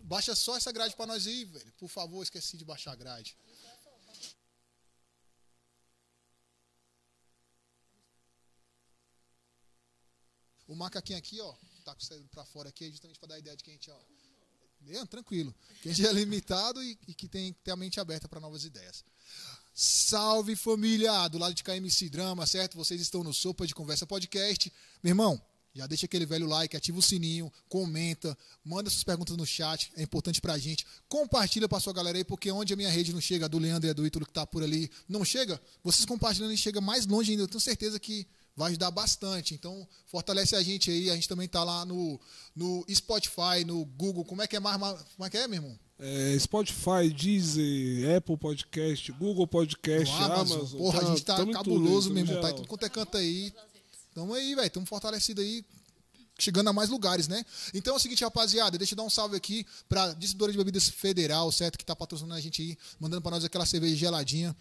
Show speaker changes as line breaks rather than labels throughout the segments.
Baixa só essa grade pra nós aí, velho. Por favor, esqueci de baixar a grade. O macaquinho aqui, ó, tá com o cérebro pra fora aqui, justamente pra dar a ideia de que a gente, ó. É, tranquilo. Que a gente é limitado e, e que tem que ter a mente aberta pra novas ideias. Salve família! Do lado de KMC Drama, certo? Vocês estão no Sopa de Conversa Podcast. Meu irmão, já deixa aquele velho like, ativa o sininho, comenta, manda suas perguntas no chat, é importante pra gente. Compartilha pra sua galera aí, porque onde a minha rede não chega, a do Leandro e a do Ítalo que tá por ali, não chega, vocês compartilhando e chega mais longe ainda. Eu tenho certeza que vai ajudar bastante. Então, fortalece a gente aí. A gente também tá lá no, no Spotify, no Google. Como é que é mais. Como é que é, meu irmão?
É, Spotify, Deezer, Apple Podcast, Google Podcast,
No
Amazon.
Porra, a gente tá
tamo em tudo,
cabuloso,
tamo
meu
em
irmão. Tá em
geral.
tudo quanto é canto aí. Tamo aí, velho. Tamo fortalecido aí. Chegando a mais lugares, né? Então é o seguinte, rapaziada, deixa eu dar um salve aqui pra distribuidora de bebidas federal, certo? Que tá patrocinando a gente aí, mandando pra nós aquela cerveja geladinha.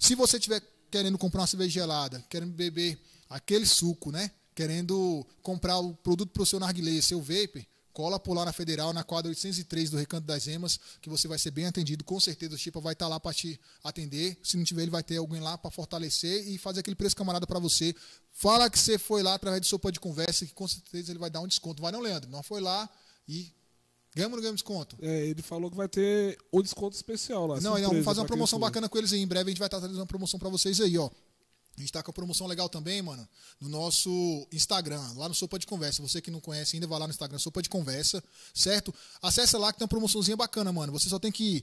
Se você tiver querendo comprar uma cerveja gelada, querendo beber aquele suco, né? Querendo comprar o produto pro seu narguilé, seu vape, cola por lá na Federal, na quadra 803 do Recanto das Emas, que você vai ser bem atendido. Com certeza o Chipa vai estar lá para te atender. Se não tiver, ele vai ter alguém lá para fortalecer e fazer aquele preço camarada para você. Fala que você foi lá através do Sopa de Conversa, que com certeza ele vai dar um desconto. Vai não, Leandro? Não foi lá e... Ganhamos ou não ganhamos desconto?
É, ele falou que vai ter um desconto especial lá.
Não, não, vamos
surpresa
fazer uma
pra quem
promoção
for.
bacana com eles aí. Em breve a gente vai estar trazendo uma promoção pra vocês aí, ó. A gente tá com a promoção legal também, mano, no nosso Instagram, lá no Sopa de Conversa. Você que não conhece ainda, vai lá no Instagram, Sopa de Conversa, certo? Acessa lá que tem uma promoçãozinha bacana, mano. Você só tem que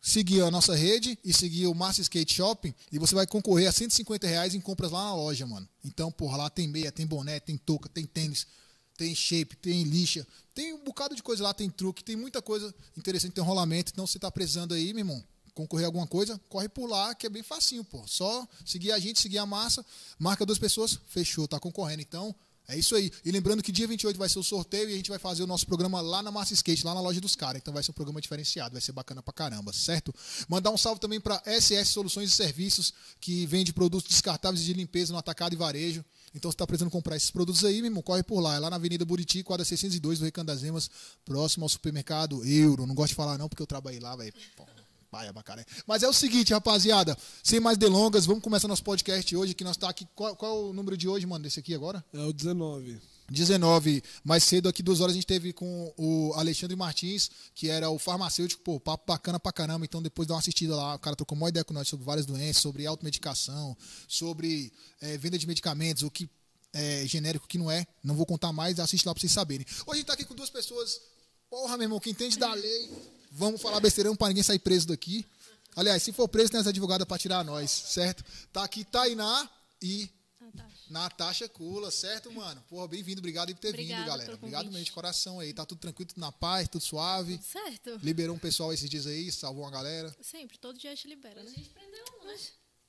seguir a nossa rede e seguir o Massa Skate Shopping e você vai concorrer a 150 reais em compras lá na loja, mano. Então, por lá tem meia, tem boné, tem touca, tem tênis tem shape, tem lixa, tem um bocado de coisa lá, tem truque, tem muita coisa interessante, tem rolamento. Então, se você tá precisando aí, meu irmão, concorrer a alguma coisa, corre por lá, que é bem facinho, pô. Só seguir a gente, seguir a massa, marca duas pessoas, fechou, tá concorrendo. Então, é isso aí. E lembrando que dia 28 vai ser o sorteio e a gente vai fazer o nosso programa lá na Massa Skate, lá na loja dos caras. Então vai ser um programa diferenciado, vai ser bacana pra caramba, certo? Mandar um salve também pra SS Soluções e Serviços, que vende produtos descartáveis de limpeza no atacado e varejo. Então, se tá precisando comprar esses produtos aí, meu irmão, corre por lá. É lá na Avenida Buriti, quadra 602 do Recanto das Emas, próximo ao supermercado Euro. Não gosto de falar não, porque eu trabalhei lá, velho. Baia Macaré. Mas é o seguinte, rapaziada, sem mais delongas, vamos começar nosso podcast hoje, que nós tá aqui. Qual, qual é o número de hoje, mano, desse aqui agora?
É o 19.
19. Mais cedo, aqui duas horas, a gente teve com o Alexandre Martins, que era o farmacêutico, pô, papo bacana pra caramba. Então, depois dá uma assistida lá. O cara trocou uma ideia com nós sobre várias doenças, sobre automedicação, sobre eh, venda de medicamentos, o que é genérico, o que não é. Não vou contar mais, assiste lá pra vocês saberem. Hoje a gente tá aqui com duas pessoas, porra, meu irmão, que entende da lei. Vamos falar besteirão pra ninguém sair preso daqui. Aliás, se for preso, tem as advogadas pra tirar nós, certo? Tá aqui Tainá e
Natasha.
Natasha Kula, certo, mano? Porra, bem-vindo, obrigado aí por ter
Obrigada
vindo,
pelo
galera. Obrigado
convite.
mesmo de coração aí. Tá tudo tranquilo, tudo na paz, tudo suave.
Certo?
Liberou um pessoal esses dias aí, salvou uma galera.
Sempre, todo dia a gente libera, né?
A gente prendeu um, né?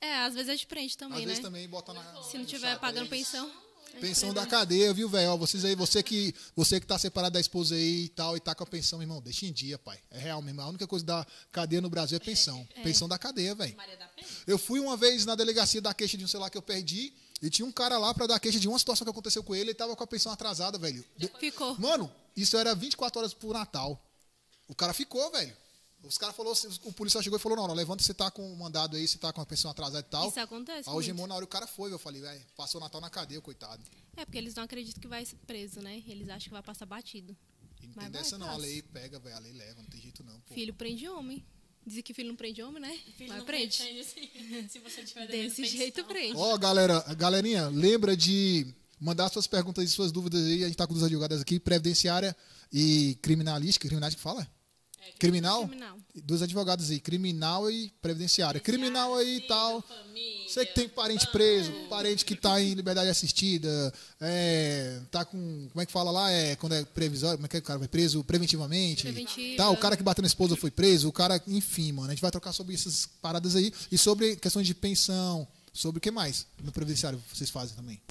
É, às vezes a gente prende
Às
também, né?
vezes também bota na.
Se não
no
tiver
saco
pagando
aí.
pensão.
um.
Pensão
um
da cadeia, viu, velho? Ó, Vocês aí, você que, você que tá separado da esposa aí e tal, e tá com a pensão, meu irmão, deixa em dia, pai. É real mesmo. A única coisa da cadeia no Brasil é pensão. Pensão da cadeia, velho.
Maria da Penha.
Eu fui uma vez na delegacia dar queixa de um celular que eu perdi. E tinha um cara lá pra dar queixa de uma situação que aconteceu com ele. Ele tava com a pensão atrasada, velho. Do-
Ficou.
Mano, isso era 24 horas pro Natal. O cara ficou, velho. Os caras falou, assim, o policial chegou e falou: "Não, não, levanta, você tá com o mandado aí, você tá com a pensão atrasada e tal".
Isso acontece
Aí algemou na hora e o cara foi, velho. eu falei: "Velho, passou o Natal na cadeia, coitado".
É, porque eles não acreditam que vai ser preso, né? Eles acham que vai passar batido.
E não
Mas
tem
vai,
dessa não, a
passa.
lei pega, velho, a lei leva, não tem jeito não, pô.
Filho prende homem. Dizem que filho não prende homem, né?
Filho
Mas
não
prende.
pretende, assim. se- se você tiver devendo tá
Desse
pensão.
jeito prende.
Ó, galera, galerinha, lembra de mandar suas perguntas e suas dúvidas aí. A gente tá com duas advogadas aqui, previdenciária e criminalística. Criminalística que fala?
É,
Criminal?
Criminal.
Duas advogadas aí, criminal e previdenciária. Criminal aí e
Filho,
tal.
família.
Você que tem parente preso, parente que tá em liberdade assistida, é, tá com. Como é que fala lá? É, quando é previsório, como é que o cara vai preso preventivamente?
Preventiva.
Tá, o cara que bateu na esposa foi preso, o cara. Enfim, mano, a gente vai trocar sobre essas paradas aí e sobre questões de pensão, sobre o que mais no previdenciário vocês fazem também?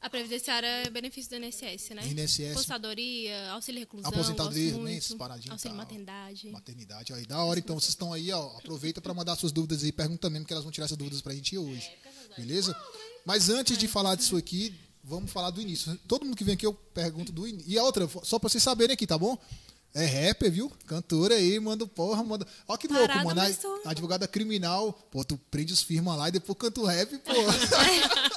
A previdenciária é benefício do INSS, né?
INSS.
Aposentadoria, auxília reclusão.
Aposentadoria
gosto
também,
muito.
essas paradinhas tá- e
Auxílio
tal.
maternidade.
Maternidade, aí da hora. Então vocês estão aí, ó. Aproveita para mandar suas dúvidas aí, pergunta mesmo que elas vão tirar essas dúvidas pra gente hoje. Beleza? Mas antes de falar disso aqui, vamos falar do início. Todo mundo que vem aqui eu pergunto do início. E a outra, só pra vocês saberem aqui, tá bom? É rapper, viu? Cantora aí, manda porra, manda. Ó que louco,
Parada,
mano. A-
mas tô-
A advogada criminal, pô, tu prende os firma lá e depois canta o rap, pô.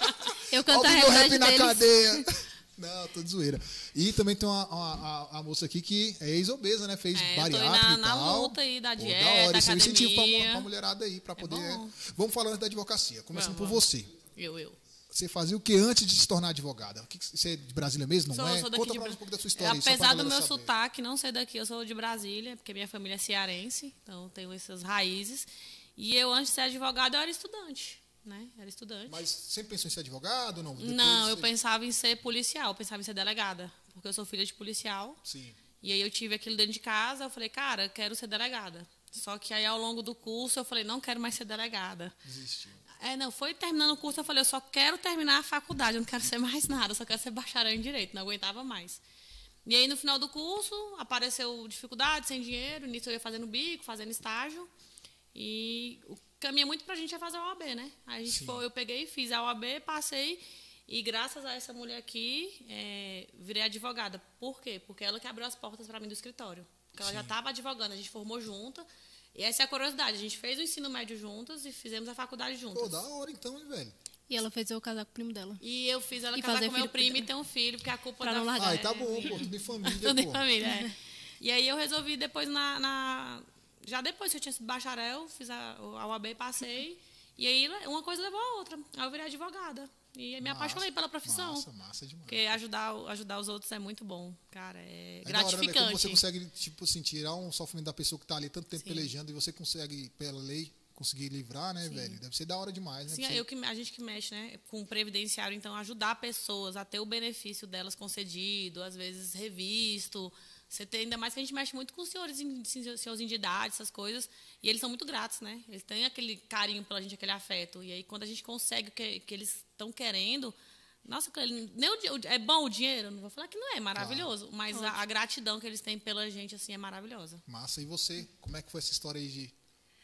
Eu
Ó o
canto a
meu rap
realidade
na
deles.
cadeia. Não, tô de zoeira. E também tem uma, uma- a, a moça aqui que é ex-obesa, né? Fez
É, tô aí
bariátrica
na-
e
na
tal.
luta aí da dieta,
da hora, isso é um incentivo pra,
academia. É
mu- pra mulherada aí, pra poder...
bom.
Vamos falar antes da advocacia, começando
Vamos.
por você.
Eu, eu.
Você fazia o que antes de se tornar advogada? O que que você é de Brasília mesmo, não
Sou,
é?
sou daqui
Conta
de
pra nós
Bra-
um pouco da sua história aí, só pra
Apesar do
galera
meu
saber.
sotaque não ser daqui, eu sou de Brasília, porque minha família é cearense, então tenho essas raízes. E eu, antes de ser advogada, eu era estudante, né? Era estudante.
Mas sempre pensou em ser advogado ou não? Depois
não, eu
você-
pensava em ser policial, eu pensava em ser delegada, porque eu sou filha de policial.
Sim.
E aí eu tive aquilo dentro de casa, eu falei, cara, eu quero ser delegada. Só que aí ao longo do curso eu falei, não quero mais ser delegada.
Desistiu.
É, não, foi terminando o curso, eu falei, eu só quero terminar a faculdade, eu não quero ser mais nada, eu só quero ser bacharel em direito, não aguentava mais. E aí, no final do curso, apareceu dificuldade, sem dinheiro, nisso eu ia fazendo bico, fazendo estágio, e o caminho muito pra gente é fazer a OAB, né? Aí a gente
Sim.
foi, eu peguei, fiz a OAB, passei, e graças a essa mulher aqui, é, virei advogada. Por quê? Porque ela que abriu as portas pra mim do escritório, porque ela já
Sim.
estava advogando, a gente formou junta, e essa é a curiosidade, a gente fez o ensino médio juntas e fizemos a faculdade juntas.
Pô, da hora então, hein, velho?
E ela fez eu casar com o primo dela.
E eu fiz ela
E
casar
fazer
com meu
filho pro-
primo e ter um filho, porque a culpa
Pra
da
não largar.
Ah,
família.
e tá bom, pô, tudo em família,
é. Tudo em
pô.
família,
tá
é. E aí eu resolvi depois na... na- Já depois que eu tinha sido bacharel, fiz a, a UAB, passei. E aí uma coisa levou a outra. Aí eu virei advogada. E aí me
Massa,
apaixonei pela profissão.
Massa, massa demais.
Porque ajudar, o- ajudar os outros é muito bom, cara. É
É da hora, né, velho? Como
gratificante.
você consegue, tipo, assim, tirar um sofrimento da pessoa que tá ali tanto tempo pelejando e você consegue, pela lei, conseguir livrar, né, velho? Deve ser da hora demais, né?
Sim, é
Pra você-
eu que, a gente que mexe, né, com o previdenciário, então ajudar pessoas a ter o benefício delas concedido, às vezes revisto, Você tem, ainda mais que a gente mexe muito com os senhores, em- senhorzinhos de idade, essas coisas. E eles são muito gratos, né? Eles têm aquele carinho pela gente, aquele afeto. E aí, quando a gente consegue o que, que eles estão querendo. Nossa, cara, ele- nem o, di- o di- é bom o dinheiro? Não vou falar que não é, é maravilhoso.
Tá.
Mas a, a gratidão que eles têm pela gente, assim, é maravilhosa.
Massa. E você, como é que foi essa história aí de.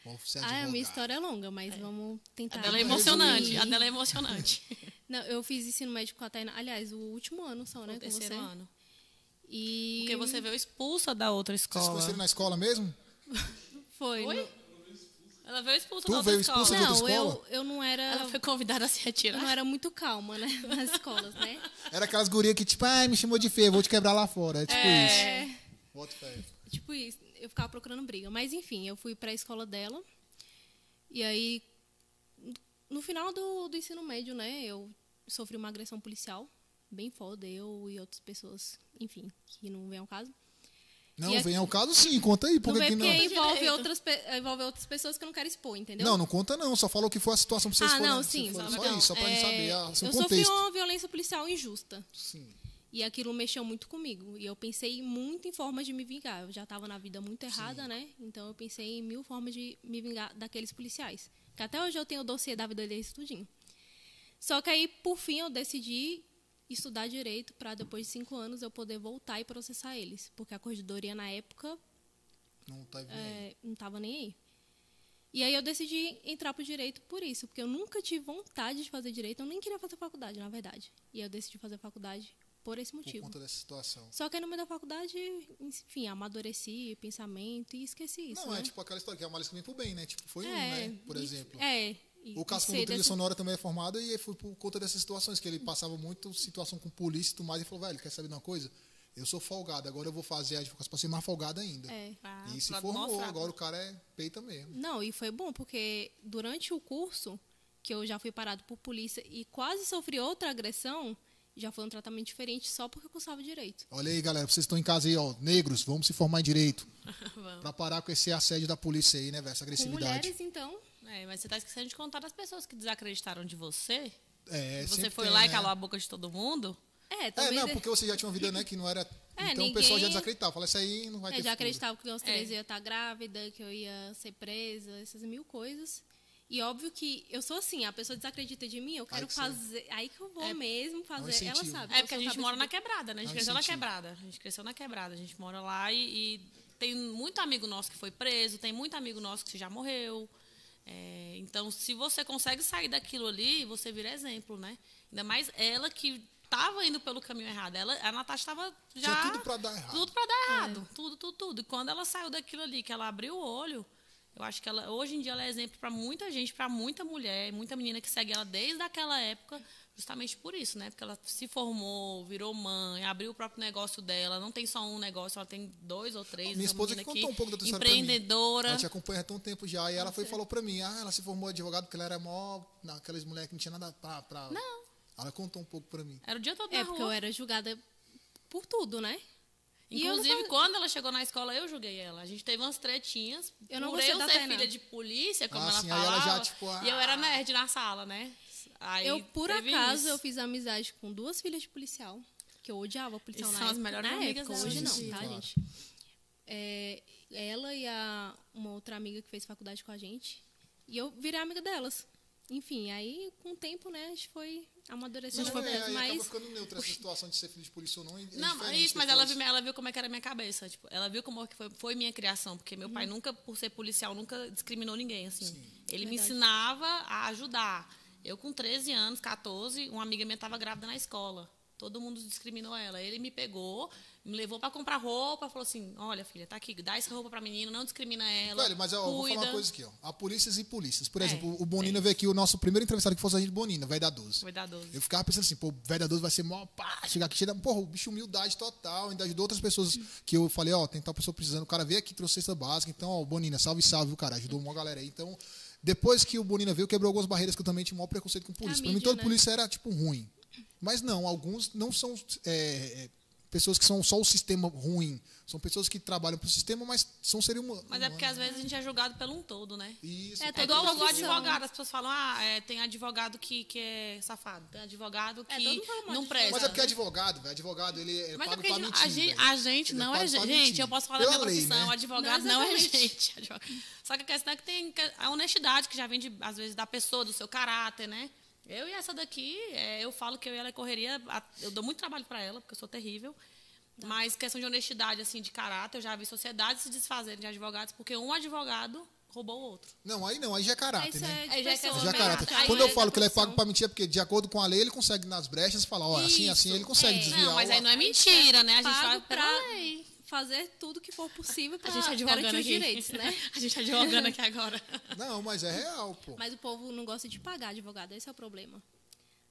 Bom, você é
Ah, a minha
advogado.
história é longa, mas vamos
A
tentar.
dela é emocionante.
resumir.
A dela é emocionante.
Não, eu fiz ensino médico com a Tainá. Aliás, o último ano só, né?
No
Com você.
terceiro ano.
E.
Porque você veio expulsa da outra
Vocês se
escola.
conheceram na escola mesmo?
Foi.
Oi?
no-
Ela veio expulsa
Tu
da outra
veio
escola.
expulsa da-
Não,
outra
eu,
escola?
eu não
Ela
era.
foi convidada a se
Eu
retirar.
não era muito calma, né? Nas escolas, né?
Era aquelas gurias que, tipo, ai, me chamou de feia, vou te quebrar lá fora. É tipo isso.
É.
Bota fé.
Tipo isso, eu ficava procurando briga. Mas enfim, eu fui pra escola dela. E aí, no final do, do ensino médio, né, eu sofri uma agressão policial. Bem foda, eu e outras pessoas, enfim, que não vem ao caso.
Não,
E aqui-
vem ao caso sim, conta aí. Por
não
que
vem
que
porque
não?
envolve
Direito.
outras, pe- envolve outras pessoas que eu não quero expor, entendeu?
Não, não conta não, só falou que foi a situação pra vocês
ah,
foram-
não,
se
sim.
foram-
só-
Só
então,
isso, só pra gente
é,
saber ah, assim, o
eu sofri
contexto.
uma violência policial injusta.
Sim.
E aquilo mexeu muito comigo. E eu pensei muito em formas de me vingar. Eu já estava na vida muito errada, né? Então eu pensei em mil formas de me vingar daqueles policiais. Que até hoje eu tenho o dossiê da vida deles tudinho. Só que aí, por fim, eu decidi estudar direito para depois de cinco anos eu poder voltar e processar eles. Porque a corregedoria, na época,
Não tá vindo aí.
é, não estava nem aí. E aí eu decidi entrar pro direito por isso, porque eu nunca tive vontade de fazer direito, eu nem queria fazer faculdade, na verdade. E eu decidi fazer faculdade por esse
Por
motivo.
conta dessa situação.
Só que aí no meio da faculdade, enfim, amadureci pensamento e esqueci isso.
não,
né?
é tipo aquela história que é a malícia que vem pro bem, né? Tipo, foi um,
É,
né? Por
e-
exemplo.
É. e-
O
e
Cássio,
ser
como trilha
desse-
sonora, também é formado e foi por conta dessas situações, que ele passava muito situação com polícia e tudo mais, e falou, velho, quer saber de uma coisa? Eu sou folgado, agora eu vou fazer a advocacia pra ser mais folgado ainda.
É.
Ah,
E se
pra
formou,
mostrar.
agora o cara é peita mesmo.
Não, e foi bom, porque durante o curso, que eu já fui parado por polícia e quase sofri outra agressão, já foi um tratamento diferente só porque eu cursava direito.
Olha aí, galera, vocês estão em casa aí, ó, negros, vamos se formar em direito,
Vamos.
pra parar com esse assédio da polícia aí, né, velho, essa
Com
agressividade.
mulheres, então,
É, mas você tá esquecendo de contar das pessoas que desacreditaram de você.
É,
você
sempre
foi
tem,
lá e
né?
calou a boca de todo mundo.
é,
É,
também...
não,
de-
porque você já tinha uma vida, né, que não era...
É,
então o pessoal
ninguém-
já desacreditava, fala, isso aí não vai ter
É, já
futuro.
acreditava que aos
É.
13 eu ia estar grávida, que eu ia ser presa, essas mil coisas. E óbvio que eu sou assim, a pessoa desacredita de mim, eu quero
que você-
fazer. Aí que eu vou mesmo fazer. ela
incentivo.
sabe.
É
eu
porque a
sou
gente
cabeça
mora na
dura.
quebrada, né? A gente
Não,
cresceu na
incentivo.
quebrada. A gente cresceu na quebrada. A gente mora lá e, e tem muito amigo nosso que foi preso, tem muito amigo nosso que já morreu. É, então, se você consegue sair daquilo ali, você vira exemplo, né? Ainda mais ela que tava indo pelo caminho errado. Ela, a Natasha estava já.
Tinha tudo pra dar errado.
Tudo pra dar errado.
É.
Tudo, tudo, tudo. E quando ela saiu daquilo ali, que ela abriu o olho, eu acho que ela, hoje em dia ela é exemplo pra muita gente, pra muita mulher, muita menina que segue ela desde aquela época, justamente por isso, né? Porque ela se formou, virou mãe, abriu o próprio negócio dela. Não tem só um negócio, ela tem dois ou três.
Minha
essa
esposa que
menina
contou
aqui,
um pouco da tua história pra mim.
Empreendedora.
Ela te acompanha há tão tempo já. E ela foi e falou pra mim: ah, ela se formou advogado porque ela era mó. Aquelas mulheres que não tinha nada pra. pra...
Não.
Ela contou um pouco pra mim.
Era o dia todo
É,
na
porque eu
rua.
era julgada por tudo, né? E eu não
Inclusive,
fazia-
quando ela chegou na escola, eu julguei ela. A gente teve umas tretinhas.
Eu não
por
gostei
eu
da
ser
Tainá.
filha de polícia, como
Ah,
ela
sim, aí ela
falava.
já, tipo, ah.
E eu era nerd na sala, né? Aí
eu, por
teve
acaso,
isso.
eu fiz amizade com duas filhas de policial, que eu odiava policial
E
na
são as
época.
melhores
na
amigas
época,
dela.
hoje
Sim,
não,
sim,
tá,
claro.
gente? É, ela e a, uma outra amiga que fez faculdade com a gente. E eu virei amiga delas. Enfim, aí com o tempo, né, a gente foi amadurecendo
Não,
as
é, aí
coisas,
acaba
mas
ficando neutra essa situação de ser filho de polícia ou não. É
Não, mas
diferente
isso, mas ela
depois.
viu, ela viu como é que era a minha cabeça. Tipo, ela viu como que foi, foi minha criação. Porque meu
Uhum.
pai nunca, por ser policial, nunca discriminou ninguém, assim. Ele me
Verdade.
ensinava a ajudar. Eu com 13 anos, 14, uma amiga minha estava grávida na escola. Todo mundo discriminou ela. Ele me pegou, me levou para comprar roupa, falou assim: "Olha, filha, tá aqui, dá essa roupa para menina, não discrimina ela".
Velho, mas ó, eu vou falar uma
cuida."
coisa aqui, ó. Há polícias e polícias. Por
É,
exemplo, o Bonina veio aqui, o nosso primeiro entrevistado que fosse a gente Bonina, velho da 12.
Vai dar 12.
Eu ficava pensando assim, pô, o velho da 12 vai ser mó pá, chegar aqui, cheio da. Porra, o bicho, é humildade total, ainda ajudou outras pessoas que eu falei, ó, tem tal pessoa precisando. O cara veio aqui, trouxe cesta básica, então, ó, Bonina, salve, salve, o cara, ajudou uma galera aí. Então, depois que o Bonina veio, quebrou algumas barreiras que eu também tinha o maior
né?
preconceito com polícia. Pra mim,
mídia,
todo
né?
polícia era, tipo, ruim. Mas não, alguns não são é, é, pessoas que são só o sistema ruim. São pessoas que trabalham para o sistema, mas são seres humanos.
Mas é porque às vezes a gente é julgado pelo um todo, né?
Isso.
É,
É
toda
igual o
profissão.
advogado, as pessoas falam, ah, é, tem advogado que, que é safado, tem advogado
É, todo
que
mundo fala mal
não
de
presta.
Mas é porque é advogado, velho. Advogado, ele é
Mas é
pago
porque
pra
a gente-
mentir.
a gente,
velho.
a gente
Ele é
não é
pago pra
gente.
mentir.
Gente, eu posso falar
Pela
da minha
lei,
profissão.
né?
Advogado
Não,
não, é
exatamente.
gente. advogado. Só que a questão é que tem que- a honestidade que já vem, de, às vezes, da pessoa, do seu caráter, né? Eu e essa daqui, é, eu falo que eu e ela é correria. a- Eu dou muito trabalho pra ela, porque eu sou terrível. Mas questão de honestidade, assim, de caráter, eu já vi sociedades se desfazerem de advogados porque um advogado roubou o outro.
Não, aí não, aí já é caráter,
Isso
né?
é de
É, já é
pessoa,
Já é
Aí-
caráter.
aí
Quando eu
é
falo que ele é
corrupção.
pago pra mentir, é porque de acordo com a lei ele consegue nas brechas falar, ó, assim,
Isso.
assim, ele consegue
É.
desviar.
Não, mas
o
aí não é mentira, né? A gente
pago
fala
pra
pela lei.
fazer tudo que for possível
A
para
gente tá
garantir
advogando
os
aqui.
direitos, né?
A gente tá advogando aqui agora.
Não, mas é real, pô.
Mas o povo não gosta de pagar advogado, esse é o problema.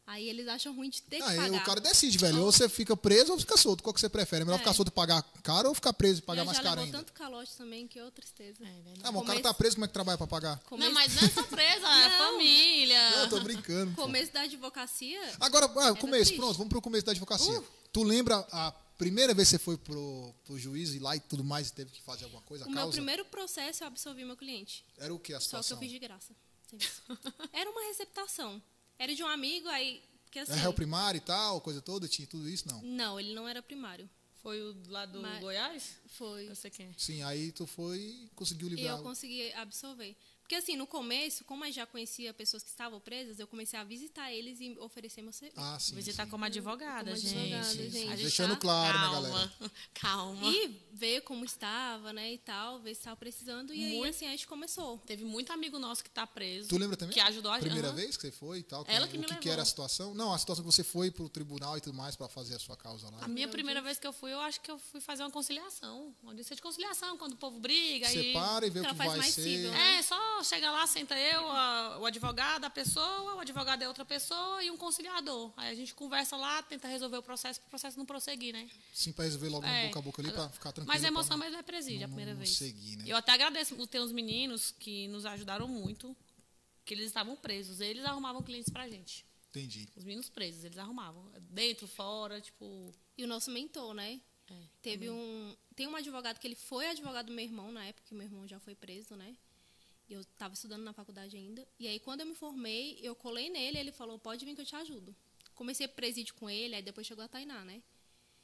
Aí eles acham ruim de ter que
Aí
pagar.
o cara decide, velho.
Então.
Ou você fica preso ou fica solto. Qual que você prefere? É melhor
É.
ficar solto e pagar caro ou ficar preso e pagar
Eu
mais
já
caro
levou
ainda?
tanto calote também que é outra tristeza.
É verdade.
Ah, mas o cara
Começo-
tá preso, como é que trabalha pra pagar?
Começo,
Não, mas não é só presa, é
Não.
família.
Não, eu tô brincando. pô.
começo da advocacia,
Agora, ah, o começo,
triste. Uh.
pronto, vamos pro começo da advocacia. Tu lembra a primeira vez que você foi pro, pro juiz e lá e tudo mais, teve que fazer alguma coisa? A
o meu
causa?
primeiro processo eu absolvi meu cliente.
Era o que a
Só que eu
situação?
fiz de graça. serviço. Era uma receptação. Era de um amigo, aí. Que assim,
Era réu É, primário e tal, coisa toda, tinha tudo isso? Não.
Não, ele não era primário.
Foi o lá do
Mas-
Goiás?
Foi.
Eu sei quem. é.
Sim, aí tu foi e conseguiu
E
livrar.
eu consegui absorver. Porque assim, no começo, como eu já conhecia pessoas que estavam presas, eu comecei a visitar eles e oferecer meu serviço.
Ah, sim.
Visitar tá como advogada,
Como
gente.
advogada,
A
tá gente.
gente
Deixando claro, né,
calma,
galera?
Calma.
E ver como estava, né, e tal, ver se estava precisando. E aí,
Muito.
assim, a gente começou.
Teve muito amigo nosso que tá preso.
Tu lembra também?
Que ajudou a gente.
Primeira
Aham.
vez que você foi e tal?
Ela
que,
que
o
me
que, que
levou.
era a situação? Não, a situação que você foi pro tribunal e tudo mais pra fazer a sua causa lá.
A minha primeira vez que eu fui, eu acho que eu fui fazer uma conciliação. Uma audiência de conciliação, quando o povo briga. aí...
Separa e vê o
Ela
que
faz
vai
mais
ser.
cível, né?
É, só chega lá, senta eu, a- o advogado, a pessoa, o advogado é outra pessoa e um conciliador. Aí a gente conversa lá, tenta resolver o processo, para o processo não prosseguir, né?
Sim, pra resolver logo
É.
no boca a boca ali pra ficar tranquilo.
Mas a
pra
emoção
não-
mesmo é presídio,
não-
a primeira
não
vez.
seguir, né?
Eu até agradeço ter uns meninos que nos ajudaram muito, que eles estavam presos. Eles arrumavam clientes pra gente.
Entendi.
Os meninos presos, eles arrumavam. Dentro, fora, tipo.
E o nosso mentor, né?
É.
Teve um. Tem um advogado que ele foi advogado do meu irmão na época, que meu irmão já foi preso, né? E eu estava estudando na faculdade ainda. E aí, quando eu me formei, eu colei nele ele falou: pode vir que eu te ajudo. Comecei presídio com ele, aí depois chegou a Tainá, né?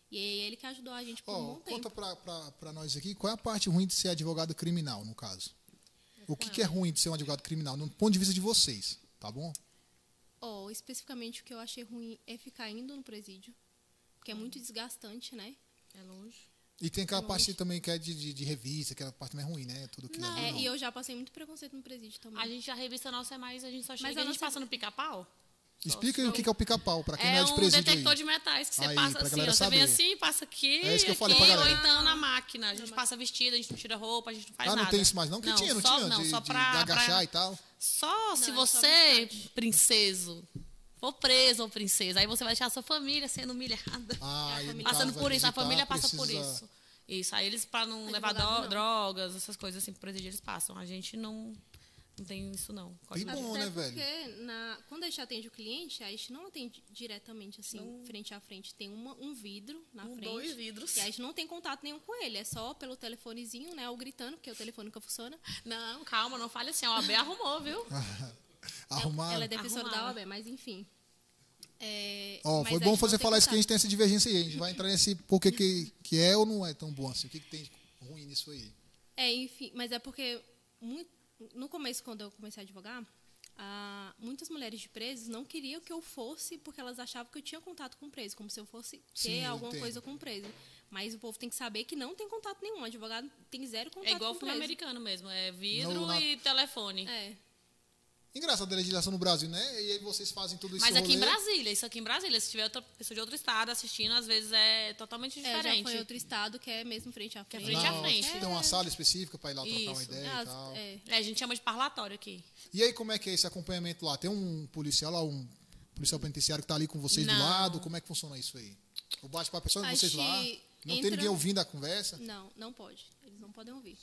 E aí, ele que ajudou a gente por um
Ó,
bom
conta
tempo.
pra, pra, pra nós aqui qual é a parte ruim de ser advogado criminal, no caso. O que, que é ruim de ser um advogado criminal, no ponto de vista de vocês, tá bom?
Ó, especificamente o que eu achei ruim é ficar indo no presídio, porque é
Uhum.
muito desgastante, né?
É longe.
E tem aquela parte também que é de, de, de revista, aquela parte também é ruim, né? Tudo aquilo ali,
É,
não.
e eu já passei muito preconceito no presídio também.
A gente, a revista nossa é mais, a gente só chega.
a
a gente
nossa-
passa no pica-pau.
Explica aí o que, que é o pica-pau, pra quem não
É
é de
um
presídio
detector
aí.
de metais que você
Aí,
passa
pra
assim, ó.
galera
Você vem
saber.
assim, passa aqui,
É isso que eu falei
aqui,
pra
ou
galera.
então na máquina. A gente passa vestida, a gente não tira roupa, a gente não faz
Ah,
nada.
não tem isso mais não? Que tinha, não
só,
tinha?
Não,
de,
só
de-
pra,
de agachar
pra-
e tal.
Só se
é só
você, princeso, for preso ou princesa, aí você vai deixar a sua família sendo humilhada.
Ah, e no
passando
caso,
por
vai
isso, a
visitar,
família passa por
precisa-
isso. É Isso, aí eles, pra não levar
Advogado,
dro-
não.
drogas, essas coisas assim, pro presídio, eles passam. A gente não, não tem isso, não. Código
Tem
não.
bom,
Até
né, velho?
Porque na- quando a gente atende o cliente, a gente não atende diretamente, assim, frente a frente. Tem uma- um vidro na
Um,
frente.
dois vidros.
E a gente não tem contato nenhum com ele. É só pelo telefonezinho, né? Ou gritando, porque o telefone nunca funciona.
Não, calma, não fale assim. A OAB arrumou, viu?
Arrumar.
Ela é defensora
Arrumado.
da OAB, mas enfim. É,
Ó,
mas
foi
a
bom
gente
você
não tem
falar isso que a gente
contato.
tem essa divergência aí. A gente vai entrar nesse por que que, que é ou não é tão bom assim. O que, que tem de ruim nisso aí?
É, enfim. Mas é porque muito- no começo, quando eu comecei a advogar, ah, muitas mulheres de presos não queriam que eu fosse porque elas achavam que eu tinha contato com o preso, como se eu fosse ter
Sim, eu
alguma
entendo.
coisa com o preso. Mas o povo tem que saber que não tem contato nenhum. O advogado tem zero contato
É igual o
com o
filme
preso.
americano mesmo. É vidro
Não, na-
e telefone.
É.
Engraçado a legislação no Brasil, né? E aí vocês fazem tudo isso.
Mas aqui em Brasília, isso aqui em Brasília. Se tiver outra pessoa de outro estado assistindo, às vezes é totalmente
É, já
diferente.
foi em outro estado que é mesmo frente a frente.
frente a frente.
Tem uma sala específica pra ir lá trocar uma
Isso.
ideia
Ah,
e tal.
é.
É, a gente chama de parlatório aqui.
E aí, como é que é esse acompanhamento lá? Tem um policial lá, um policial penitenciário que tá ali com vocês do
Não.
lado? Como é que funciona isso aí? O bate-papo é só
A
vocês
gente
lá? Não tem
entra-
ninguém ouvindo a conversa?
Não, não pode. Eles não podem ouvir.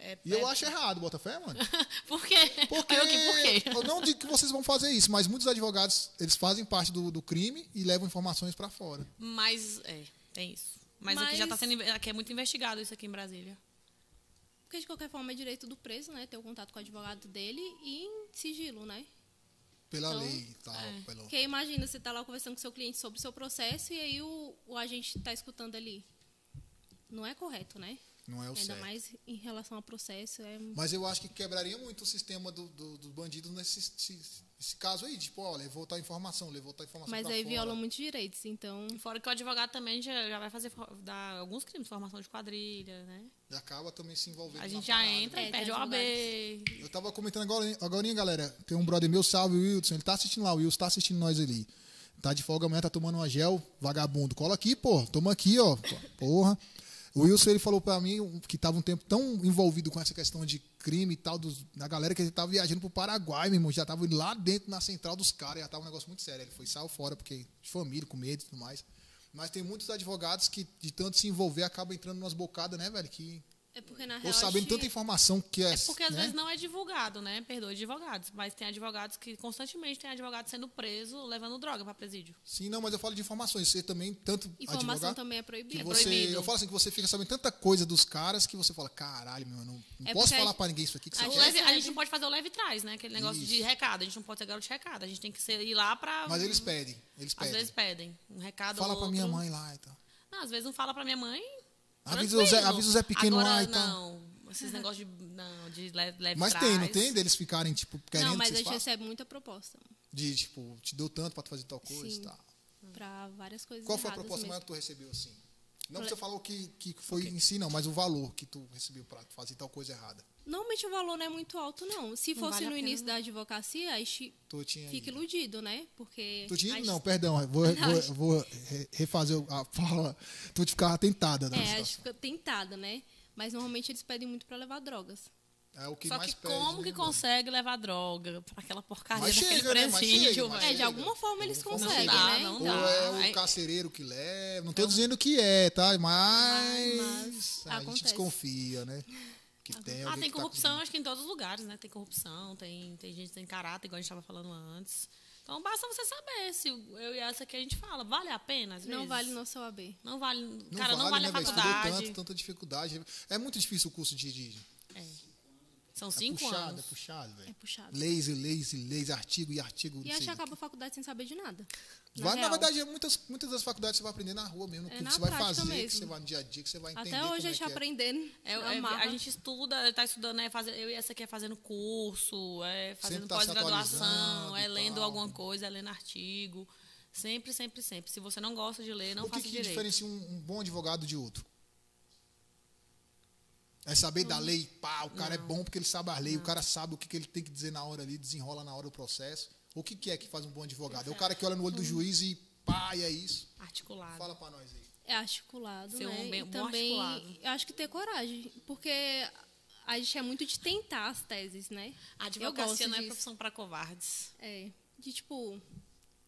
É,
E eu acho errado, Botafé, mano.
Por quê?
Porque
Eu que por quê?
eu não digo que vocês vão fazer isso, mas muitos advogados eles fazem parte do, do crime e levam informações pra fora.
Mas, é, tem isso. Mas, aqui já tá
Mas-
sendo. inve- Aqui é muito investigado isso aqui em Brasília.
Porque de qualquer forma é direito do preso, né? Ter o contato com o advogado dele e em sigilo, né?
Pela
Então,
lei e tal.
é.
pelo-
Porque imagina, você tá lá conversando com seu cliente sobre o seu processo e aí o, o agente tá escutando ali. Não é correto, né?
Não é o
Ainda
certo.
mais em relação ao processo. É...
Mas eu acho que quebraria muito o sistema do, do, dos bandidos nesse esse- esse caso aí. Tipo, ó, levou tal informação, levou tal informação
Mas
pra
aí
tá fora.
violam muitos direitos, então.
Fora que o advogado também já, já vai fazer fo- dar alguns crimes, formação de quadrilha, né?
E acaba também se envolvendo.
A
na
gente já
parada.
entra
É,
e perde o
tem
OAB.
Eu tava comentando agora, agora, galera. Tem um brother meu, salve, o Wilson. Ele tá assistindo lá, o Wilson tá assistindo nós ali. Tá de folga amanhã, tá tomando uma gel, vagabundo. Cola aqui, pô. Toma aqui, ó. Porra. O Wilson, ele falou pra mim que tava um tempo tão envolvido com essa questão de crime e tal, dos, da galera que ele tava viajando pro Paraguai, meu irmão. Já tava lá dentro na central dos caras, já tava um negócio muito sério. Ele foi, saiu fora, porque de família, com medo e tudo mais. Mas tem muitos advogados que, de tanto se envolver, acabam entrando umas bocadas, né, velho? Que,
É porque na
ou
real.
sabendo
acho que-
tanta informação que é.
É porque às
né?
vezes não é divulgado, né? Perdoa advogados. Mas tem advogados que constantemente tem advogado sendo preso, levando droga pra presídio.
Sim, não, mas eu falo de informações. Você também, tanto
Informação
advogado,
também é
que
proibida.
você,
proibido.
Eu falo assim, que você fica sabendo tanta coisa dos caras que você fala, caralho, meu, eu não, não
É
posso
porque a
falar
gente-
pra ninguém isso aqui. é Que
O
você
gente-
quer.
leve- a
recebe.
gente não pode fazer o leve trás, né? Aquele negócio de
Isso.
recado. A gente não pode ser garoto de recado. A gente tem que ser, ir lá pra. um,
Mas eles pedem, eles
Às
pedem.
vezes pedem. Um recado
fala
ou
pra minha
outro.
mãe lá e tal.
Não, às vezes não fala pra minha mãe.
Avisa o Zé-
tranquilo.
avisa o Zé Pequeno
Agora,
lá e tal.
não. Esses negócios de, não, de leve, leve
Mas
trás.
tem, não tem? Deles ficarem, tipo, querendo
é Não, mas
que
a
vocês
gente
façam?
recebe muita proposta.
De, tipo, te deu tanto pra tu fazer tal coisa
Sim.
e tal.
Pra várias coisas.
Qual foi a
erradas
proposta
mesmo.
maior que tu recebeu, assim? Não precisa falar o que, que foi em si, não, mas o valor que tu recebeu pra fazer tal coisa errada.
Normalmente o valor não é muito alto, não. Se
Não
fosse
vale a
no
pena,
início da advocacia, a gente
Tu tinha.
fica
ido.
iludido, né? Porque.
Tu tinha?
a
ido?
gente-
Não, perdão, eu vou, vou, vou re- refazer a fala. Tu ficava tentada. né?
É, a gente fica tentada, né? Mas normalmente eles pedem muito pra levar drogas.
É o que
Só
mais
que
pede,
como
né,
que
mano?
consegue levar droga pra aquela porcaria
Mas
daquele
chega, né? Mas
presídio,
chega, mas
velho?
É, de
chega.
alguma forma eles
Não
conseguem,
dá,
né?
não
Ou
dá.
é o
Aí-
carcereiro que leva. Não tô dizendo que é, tá? Mas,
Mas, mas
a gente
acontece.
desconfia, né? Que tem
Ah,
alguém
tem
que tá
corrupção, acho que em todos os lugares, né? Tem corrupção, tem, tem gente sem caráter, igual a gente tava falando antes. Então basta você saber se eu e essa aqui a gente fala, vale a pena? Às
Não
vezes?
vale nossa OAB.
Não vale.
com-
cara, não vale
né,
a
velho? Estudou
faculdade.
Tanto, tanta dificuldade. É muito difícil o curso de. de
São
é
cinco
puxado,
anos.
é puxado, velho.
É puxado.
Leis e leis e leis, artigo e artigo.
E
não
a gente
sei.
acaba a faculdade sem saber de nada. Na,
Vai, na
real.
verdade, é muitas, muitas das faculdades você vai aprender na rua mesmo.
É
que
na
você vai
prática
fazer, que
mesmo.
você vai no dia a dia, que você vai entender.
Até
como
hoje
é
a gente
que é.
aprendendo.
É, é, a gente estuda, tá estudando, é fazer, eu e essa aqui é fazendo curso, é fazendo
tá se
pós-graduação,
atualizando
é
e
lendo
tal.
alguma coisa, é lendo artigo. Sempre, sempre, sempre. Se você não gosta de ler, não
o que,
faça
que
direito.
diferencia um, um bom advogado de outro? É saber
Hum.
da lei, pá, o cara é bom porque ele sabe a lei, o cara sabe o que, que ele tem que dizer na hora ali, desenrola na hora o processo. O que, que é que faz um bom advogado? É o cara que olha no olho
Hum.
do juiz e pá, e é isso.
Articulado.
Fala pra nós aí.
É articulado,
Ser um
né?
bem-
e
bom
também
articulado.
eu acho que ter coragem, porque a gente é muito de tentar as teses, né?
A
eu gosto
advocacia não é
disso.
profissão para covardes.
É, de tipo,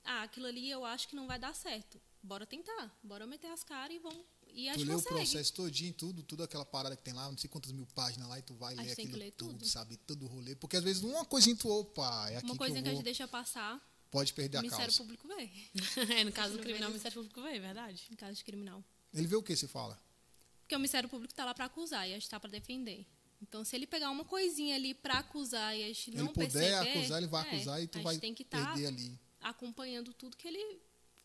ah, aquilo ali eu acho que não vai dar certo. Bora tentar, bora meter as caras e vamos e a
tu
gente
lê o
consegue.
processo todinho, tudo, tudo aquela parada que tem lá, não sei quantas mil páginas lá, e tu vai
gente
ler
tem que
aquilo
ler
tudo,
tudo.
sabe? Todo o rolê. Porque às vezes uma coisinha tu, opa, é aqui
Uma
que
coisa
eu
que a
vou,
gente deixa passar,
pode perder
o
a
Ministério
causa.
Público vê,
É, no caso do criminal, o Ministério Público veio, é verdade.
em caso de criminal.
Ele vê o que você fala?
Porque o Ministério Público tá lá para acusar e a gente tá para defender. Então, se ele pegar uma coisinha ali para acusar e a gente não
ele puder
perceber,
acusar, ele vai
é,
acusar e tu
a gente
vai
tem que tá
perder ali.
acompanhando tudo que ele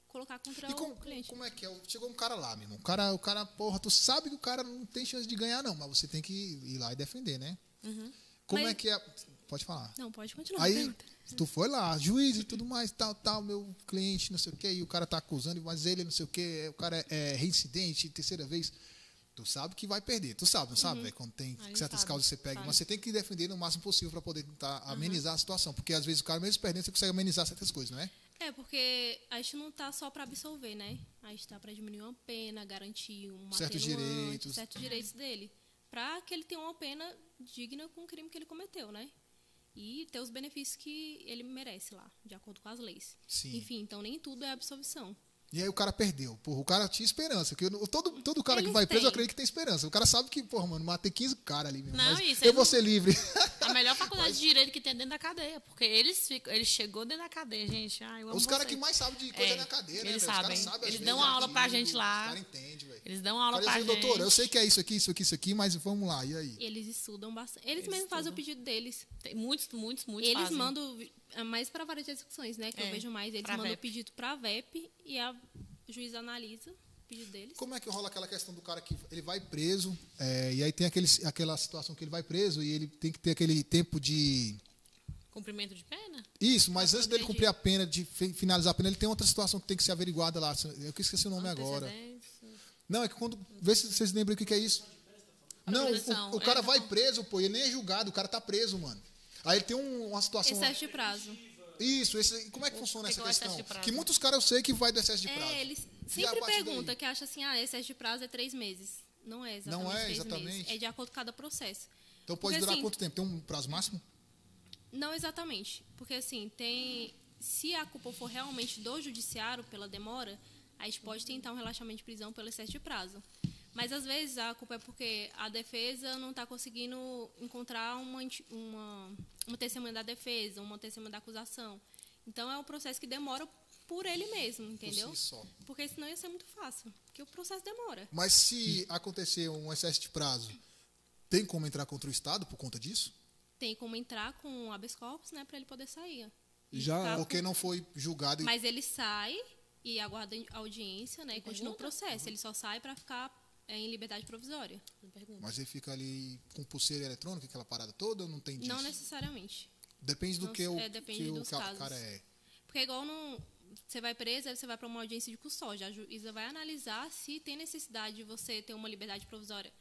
colocar contra
E como,
o cliente.
como é que é? Chegou um cara lá, meu irmão. O cara, o cara, porra, tu sabe que o cara não tem chance de ganhar, não, mas você tem que ir lá e defender, né? Como
Uhum. Mas-
é que é. Pode falar.
Não, pode continuar.
Aí
pergunta.
tu foi lá, juiz e tudo mais, tal, tal, meu cliente, não sei o quê, e o cara tá acusando, mas ele não sei o quê, é, o cara é reincidente, terceira vez. Tu sabe que vai perder, tu sabe, não sabe, velho? Quando tem
A gente
certas
Uhum. sabe,
causas que você pega,
sabe. Uhum.
mas você tem que defender no máximo possível pra poder tentar amenizar a situação, porque às vezes o cara, mesmo perdendo, você consegue amenizar certas coisas, não é?
É, porque a gente não tá só para absolver, né? A gente tá para diminuir uma pena, garantir um
Certos
atenuante,
direitos.
certos direitos dele, para que ele tenha uma pena digna com o crime que ele cometeu, né? E ter os benefícios que ele merece lá, de acordo com as leis.
Sim.
Enfim, então nem tudo é absolvição.
E aí o cara perdeu. Porra, o cara tinha esperança. Que eu- todo, todo cara que
Eles
vai preso, eu
têm.
acredito que tem esperança. O cara sabe que, porra, mano, matei 15 caras ali mesmo.
Não,
mas
isso
eu
é
vou
não-
ser livre.
A melhor faculdade de direito que tem dentro da cadeia. Porque eles ficam, ele chegou dentro da cadeia, gente. Ai, eu amo
Os caras
vocês.
que mais sabem de coisa
É,
na cadeira, né?
eles
velho? Os caras
sabem.
sabem, às
Eles
vezes,
dão aula pra
artigo,
gente lá.
Os caras entendem, velho.
Eles dão aula
Fala
pra
assim,
gente.
doutora, eu sei que é isso aqui, isso aqui, isso aqui, mas vamos lá, e aí?
Eles estudam bastante. Eles, mesmos fazem o pedido deles.
Tem muitos, muitos, muitos
Eles
fazem.
mandam é, mais para várias execuções, né? Que
É,
eu vejo mais. Eles
pra
mandam o
VEP.
pedido para a VEP e a o juiz analisa o pedido deles.
Como é que rola aquela questão do cara que ele vai preso, é, e aí tem aquele, aquela situação que ele vai preso e ele tem que ter aquele tempo de.
Cumprimento de pena?
Isso, mas antes dele
entendi.
cumprir a pena, de fi- finalizar a pena, ele tem outra situação que tem que ser averiguada lá. Eu que esqueci o nome é agora.
Antecedentes.
Não, é que quando. Vê se vocês lembram o que que é isso. Não,
Proibição,
o, o cara
é,
vai
não.
preso, pô, ele nem é julgado, o cara tá preso, mano. Aí ele tem um- uma situação.
é
Excesso de é prazo.
Isso, esse, e como é que funciona
que
essa
que é o excesso
questão?
de prazo?
Que muitos caras eu sei que vai do excesso de prazo.
É, eles
E a
sempre
partir
perguntam,
daí?
que acha assim, ah, excesso de prazo é três meses. Não é exatamente
Não é
três meses.
exatamente.
É de acordo com cada processo.
Então pode
Porque,
durar
assim,
quanto tempo? Tem um prazo máximo?
Não exatamente. Porque assim, tem. Se a culpa for realmente do judiciário pela demora, a gente pode tentar um relaxamento de prisão pelo excesso de prazo. Mas às vezes a culpa é porque a defesa não está conseguindo encontrar uma, anti- uma, uma testemunha da defesa, uma testemunha da acusação. Então é um processo que demora por ele mesmo, entendeu?
si só.
Porque senão ia ser muito fácil. Porque o processo demora.
Mas se acontecer um excesso de prazo, tem como entrar contra o Estado por conta disso?
Tem como entrar com habeas corpus, né, para ele poder sair.
Já-
Ficar
Porque não foi julgado. e-
Tá. Mas ele sai e aguarda a audiência, né? E continua o processo. Ele só sai para ficar é, em liberdade provisória.
Me pergunta.
Mas ele fica ali com pulseira eletrônica, aquela parada toda, ou não tem disso?
Não necessariamente.
Depende do
Não
que
se-
o,
é, depende
que o
dos
ca-
casos.
cara é.
Porque é igual não você vai preso, aí você vai para uma audiência de custódia. A juíza vai analisar se tem necessidade de você ter uma liberdade provisória.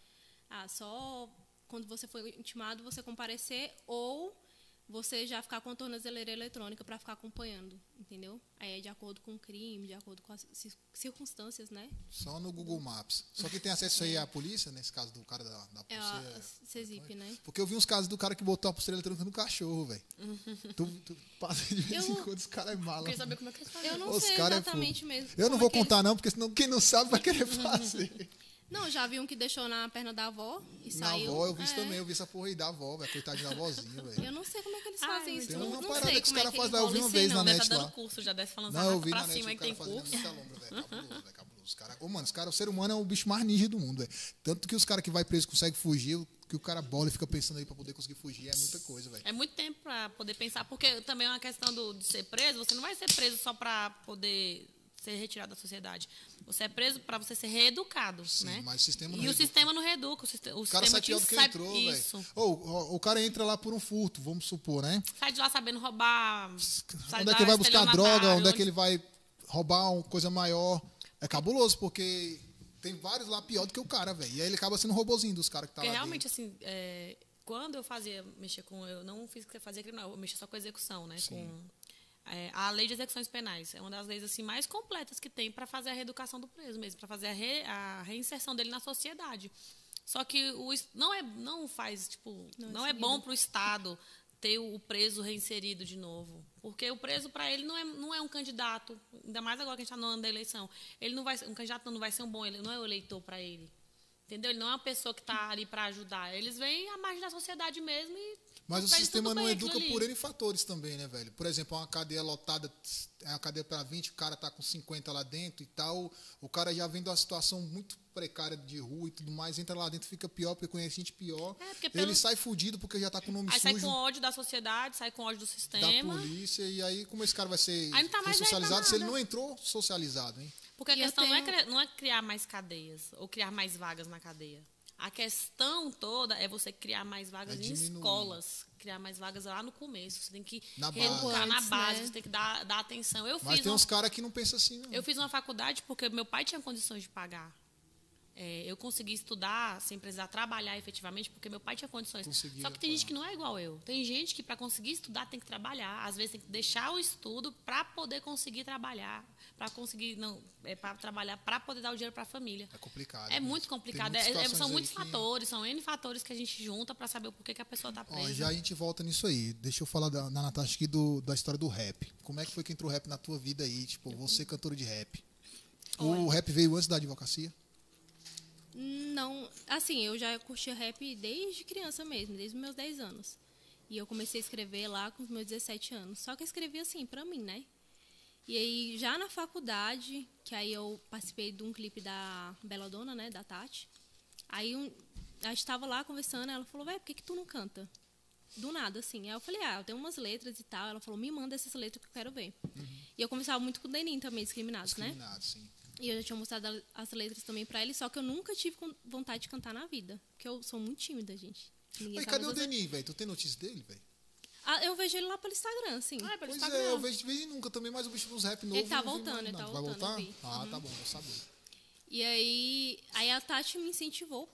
Ah, só quando você for intimado você comparecer ou você já ficar com a tornozeleira eletrônica para ficar acompanhando, entendeu? Aí é de acordo com o crime, de acordo com as cir- circunstâncias, né?
Só no Google Maps. Só que tem acesso aí à polícia, nesse caso do cara da, da
É
polícia.
a CESIP, né?
Porque eu vi uns casos do cara que botou a pulseira eletrônica no cachorro, velho. tu, tu passa de vez em
Eu-
quando, os caras é mala.
Queria saber como é que eles fazem.
Eu não
Os
sei
cara é
exatamente
fogo.
mesmo.
Eu não
como
vou
é que eles-
contar, não, porque senão quem não sabe vai querer fazer.
Não, já vi um que deixou na perna da avó e
Na
saiu.
avó, eu vi isso
É.
também, eu vi essa porra aí da avó, velho. Coitadinha da avózinha, velho.
Eu não sei como é que eles
Ai,
fazem
mas
isso.
Tem
não,
uma
não
parada
sei
que os
como é
caras
que
fazem
eles
lá, eu vi
rolam
uma
isso aí,
vez
não.
na
tá
Deve
net
estar
lá.
dando curso, já deve falando
Não, eu vi
pra
na net
cima
o
aí que
cara
tem
fazendo
curso.
muita lombra, velho. Cabuloso, velho, cabuloso. Cara, ô, mano, os cara, o ser humano é o bicho mais ninja do mundo, velho. Tanto que os caras que vai preso conseguem fugir, que o cara bola e fica pensando aí pra poder conseguir fugir, é muita coisa, velho.
É muito tempo pra poder pensar, porque também é uma questão do, de ser preso, você não vai ser preso só pra poder ser retirado da sociedade. Você é preso pra você ser reeducado,
Sim,
né?
mas o sistema não
E o
reeduca.
sistema não reeduca, o, siste- o
O cara
sistema
sai
te
pior do que
sai-
entrou, velho.
Isso.
Ou ou- o cara entra lá por um furto, vamos supor, né?
Sai de lá sabendo roubar. sai
onde é
de
que ele vai
lá
buscar
estelionatário,
droga, onde é que
onde-
ele vai roubar uma coisa maior. É cabuloso, porque tem vários lá pior do que o cara, velho. E aí ele acaba sendo um robozinho dos caras que tá
Porque
lá.
realmente, assim, é, quando eu fazia, mexer com. Eu não fiz que fazia criminal, eu mexia só com execução, né? Com, é, a lei de execuções penais é uma das leis assim, mais completas que tem para fazer a reeducação do preso mesmo, para fazer a, re- a reinserção dele na sociedade. Só que o, es- não, é, não faz, tipo, não,
é
é
seguido.
bom para o Estado ter o preso reinserido de novo. Porque o preso, para ele, não é, não é um candidato, ainda mais agora que a gente está no ano da eleição. Ele não vai, ser- um candidato não vai ser um bom, ele não é o eleitor para ele. Entendeu? Ele não é uma pessoa que está ali para ajudar. Eles vêm à margem da sociedade mesmo e.
Mas o
faz
sistema
tudo
não
bem aquilo
educa
ali.
por N fatores também, né, velho? Por exemplo, uma cadeia lotada, é uma cadeia para 20, o cara tá com 50 lá dentro e tal. O cara já vem de uma situação muito precária de rua e tudo mais, entra lá dentro, fica pior, porque conhece gente pior.
É, porque
Ele
pelo-
sai fudido porque já tá com o nome
Aí sai com
sujo
ódio da sociedade, sai com ódio do
da
sistema.
polícia. E aí, como esse cara vai ser
Aí não tá mais aí pra
socializado se ele
nada.
não entrou socializado, hein?
Porque a
E eu
questão não, é
tenho-
cri- não é criar mais cadeias ou criar mais vagas na cadeia. A questão toda é você criar mais vagas
É
em
diminuir.
escolas. Criar mais vagas lá no começo. Você tem que
Na base.
educar na
Antes,
base,
né?
você tem que dar, dar atenção. Eu
Mas
fiz
tem um
uma
uns caras que não pensam assim, não.
um- Eu fiz uma faculdade porque meu pai tinha condições de pagar. É, eu consegui estudar sem precisar trabalhar efetivamente, porque meu pai tinha condições.
Conseguia
Só que tem gente
pagar.
que não é igual eu. Tem gente que, para conseguir estudar, tem que trabalhar. Às vezes, tem que deixar o estudo para poder conseguir trabalhar. Para conseguir. Não, é, para trabalhar, para poder dar o dinheiro para a família.
É complicado.
É
né?
muito
Tem
complicado.
muitas
É- é-
situações
são
aí
muitos
que-
fatores, são N fatores que a gente junta para saber o porquê que a pessoa está
Ó,
presa.
já a gente volta nisso aí. Deixa eu falar da, da Natasha aqui do, da história do rap. Como é que foi que entrou o rap na tua vida aí? Tipo, você cantora de rap. O rap veio antes da advocacia?
né?
Não, assim, eu já curtia rap desde criança mesmo, desde os meus 10 anos. E eu comecei a escrever lá com os meus 17 anos. Só que eu escrevi assim, pra mim, né? E aí, já na faculdade, que aí eu participei de um clipe da Belladonna, né? Da Tati. Aí um, a gente tava lá conversando, ela falou, velho, por que, que tu não canta? Do nada, assim. Aí eu falei, ah, eu tenho umas letras e tal. Ela falou, me manda essas letras que eu quero ver. E eu conversava muito com o Denim também, discriminados, né?
Discriminado, sim.
E eu já tinha mostrado a- as letras também pra ele, só que eu nunca tive com- vontade de cantar na vida. Porque eu sou muito tímida, gente. Ninguém
Mas
sabe
cadê o
das-
Denis, velho? Tu tem notícia dele, velho?
Ah, eu vejo ele lá pelo Instagram, assim.
Ah, é pelo
Pois
Instagram.
é, eu vejo de vez em nunca também, mas o bicho nos rap novo.
tá
não vejo mais
voltando, ele
nada.
tá
Vai
voltando,
voltar?
eu vi.
Ah,
Uhum.
tá bom, vou saber.
E aí, aí a Tati me incentivou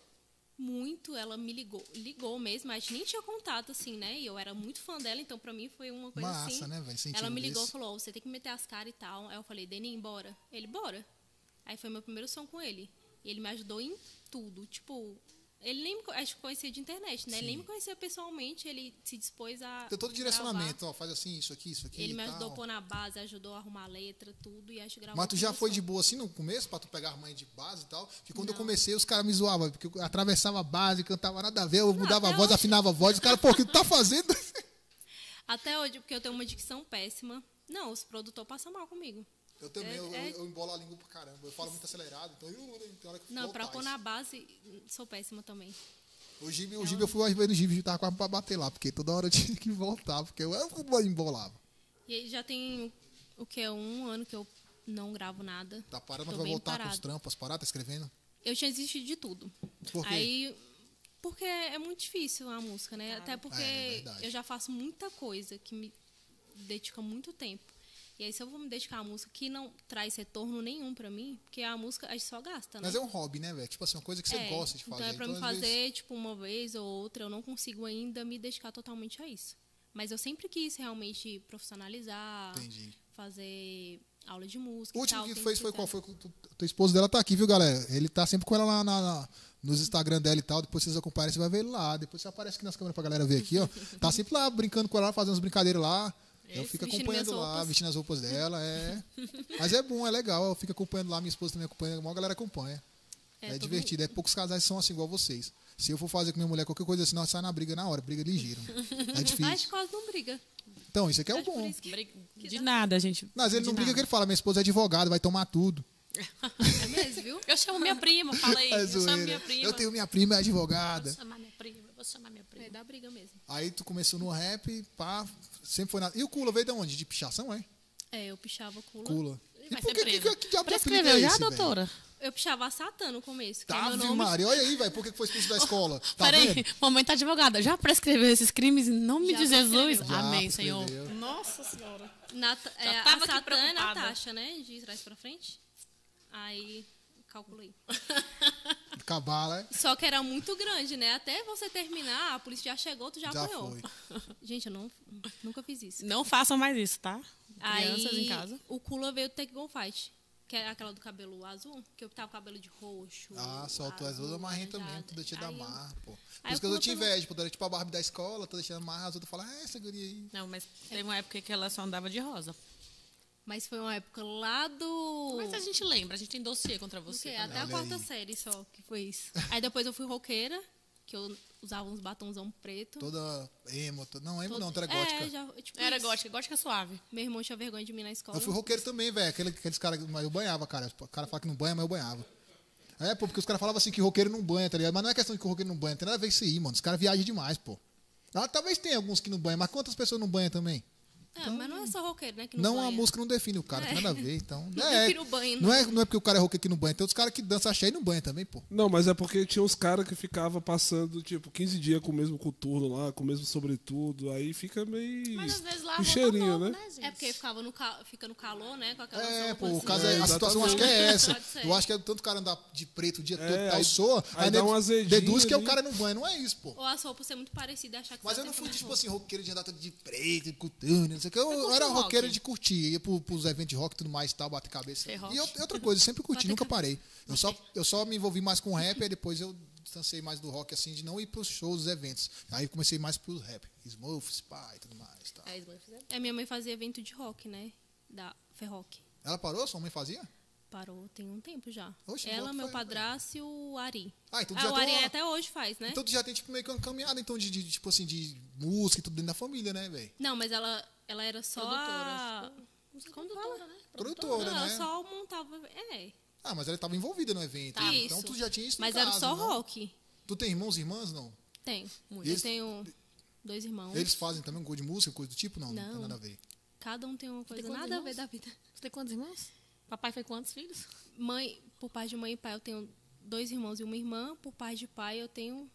muito, ela me ligou, ligou mesmo, mas nem tinha contato, assim, né? E eu era muito fã dela, então pra mim foi uma coisa
Massa,
assim.
né, velho? Incentivo
Ela me ligou e
desse.
falou, "Ó, você tem que meter as caras e tal. Aí eu falei, Deni, bora. Ele, bora. Aí foi meu primeiro som com ele. E ele me ajudou em tudo, tipo... Ele nem me co- acho que conhecia de internet, né? Ele nem me conhecia pessoalmente, ele se dispôs a.
Tem todo o
gravar.
direcionamento, ó, faz assim, isso aqui, isso aqui.
Ele
e
me ajudou a
tal.
pôr na base, ajudou a arrumar a letra, tudo, e acho que gravou.
Mas tu já
tudo
foi
só.
de boa assim no começo, pra tu pegar a mãe de base e tal? Porque quando eu comecei, os caras me zoavam, porque eu atravessava a base, cantava nada a ver, eu mudava a
até
voz,
hoje.
afinava a voz, os caras, pô, o que tu tá fazendo?
Até hoje, porque eu tenho uma dicção péssima. Não, os produtores passam mal comigo.
Eu também,
É-
eu,
é-
eu embolo a língua pra caramba, eu falo muito acelerado, então eu, tem hora que eu
Não,
fico
pra pôr
atrás.
na base, sou péssima também.
O Gibi, o Gibi, eu fui às vezes no Gibi, o Gibi tava quase pra bater lá, porque toda hora eu tinha que voltar, porque eu, eu embolava.
E aí já tem o que é um ano que eu não gravo nada.
Tá parado, mas
Tô
vai
bem
voltar com os
parada.
trampos, parar, tá escrevendo?
Eu tinha desistido de tudo.
Por quê?
Aí, porque é muito difícil a música, né? Até porque
É, verdade.
eu já faço muita coisa que me dedica muito tempo. E aí, se eu vou me dedicar à música que não traz retorno nenhum pra mim, porque a música a gente só gasta, né?
Mas é um hobby, né, velho? Tipo assim, uma coisa que você
É,
gosta de fazer.
Então é pra mim
às
fazer,
vezes,
tipo, uma vez ou outra. Eu não consigo ainda me dedicar totalmente a isso. Mas eu sempre quis realmente profissionalizar,
Entendi.
fazer aula de música.
O
e
último
tal,
que
tem
fez foi
ficar-
qual? Foi com tu, teu esposo dela tá aqui, viu, galera? Ele tá sempre com ela lá na- na- nos Instagram dela e tal. Depois vocês acompanharem, você vai ver ele lá. Depois você aparece aqui nas câmeras pra galera ver aqui, ó. Tá sempre lá brincando com ela, fazendo umas brincadeiras lá. Eu
Esse,
fico
vestindo
acompanhando
É, minhas
lá,
roupas.
vestindo as roupas dela, é. Mas é bom, é legal. Eu fico acompanhando lá, minha esposa também acompanha, a maior galera acompanha.
É,
É,
todo
divertido. É poucos casais são assim igual vocês. Se eu for fazer com minha mulher qualquer coisa assim, nós sai na briga na hora, briga ligeiro. É
A
difícil.
gente quase não briga.
Então, isso aqui é o
Acho por
bom.
isso que-
Bri- De nada, gente.
Mas ele não briga que ele fala, minha esposa é advogada, vai tomar tudo.
É mesmo, viu?
Eu chamo minha prima, fala aí.
É
eu
zoeira.
chamo minha prima.
Eu tenho minha prima, é
Vou
advogada.
chamar minha prima, vou chamar minha prima.
É, dá briga mesmo.
Aí tu começou no rap, pá, sempre foi na. E o Cula veio de onde? De pichação, é?
É, eu pichava cula.
Cula.
Ele
E
vai
por
ser
que, que,
preso.
que, diabo de apelido
Prescreveu
é
já,
esse, velho?
doutora?
Eu pichava a Satã no começo, que é
Tá,
meu
viu,
nome.
Maria? Olha aí, velho, por que que foi expulso da escola? Tá
Peraí,
vendo?
mamãe tá advogada. Já prescreveu esses crimes em nome
Já
de Jesus?
prescreveu.
Já
Amém, Senhor.
prescreveu.
Nossa Senhora.
Nata- é, a
tava aqui
Satã é
preocupada.
Natasha, né? De trás pra frente. Aí, calculei.
Cabala, é?
Só que era muito grande, né? Até você terminar, a polícia já chegou, tu já,
Já
apanhou.
foi.
Gente, eu não, nunca fiz isso.
Não façam mais isso, tá? Crianças
Aí,
em casa.
o Kula veio do Take Go Fight, que era aquela do cabelo azul, que eu tava com o cabelo de roxo.
Ah, soltou as outras marrinha também,
laranjado.
toda tia da
Aí eu-
marra, pô. Por
aí
isso que
o
eu
Cula
te
também-
invejo, pô. Era tipo a Barbie da escola, toda tia da marra, as outras falam, ah, essa guria aí.
Não, mas teve uma época que ela só andava de rosa.
Mas foi uma época lá do...
Mas a gente lembra, a gente tem dossiê contra
do
você.
quê?
tá?
Até a
Olha
quarta
aí.
série só, que foi isso. Aí depois eu fui roqueira, que eu usava uns batonzão preto.
Toda emo, to- não, emo não, tu era
É,
gótica.
já, tipo
Era
isso.
gótica, gótica suave.
Meu irmão tinha vergonha de mim na escola.
Eu fui roqueiro também, velho. Aquele- Aqueles caras. Mas eu banhava, cara. O cara fala que não banha, mas eu banhava. É, pô, porque os caras falavam assim que roqueiro não banha, tá ligado? Mas não é questão de que o roqueiro não banha, tem nada a ver com isso aí, mano. Os caras viajam demais, pô. Ah, talvez tenha alguns que não banham, mas quantas pessoas não banham também?
É, mas não é só roqueiro, né? Que não
Então? Não, a
banha.
música não define o cara, tem nada a ver, então.
Não
é,
define o banho,
não.
não.
É, não é porque o cara é roqueiro que não banha, tem outros caras que dançam axé e não banha também, pô.
Não, mas é porque tinha uns caras que ficavam passando, tipo, 15 dias com o mesmo coturno lá, com o mesmo sobretudo. Aí fica meio.
Mas às vezes lá
um cheirinho, né?
gente?
É porque ficava no ca- fica no calor, né? Com aquela
É,
roupa
pô, o
assim.
caso é- a
É,
situação acho que é
exatamente.
essa.
Pode ser.
Eu acho que é tanto cara andar de preto o dia todo e
É,
tal,
aí-
soa,
aí dá
nego-
um azedinho
deduz que é o
ali.
cara não banha, não é isso, pô.
Ou as roupas ser muito parecidas e achar que
Mas
você
eu não
tem
fui,
que
tipo
roupa.
assim, roqueiro de andar todo de preto, de coturno, não sei o que. Eu,
Você curtiu
era um
rock?
roqueiro de curtir. Ia pro, pros eventos de rock e tudo mais e tal, bater cabeça.
Ser rock.
E eu- outra coisa, eu sempre curti,
é Bater
nunca parei. Eu só, eu só me envolvi mais com rap, aí depois eu distanciei mais do rock, assim, de não ir pros shows, os eventos. Aí eu comecei mais pro rap. Smurf, Spy e tudo mais. Tal.
É, minha mãe fazia evento de rock, né? Da Ferroc.
Ela parou? Sua mãe fazia?
Parou, tem um tempo já.
Oxe,
Ela,
bota
meu
fé,
padrasto e o Ari.
Ah, então tu
Ah,
já
o
tem
Ari
uma-
até hoje faz, né?
Então tu já tem, tipo, meio que uma caminhada, então, de, de- tipo assim, de música e tudo dentro da família, né, velho?
Não, mas ela, ela era só a... Condutora, né?
Produtora,
Não, ela
né?
só montava... É,
Ah, mas ela estava envolvida no evento.
Tá.
Então
Isso.
tu já tinha isso em
mas
casa,
era só
não?
rock.
Tu tem irmãos e irmãs, não?
Tem.
Muito. Eles-
Eu tenho dois irmãos.
Eles fazem também um gol de música, coisa do tipo? Não, não,
Não.
tem nada a ver.
Cada um tem uma coisa
quantos
nada a ver
irmãos?
da vida.
Você tem quantos irmãos? Papai foi quantos filhos?
Mãe, por pai de mãe e pai, eu tenho dois irmãos e uma irmã. Por pai de pai, eu tenho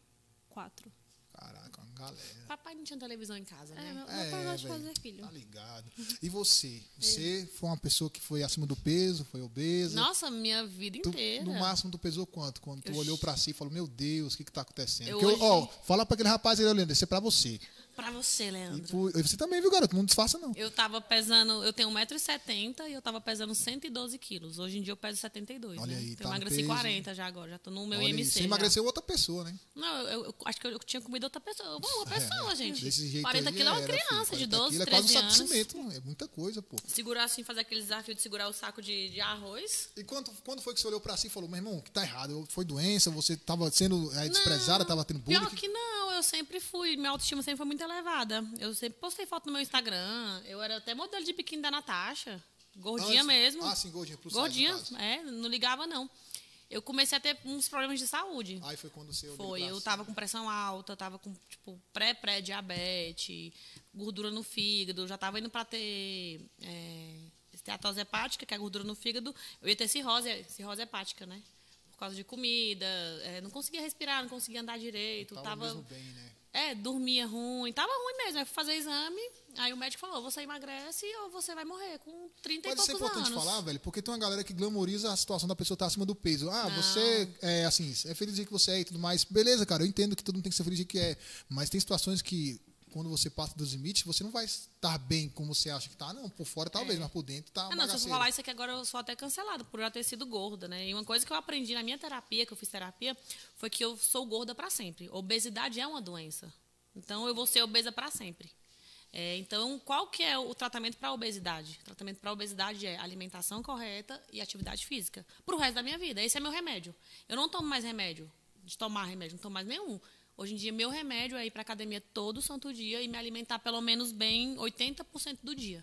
quatro.
Caraca, uma galera.
Papai não tinha televisão em casa,
É,
né?
meu, meu pai gosta de
véi,
fazer filho.
Tá ligado. E você?
É.
Você foi uma pessoa que foi acima do peso, foi obesa?
Nossa, minha vida
Tu-
inteira.
no máximo, tu pesou quanto? Quando tu
Eu-
olhou pra si e falou, meu Deus, o que que tá acontecendo?
Eu
Porque eu- ó,
hoje-
fala pra aquele rapaz ali, Leandro, isso é pra você.
Pra você,
E
Leandro.
pro- e você também, viu, garoto? Não disfarça, não.
Eu tava pesando, eu tenho 1,70m e eu tava pesando 112 quilos. Hoje em dia eu peso 72.
Olha
né?
aí,
eu
tá no
emagreci
peso,
40 já agora, já tô no meu
Olha aí,
IMC.
você
já.
emagreceu outra pessoa, né?
Não, eu, eu- eu acho que eu, eu tinha comido outra pessoa. Bom, uma pessoa, gente.
É, Desse jeito
40
aí
quilos é uma
era, filho.
criança
40
de 12,
quilos é
13
quase um saco
anos.
de cimento, é muita coisa, pô.
Segurar assim, fazer aquele desafio de segurar o saco de, de arroz.
E quando, quando foi que você olhou pra si e falou, meu irmão, que tá errado? Foi doença, você tava sendo é, desprezada,
Não,
tava tendo bullying?
Pior que não, eu sempre fui, minha autoestima sempre foi muito elevada. Eu sempre postei foto no meu Instagram, eu era até modelo de biquíni da Natasha, gordinha
Antes-
mesmo.
Ah, sim, gordinha, plus size,
Gordinha,
no caso.
é, não ligava não. Eu comecei a ter uns problemas de saúde.
Aí foi quando você olhou
Foi,
pra
eu
si.
tava com pressão alta, eu tava com, tipo, pré-pré-diabetes, gordura no fígado, eu já tava indo pra ter é, esteatose hepática, que é a gordura no fígado, eu ia ter cirrose, cirrose hepática, né? Por causa de comida, é, não conseguia respirar, não conseguia andar direito,
Tava,
tava...
mesmo bem, né?
É, dormia ruim, tava ruim mesmo, aí fui fazer exame, aí o médico falou, você emagrece ou você vai morrer com 30
Mas
e
isso é
poucos
importante
anos.
falar, velho, porque tem uma galera que glamoriza a situação da pessoa estar acima do peso. Ah, você é assim, é feliz do jeito que você é e tudo mais. Beleza, cara, eu entendo que todo mundo tem que ser feliz do jeito que é. Mas tem situações que, quando você passa dos limites, você não vai estar bem como você acha que tá. Não, por fora talvez, mas por dentro tá
Ah, não, se eu for
bagaceiro.
falar isso aqui agora, eu sou até cancelada por eu já ter sido gorda, né? E uma coisa que eu aprendi na minha terapia, que eu fiz terapia, foi que eu sou gorda pra sempre. Obesidade é uma doença. Então eu vou ser obesa pra sempre. É, então, qual que é o tratamento pra obesidade? O tratamento pra obesidade é alimentação correta e atividade física. Pro resto da minha vida. Esse é meu remédio. Eu não tomo mais remédio, de tomar remédio, não tomo mais nenhum. Hoje em dia, meu remédio é ir pra academia todo santo dia e me alimentar pelo menos bem 80% do dia.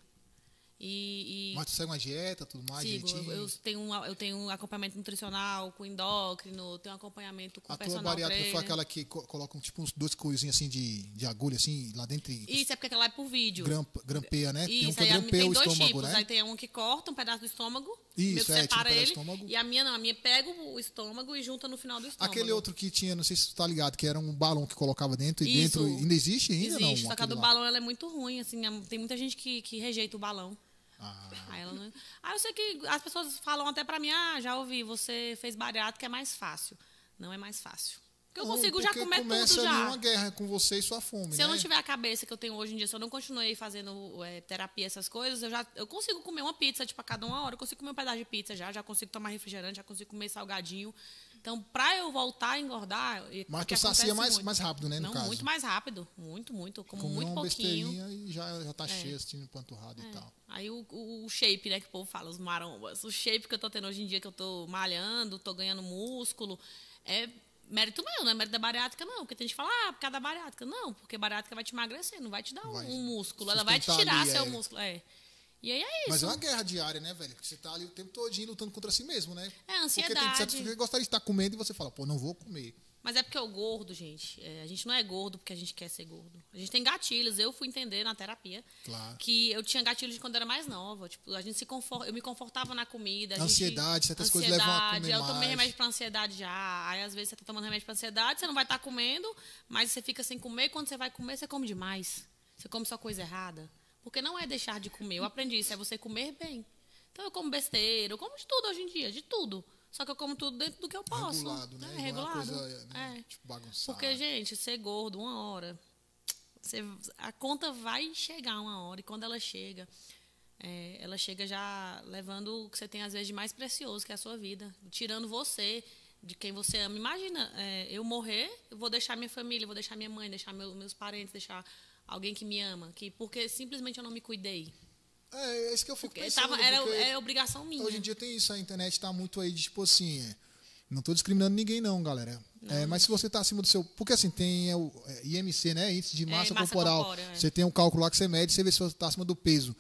E, e-
Mas tu segue uma dieta, tudo mais,
Sigo, eu,
direitinho.
eu tenho um, eu tenho um acompanhamento nutricional com endócrino, tenho um acompanhamento com
A tua
personal
bariátrica foi
trainer.
aquela que co- colocam tipo uns dois coisinhas assim de, de agulha assim lá dentro e
Isso é porque aquela é por vídeo.
grampa- grampeia, né? tem um
Isso,
que
aí a-
grampeia
tem
o
dois
estômago,
tipos.
né?
Aí tem um que corta um pedaço do estômago,
Isso,
meio que
é, tira um
separa
pedaço do
ele.
estômago.
E a minha não, a minha pega o estômago e junta no final do estômago.
Aquele outro que tinha, não sei se tu tá ligado, que era um balão que colocava dentro e
Isso.
dentro ainda existe ainda não?
Existe, só que a
aquele
do
lá?
balão ela é muito ruim, assim, a- tem muita gente que, que rejeita o balão.
Ah.
Aí ela não- Ah, eu sei que as pessoas falam até pra mim, ah, já ouvi, você fez bariátrica, é mais fácil. Não é mais fácil. Porque eu
Não,
consigo já
porque
comer
começa
tudo
ali
já.
uma guerra com você e sua fome,
Se
né?
eu não tiver a cabeça que eu tenho hoje em dia, se eu não continuei fazendo é, terapia, essas coisas, eu já eu consigo comer uma pizza, tipo, a cada uma hora, eu consigo comer um pedaço de pizza já, já consigo tomar refrigerante, já consigo comer salgadinho. Então, pra eu voltar a engordar... e- é
Mas
o
tu
que
sacia
acontece
mais-
muito.
mais rápido, né, no
Não,
caso.
muito mais rápido. Muito, muito. Eu como
Comer
muito
uma
pouquinho. É.
besteirinha e já, já tá cheio, assistindo empanturrado e tal.
Aí o, o- o shape, né, que o povo fala, os marombas. O shape que eu tô tendo hoje em dia, que eu tô malhando, tô ganhando músculo, é mérito meu, não é mérito da bariátrica, não. Porque tem gente que fala, ah, por causa da bariátrica. Não, porque bariátrica vai te emagrecer, não vai te dar um,
Vai
um músculo. Ela vai te
sustentar
tirar
ali,
seu
é.
músculo. É. E aí é isso.
Mas é uma guerra diária, né, velho? Porque você tá ali o tempo todinho lutando contra si mesmo, né?
É,
Porque tem
ansiedade.
certas pessoas que gostaria de estar comendo e você fala, pô, não vou comer.
Mas é porque eu gordo, gente. É, a gente não é gordo porque a gente quer ser gordo. A gente tem gatilhos. Eu fui entender na terapia
Claro.
que eu tinha gatilhos de quando era mais nova. Tipo, a gente se conforta, eu me confortava na comida. a gente-
Ansiedade, certas coisas levam a
Ansiedade,
comer
Eu tomei
mais.
remédio pra ansiedade já. Aí às vezes você tá tomando remédio pra ansiedade, você não vai estar comendo, mas você fica sem comer. Quando você vai comer, você come demais. Você come só coisa errada. Porque não é deixar de comer. Eu aprendi isso, é você comer bem. Então eu como besteira, eu como de tudo hoje em dia, de tudo. Só que eu como tudo dentro do que eu posso.
Regulado, né?
É,
Não é uma
regulado.
coisa, né,
É.
tipo, bagunçada.
Porque, gente, ser gordo uma hora, você- a conta vai chegar uma hora. E quando ela chega, é, ela chega já levando o que você tem, às vezes, de mais precioso, que é a sua vida. Tirando você, de quem você ama. Imagina, é, eu morrer, eu vou deixar minha família, vou deixar minha mãe, deixar meu- meus parentes, deixar alguém que me ama. Que, porque simplesmente eu não me cuidei.
É, é isso que eu fico
Porque
pensando.
tava- era,
porque
é obrigação minha.
Hoje em dia tem isso, a internet tá muito aí de, tipo assim... é, Não estou discriminando ninguém, não, galera. É, mas se você está acima do seu. Porque assim, tem é, o é, IMC, né? Índice de massa,
massa
corporal.
corpórea, é.
Você tem um cálculo lá que você mede, você vê se você está acima do peso.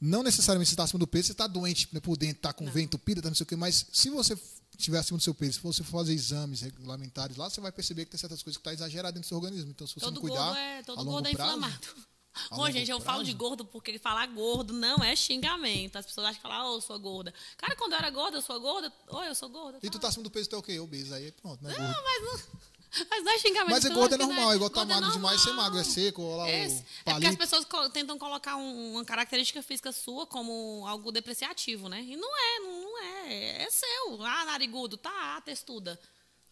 Não necessariamente se está acima do peso, você está doente né, por dentro, está com veia entupida, tá não sei o quê. Mas se você estiver acima do seu peso, se você for fazer exames regulamentares lá, você vai perceber que tem certas coisas que está exagerada dentro do seu organismo. Então, se você
Todo
não cuidar.
gordo é,
a
todo
longo
gordo é
prazo,
inflamado.
a
Ô,
longo
gente, eu
prazo?
falo de gordo porque falar gordo não é xingamento. As pessoas acham que falar, ô, eu sou gorda. Cara, quando eu era gorda, eu sou gorda. Oi, eu sou gorda.
E tu tá acima do peso, tu é o quê? Obeso. Aí pronto, né? gordo.
Não, mas não. Mas não é xingamento.
Mas é
claro
gordo é
que não
normal, é igual tá
Gordo
magro demais, ser
normal.
magro, é seco, ou lá
Esse-
o
É porque as
palito.
pessoas co- tentam colocar um- uma característica física sua como algo depreciativo, né? E não é, não é. É seu. Ah, narigudo, tá, ah, textuda.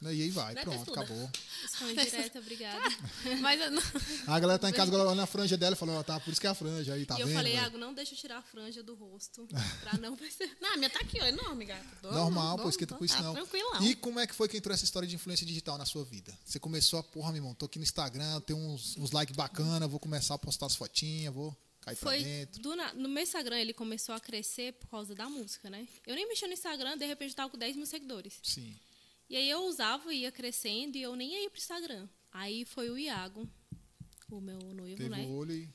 né? E aí vai,
Não é
pronto,
textura.
acabou.
Responde direta, obrigada.
Tá
Mas eu não-
A galera tá em casa agora olhando a franja dela e falando, ó, tá, por isso que é a franja aí, tá
e eu
vendo?
"Ah,
falei,
velho?
Iago, não deixa eu tirar a franja do rosto. Pra não perceber.
não, a minha tá aqui, ó, enorme, gato.
Normal,
Dona,
pô, esquenta
dona,
com isso
tá
não.
Tranquilão.
E como é que foi que entrou essa história de influência digital na sua vida? Você começou a, porra, meu irmão, tô aqui no Instagram, tem uns, uns likes bacana, vou começar a postar as fotinhas, vou cair pra
Foi
dentro.
do na- no meu Instagram ele começou a crescer por causa da música, né? Eu nem mexia no Instagram, de repente eu tava com 10 mil seguidores.
Sim.
E aí eu usava e ia crescendo e eu nem ia pro Instagram. Aí foi o Iago, o meu noivo,
Teve
né?
o olho e.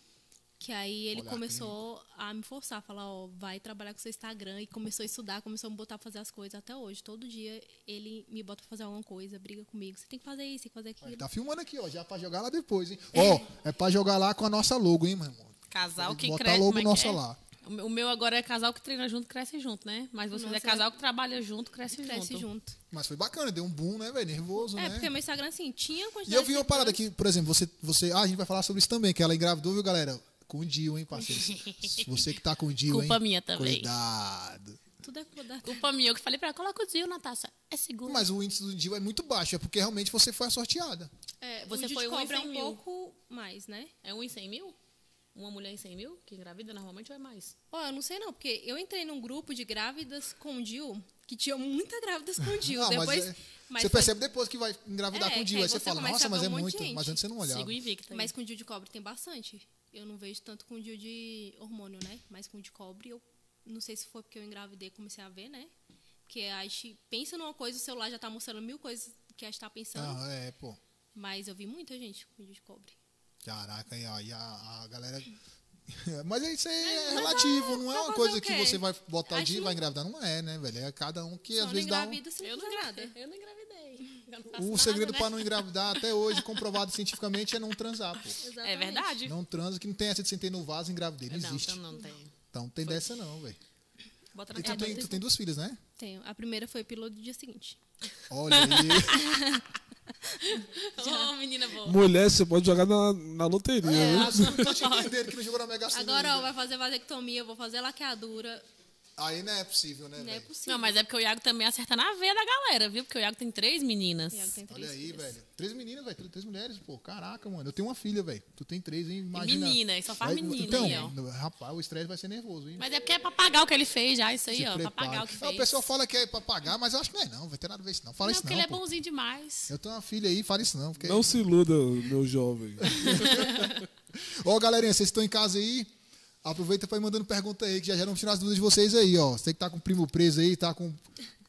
Que aí ele
Olhar
começou a me forçar, a falar, ó, vai trabalhar com seu Instagram. E começou a estudar, começou a me botar pra fazer as coisas até hoje. Todo dia ele me bota pra fazer alguma coisa, briga comigo. Você tem que fazer isso, tem que fazer aquilo.
Tá filmando aqui, ó, já pra jogar lá depois, hein? Ó, é pra jogar lá com a nossa logo, hein, meu irmão?
Casal que
Botar
cresce.
logo
como é que
nossa
é?
lá.
O meu- O meu agora é casal que treina junto, cresce junto, né? Mas vocês é
Nossa,
casal que trabalha junto,
um
cresce,
Cresce
junto.
junto.
Mas foi bacana, deu um boom, né, velho? Nervoso,
É,
né?
porque meu Instagram, assim, tinha quantidade
E eu vi
de
uma parada
seguidores.
aqui, por exemplo, você, você. Ah, a gente vai falar sobre isso também, que ela engravidou, viu, galera? Com o Dio, hein, parceiro? Você que tá com o Dio, hein?
Culpa minha também.
Cuidado.
Tudo é culpa da...
Culpa minha, eu que falei pra ela, coloca o Zio, Natasha. É seguro.
Mas o índice do Dio é muito baixo, é porque realmente você foi a sorteada.
É,
Você
o de
foi um em
cobra é
cem
um
mil.
pouco mais, né?
É um em 100 mil? Uma mulher em 100 mil que engravida normalmente ou é mais?
Ó, eu não sei não, porque eu entrei num grupo de grávidas com Dil, que tinha muita grávidas com Dil.
Ah, mas
Depois...
é-
mas
você
foi-
percebe depois que vai engravidar
É,
com o
que
Dio.
aí
Aí você
você
fala,
começa
nossa,
a
mas
ver
é
um monte de
muito.
gente.
Mas antes você não olhava.
Sigo invicta. aí.
Mas com o Dil de cobre tem bastante. Eu não vejo tanto com o Dil de hormônio, né? Mas com o de cobre, eu não sei se foi porque eu engravidei e comecei a ver, né? Porque a gente pensa numa coisa, o celular já tá mostrando mil coisas que a gente tá pensando.
Ah, é, pô.
Mas eu vi muita gente com o Dil de cobre.
Caraca, aí, ó, e a, a galera. Mas isso aí é relativo, não é uma
pra fazer
coisa
o
que
quê?
você vai botar o
Acho
dia e
não-
vai engravidar. Não é, né, velho? É cada um que
Só
às
não
vezes dá um.
engravida se não fizer nada.
Eu não engravidei. Eu não faço
O
nada,
segredo
né?
pra não engravidar até hoje, comprovado cientificamente, é não transar, pô.
É verdade?
Não transa, que não tem essa de sentar no vaso e engravidei. Não
Não,
existe.
então não É, tem.
Então não tem dessa não, velho.
Bota na
E tu
cabeça.
Então tem, tu tem duas filhas, né?
Tenho. A primeira foi piloto do dia seguinte.
Olha aí.
Ô, menina boa.
Mulher, você pode jogar na, na
É,
loteria,
É.
né?
Tô te entendendo que não jogou na Mega Sena
Agora, ó,
ainda.
vai fazer vasectomia, eu vou fazer laqueadura.
Aí não é possível, né,
Não é
velho?
possível.
Não, mas é porque o Iago também acerta na veia da galera, viu? Porque o Iago tem três meninas.
Iago tem três
Olha aí,
filhas.
velho. Três meninas, velho. Três, três mulheres, pô. Caraca, mano. Eu tenho uma filha, velho. Tu tem três, hein? Imagina.
Menina, e só faz
Vai-
menina,
Então,
aí, ó.
no- rapaz, o estresse vai ser nervoso, hein?
Mas é porque é pra pagar o que ele fez já, isso aí,
Se
ó.
prepara.
Pra pagar o que
Ah,
fez.
O pessoal fala que é pra pagar, mas eu acho que não é não. Vai ter nada a ver isso não. Fala
não,
isso
porque
não,
ele é
pô.
bonzinho demais.
Eu tenho uma filha aí, fala isso não. Porque...
Não se iluda, meu jovem.
Ó, galerinha, vocês estão em casa aí? Aproveita pra ir mandando pergunta aí, que já já vamos tirar as dúvidas de vocês aí, ó. Você que tá com o primo preso aí, tá com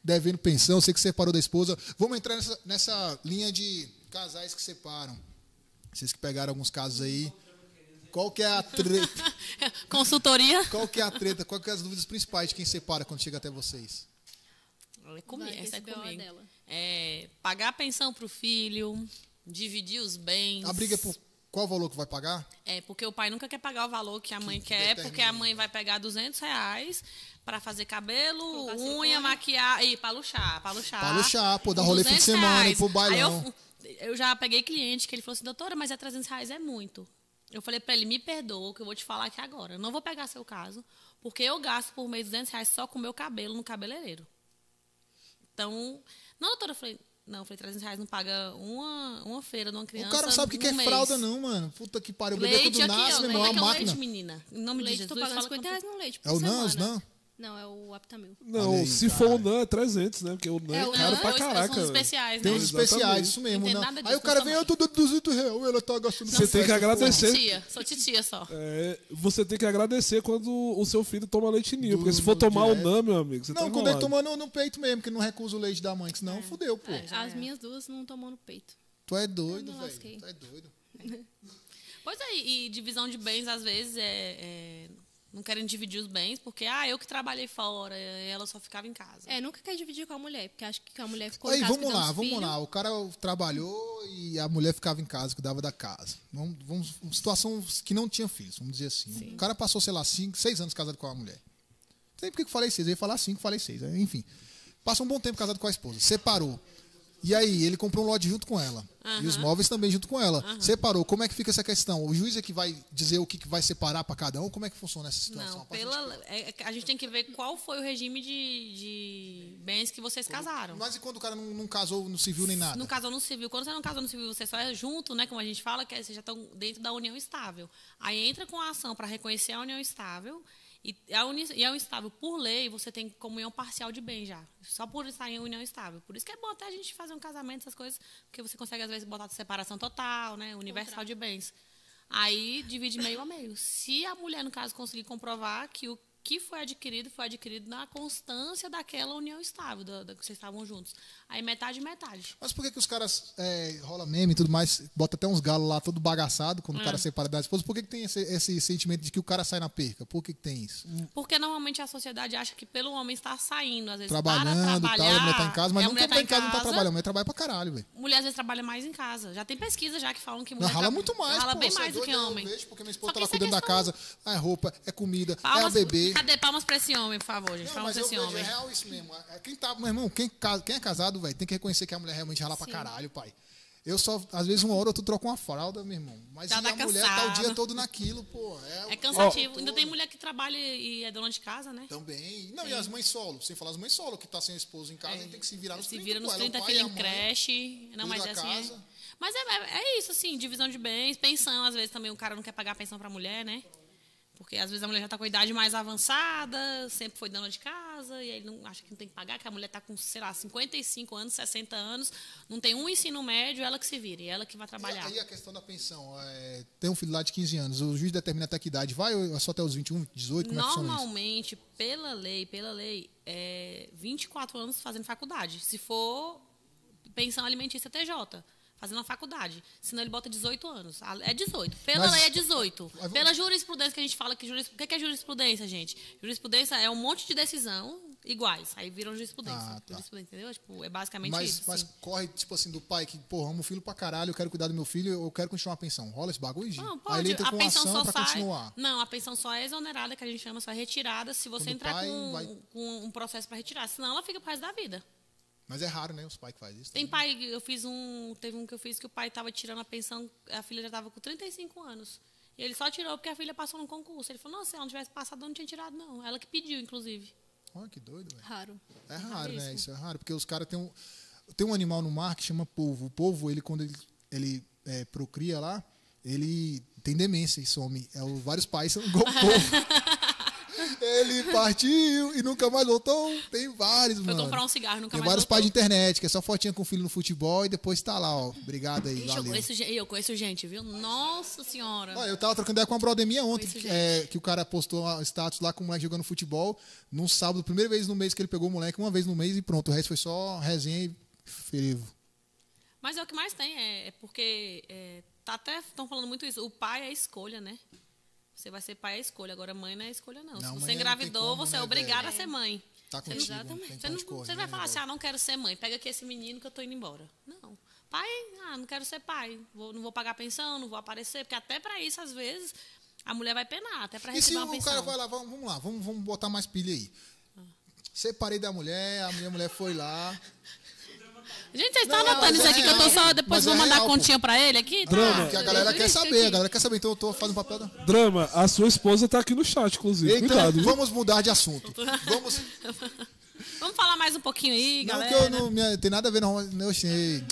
devendo pensão, você que separou da esposa. Vamos entrar nessa, nessa linha de casais que separam. Vocês que pegaram alguns casos aí. Qual que é a treta?
Consultoria?
Qual que é a treta? Qual que é as dúvidas principais de quem separa quando chega até vocês?
É comigo,
Vai,
essa é
esse BO é
comigo.
dela.
É, pagar a pensão pro filho, dividir os bens.
A briga é por qual valor que vai pagar?
É, porque o pai nunca quer pagar o valor que a mãe
que
quer,
determina.
porque a mãe vai pegar 200 reais pra fazer cabelo,
Colocar
unha,
silicone.
maquiar, e pra luxar, pra luxar.
Pra luxar, pô, dar rolê fim de
200
semana, ir pro
Aí
bailão.
eu, eu já peguei cliente que ele falou assim, doutora, mas é 300 reais é muito. Eu falei pra ele, me perdoa, que eu vou te falar aqui agora. Eu não vou pegar seu caso, porque eu gasto por mês 200 reais só com o meu cabelo no cabeleireiro. Então, não, doutora, eu falei, não, eu falei, 300 reais não paga uma, uma feira de uma criança
o cara não sabe o que, que é
num mês.
fralda, não, mano. Puta que pariu. O bebê
Leite
quando
aqui,
nasce,
ó.
meu
Como
irmão, é
é que
uma
é o leite,
máquina.
menina? Em nome
O
de
leite,
Jesus,
tô pagando
fala
50
quanto-
reais no leite. Por
É o
semana.
NAN, os NAN?
Não, é o Aptamil.
Não,
Olha aí,
se
cara.
for o NAN, é 300, né? Porque o NAN é,
É, o
caro
NAN,
pra
os-
caraca.
os
velho.
especiais,
Tem
né?
uns
Exatamente.
especiais, isso mesmo.
Não tem
Não.
nada
Aí
disso,
o cara
não
vem,
são
eu tô dando 200 reais, ela tá gastando...
Você tem que agradecer.
Sou tia, sou titia só.
É, você tem que agradecer quando o seu filho toma leite ninho. Porque se for tomar o
direto.
NAN, meu amigo, você tá É.
Não, quando ele
enrolado.
toma no, no peito mesmo, que não recusa o leite da mãe, que senão fudeu, pô.
é.
As minhas duas não tomou no peito.
Tu é doido,
Eu me
velho.
lasquei.
Tu é doido.
Pois é, e divisão de bens, às vezes, é, é- não querem dividir os bens, porque, ah, eu que trabalhei fora, e ela só ficava em casa.
É, nunca quer dividir com a mulher, porque acho que a mulher ficou em
Aí,
casa
vamos
cuidando
lá,
dos
vamos
filhos.
lá. O cara trabalhou e a mulher ficava em casa, cuidava da casa. Vamos, vamos- uma situação que não tinha filhos, vamos dizer assim. O cara passou, sei lá, cinco, seis anos casado com a mulher. Não sei por que que eu falei seis, eu ia falar cinco, falei seis. né? Enfim, passou um bom tempo casado com a esposa, separou. E aí, ele comprou um lote junto com ela. E os móveis também junto com ela. Separou. Como é que fica essa questão? O juiz é que vai dizer o que que vai separar pra cada um? Como é que funciona essa situação?
Não,
A partir
pela, é- é- a gente tem que ver qual foi o regime de, de bens que vocês
de-
casaram.
Mas e quando o cara não, não casou, não se viu nem nada?
Não casou no civil. Quando você não casou no civil, você só é junto, né? Como a gente fala, que vocês já estão dentro da união estável. Aí entra com a ação para reconhecer a união estável. E a, uni, e a união estável, por lei, você tem comunhão parcial de bem já. Só por estar em união estável. Por isso que é bom até a gente fazer um casamento, essas coisas, porque você consegue, às vezes, botar de separação total, né? Universal de bens. Aí divide meio a meio. Se a mulher, no caso, conseguir comprovar que o que foi adquirido foi adquirido na constância daquela união estável, da, da que vocês estavam juntos. Aí metade, metade.
Mas por que, que os caras é, rola meme e tudo mais, bota até uns galos lá todo bagaçado quando o
Hum.
cara separa da esposa? Por que, que tem esse, esse sentimento de que o cara sai na perca? Por que, que tem isso?
Porque normalmente a sociedade acha que pelo homem estar saindo, às vezes para
Trabalhando e
trabalhar.
tal, a mulher tá em casa, mas
é, a
não
mulher
tá, em casa, não tá trabalhando, a mulher trabalha pra caralho, velho.
Mulher às vezes trabalha mais em casa. Já tem pesquisa já que falam que
Não,
mulher
rala
tra-
muito mais,
rala
pô,
bem
você é
mais do que
doido, eu
homem.
vejo porque minha
Só
esposa
que
tá lá
isso é
cuidando da
questão- Ah,
casa, é roupa, é comida, é a
Palmas,
bebê.
Cadê palmas pra esse homem, por favor, gente?
Não, mas
palmas pra
eu
esse
vejo, é
homem.
real isso mesmo. É, Quem tá, meu irmão, quem, ca- quem é casado, velho, tem que reconhecer que a mulher realmente rala pra caralho, pai. Eu só, às vezes, uma hora eu tu troca uma fralda, meu irmão. Mas
Já
e
tá
a mulher tá o
cansada.
dia todo naquilo, pô. É,
É cansativo.
todo.
Ainda tem mulher que trabalha e é dona de casa, né?
Também. Não, e as mães solo, sem falar as mães solo, que tá sem o esposo em casa, a gente tem que se virar nos
se
30,
vira nos
pô, ela é o
30
pai, a
filhos em
mãe.
creche. Não, mas
da
é assim.
casa.
é. Mas é, é- é isso, assim, divisão de bens, pensão, às vezes também o cara não quer pagar a pensão pra mulher, né? Porque às vezes a mulher já tá com a idade mais avançada, sempre foi dona de casa, e aí não acha que não tem que pagar, que a mulher tá com, sei lá, 55 anos, 60 anos, não tem um ensino médio, ela que se vira, e ela que vai trabalhar.
E aí a questão da pensão, é, tem um filho lá de 15 anos, o juiz determina até que idade, vai ou é só até os 21, 18, como é que funciona isso?
Normalmente, pela lei, pela lei, é 24 anos fazendo faculdade. Se for pensão alimentícia TJ, fazendo a faculdade. Senão ele bota 18 anos. A- É 18. Pela
Mas-
lei é 18.
Mas-
Pela jurisprudência que a gente fala que juris... O que que é jurisprudência, gente? Jurisprudência é um monte de decisão iguais. Aí viram jurisprudência.
Ah, tá.
Jurisprudência, entendeu? Tipo, é basicamente
Mas,
isso.
mas
assim.
corre, tipo assim, do pai que, porra, amo o filho pra caralho, eu quero cuidar do meu filho, eu quero continuar a pensão. Rola esse bagulho, gente?
Não,
Aí ele
pode.
entra
A
com
pensão
ação
só
pra
sai.
continuar.
Não, a pensão só é exonerada, que a gente chama só é retirada, se você
Quando o
entrar
pai
com,
vai-
com um processo para retirar. Senão ela fica pro resto da vida.
Mas é raro, né, os pais que fazem isso.
Tem
também.
pai, eu fiz um. Teve um que eu fiz que o pai tava tirando a pensão, a filha já tava com 35 anos. E ele só tirou porque a filha passou no concurso. Ele falou, não, se ela não tivesse passado, eu não tinha tirado, não. Ela que pediu, inclusive.
Olha que doido, velho.
Raro.
É raro, né? Isso é raro, porque os caras têm um. Tem um animal no mar que chama polvo. O polvo, ele, quando ele, ele é, procria lá, ele tem demência e some. É, o- vários pais são igual o polvo. ele partiu e nunca mais voltou. Tem vários,
Foi
mano.
comprar um cigarro, nunca
tem
mais
vários
voltou.
pais de internet, que é só fotinha com o filho no futebol e depois tá lá, ó. Obrigado aí,
Ixi, eu,
valeu.
conheço, gen- eu conheço gente, viu? Nossa senhora.
Olha, eu tava trocando ideia com uma brother minha ontem,
Conheço
que, é, que o cara postou um status lá com o moleque jogando futebol num sábado, primeira vez no mês que ele pegou o moleque, uma vez no mês e pronto. O resto foi só resenha e fervo.
Mas é o que mais tem, é, é porque é, tá até estão falando muito isso. O pai é a escolha, né? Você vai ser pai é a escolha, agora mãe não é a escolha, não.
Não,
Se
mãe
você
não
engravidou,
tem como,
você é
né,
obrigada a
velho?
ser mãe.
Tá
Você não-
contigo, não tem
Exatamente.
pra
Você
onde
não,
correr,
você não vai
né,
falar assim,
velho?
ah, não quero ser mãe, pega aqui esse menino que eu tô indo embora. Não. Pai, ah, não quero ser pai, vou- não vou pagar pensão, não vou aparecer, porque até pra isso, às vezes, "Ah, a mulher vai penar, até pra
E se
receber uma
o
pensão.
cara vai lá, vamos, vamos lá, vamos, vamos botar mais pilha aí. Separei da mulher, a minha mulher foi lá.
Gente, vocês estão
Não,
anotando
mas
isso
é
aqui que eu tô
real,
só, depois
mas
vou
é
mandar
real,
a
pô.
continha pra ele aqui? tá?
Drama.
Porque a galera quer
Isso
saber, a
aqui.
galera quer saber, então eu tô fazendo papel da.
Drama, a sua esposa tá aqui no chat, inclusive.
Então,
Cuidado, viu?
vamos mudar de assunto. Vamos.
Vamos falar mais um pouquinho aí,
Não, que
galera.
eu não minha- tem nada a ver, não. Eu sei.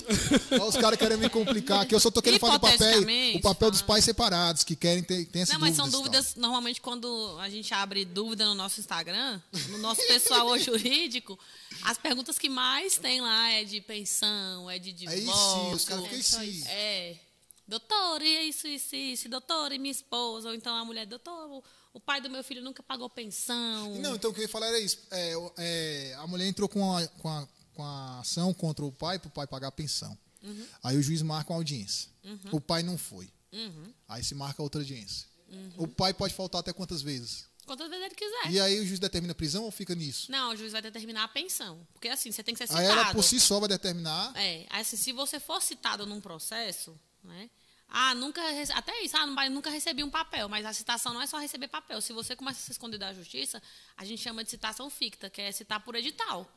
Olha os caras querem me complicar, que eu só tô querendo fazer o papel,
Hipoteticamente,
o papel dos
falando.
pais separados, que querem ter, tem essas
Não, mas são
dúvidas tá. e tal.
dúvidas, normalmente quando a gente abre dúvida no nosso Instagram, no nosso pessoal ou jurídico, as perguntas que mais tem lá é de pensão, é de
Aí
divórcio.
sim, os caras ficam aí sim.
É. Doutor, e isso, isso, isso, doutor, e minha esposa, ou então a mulher, doutor, o- o pai do meu filho nunca pagou pensão.
Não, então o que eu ia falar era isso. É, o- é, a mulher entrou com a, com, a, com a ação contra o pai para o pai pagar a pensão.
Uhum.
Aí o juiz marca uma audiência. O pai não foi.
Uhum.
Aí se marca outra audiência. O pai pode faltar até quantas vezes?
Quantas vezes ele quiser.
E aí o juiz determina a prisão ou fica nisso?
Não, o juiz vai determinar a pensão. Porque assim, você tem que ser
Aí
citado.
ela por si só vai determinar.
É, assim, se você for citado num processo, né? Ah, nunca. rece- Até isso, ah, não vai- nunca recebi um papel, mas a citação não é só receber papel. Se você começa a se esconder da justiça, a gente chama de citação ficta, que é citar por edital.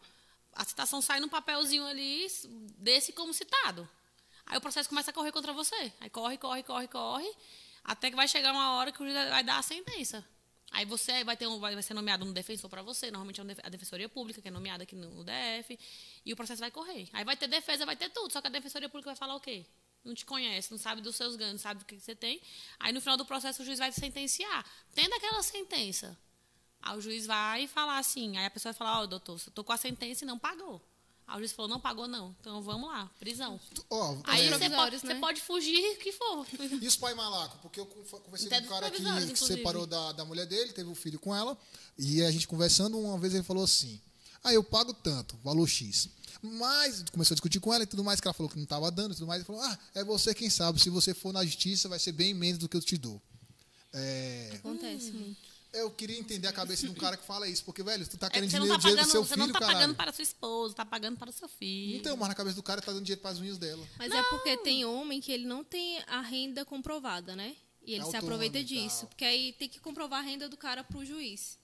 A citação sai num papelzinho ali, s- desse como citado. Aí o processo começa a correr contra você. Aí corre, corre, corre, corre, até que vai chegar uma hora que o juiz vai dar a sentença. Aí você vai, ter um, vai vai ser nomeado um defensor para você, normalmente é um defe- a defensoria pública, que é nomeada aqui no DF, e o processo vai correr. Aí vai ter defesa, vai ter tudo, só que a defensoria pública vai falar o quê? Não te conhece, não sabe dos seus ganhos, não sabe do que que você tem. Aí no final do processo o juiz vai te sentenciar. Tendo aquela sentença, aí o juiz vai falar assim, aí a pessoa vai falar, ó, doutor, eu tô com a sentença e não pagou. Aí o juiz falou, não pagou não, então vamos lá, prisão.
Ó,
Aí
é,
você pode,
provisórios,
você
né?
pode fugir o que for.
E os pais malacos? Porque eu con- conversei
Até
com um
dos
cara que,
provisórios,
que
inclusive.
separou da, da mulher dele, teve um filho com ela, e a gente conversando, uma vez ele falou assim: Ah, eu pago tanto, valor X. Mas começou a discutir com ela e tudo mais, que ela falou que não estava dando e tudo mais. Ele falou: Ah, é você quem sabe, se você for na justiça, vai ser bem menos do que eu te dou. É,
Acontece muito.
eu queria entender a cabeça de um cara que fala isso, porque, velho, tu tá
É,
querendo
você não
dinheiro,
tá
dinheiro
pagando,
do seu
você
filho,
não tá
caralho.
pagando para sua esposa, tá pagando para o seu filho.
Então, mas na cabeça do cara tá dando dinheiro para as unhas dela.
Mas é porque tem homem que ele não tem a renda comprovada, né? E ele se
É Autônomo e
aproveita
tal.
disso. Porque aí tem que comprovar a renda do cara pro juiz.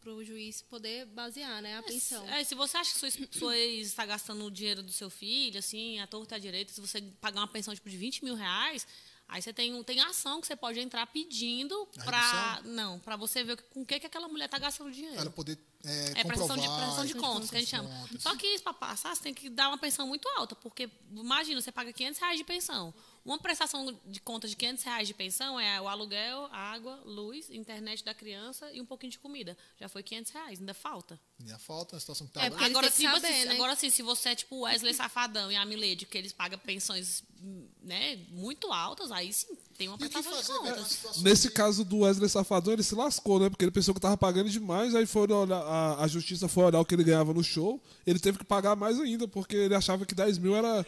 Pro juiz poder basear, né? A pensão.
É, se você acha que sua, es- sua ex está gastando o dinheiro do seu filho, assim, à torta à direita, se você pagar uma pensão tipo, de 20 mil reais, aí você tem, um- tem ação que você pode entrar pedindo
A
para.
redução?
Não, para você ver com o que, que aquela mulher está gastando dinheiro.
Ela poder é,
É
comprovar.
prestação de, prestação de
e-
contas, que a gente chama.
contas.
Só que isso, pra passar, você tem que dar uma pensão muito alta, porque, imagina, você paga 500 reais de pensão. Uma prestação de contas de 500 reais de pensão é o aluguel, água, luz, internet da criança e um pouquinho de comida. Já foi 500 reais, ainda falta.
Minha falta, uma situação que tá
É,
lá.
porque-
agora,
eles
sim,
têm que
você-
saber, né?
agora sim, se você é tipo Wesley Safadão e a Milady, que eles pagam pensões né, muito altas, aí sim tem uma
E o que
prestação de
fazer, velho?
contas.
Uma situação
Nesse
que-
caso do Wesley Safadão, ele se lascou, né? Porque ele pensou que tava pagando demais, aí foram olhar, a, a justiça foi olhar o que ele ganhava no show, ele teve que pagar mais ainda, porque ele achava que 10 mil era.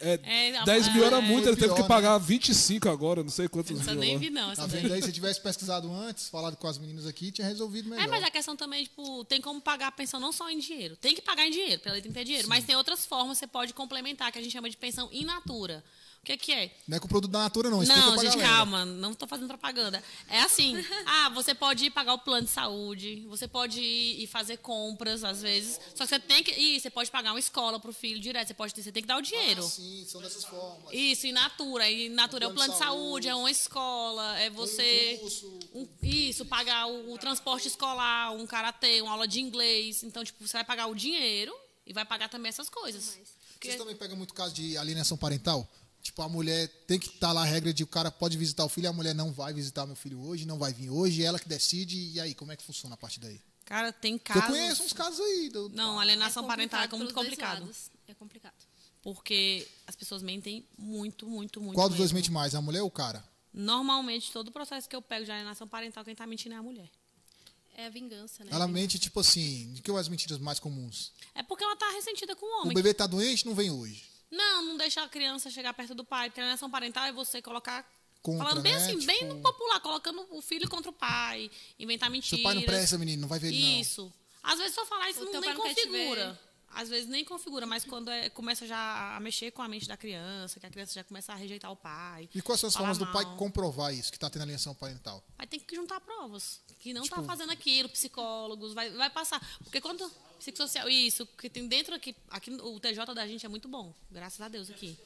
É,
É, a-
10 mil era
é.
muito,
Foi
ele teve
pior,
que
né?
pagar 25 agora, não sei quantos
Essa eu
mil.
nem
lá.
vi, não.
Tá
Essa daí.
vendo aí? Se eu tivesse pesquisado antes, falado com as meninas aqui, tinha resolvido melhor.
É, mas a questão também, tipo, tem como pagar a pensão não só em dinheiro. Tem que pagar em dinheiro, pela lei tem que ter dinheiro. Mas tem outras formas que você pode complementar, que a gente chama de pensão in natura. O que, que é?
Não é com o produto da Natura, não. Explica
não,
pra
gente,
galera.
calma, não tô fazendo propaganda. É assim, ah, você pode ir pagar o plano de saúde, você pode ir, ir fazer compras, às vezes. Só que você tem que. Ih, você pode pagar uma escola pro filho direto, você, pode, ter- você tem que dar o dinheiro.
Ah, sim, são dessas formas.
Isso, in natura. In natura
Um
é o plano de saúde, é uma escola, é você.
curso.
um- isso, pagar o, o transporte escolar, um karatê, uma aula de inglês. Então, tipo, você vai pagar o dinheiro e vai pagar também essas coisas. Porque-
Vocês também pegam muito caso de alienação parental? Tipo, a mulher tem que estar lá a regra de o cara pode visitar o filho, a mulher não vai visitar meu filho hoje, não vai vir hoje, ela que decide. E aí, como é que funciona a partir daí?
Cara, tem
Porque
casos.
eu conheço um uns casos aí. Do...
Não, alienação parental é
complicado
muito
pelos dois
complicado.
lados. É complicado.
Porque as pessoas mentem muito, muito, muito.
Qual dos dois
mesmo.
mente mais, a mulher ou o cara?
Normalmente, todo o processo que eu pego de alienação parental, quem tá mentindo é a mulher.
É a vingança, né?
Ela mente, tipo assim, de que as mentiras mais comuns?
É porque ela tá ressentida com o
O
homem.
bebê tá doente, não vem hoje.
Não, não deixa a criança chegar perto do pai. Porque alienação parental é você colocar.
Contra,
falando bem
né?
assim,
Tipo-
bem no popular, colocando o filho contra o pai, inventar mentiras.
Seu pai não presta, menino, não vai ver ele não.
Isso. Às vezes só falar isso
O
não,
teu
nem
pai não quer te
configura. Às vezes nem configura, mas quando é- começa já a mexer com a mente da criança, que a criança já começa a rejeitar o pai.
E quais são as
falar
formas
Ah,
do pai
mal.
comprovar isso, que tá tendo alienação parental?
É
Aí tem que juntar provas. Que não
Tipo,
tá fazendo aquilo, psicólogos, vai, vai passar. Porque quando. Psicossocial, isso, que tem dentro aqui. Aqui o TJ da gente é muito bom. Graças a Deus aqui.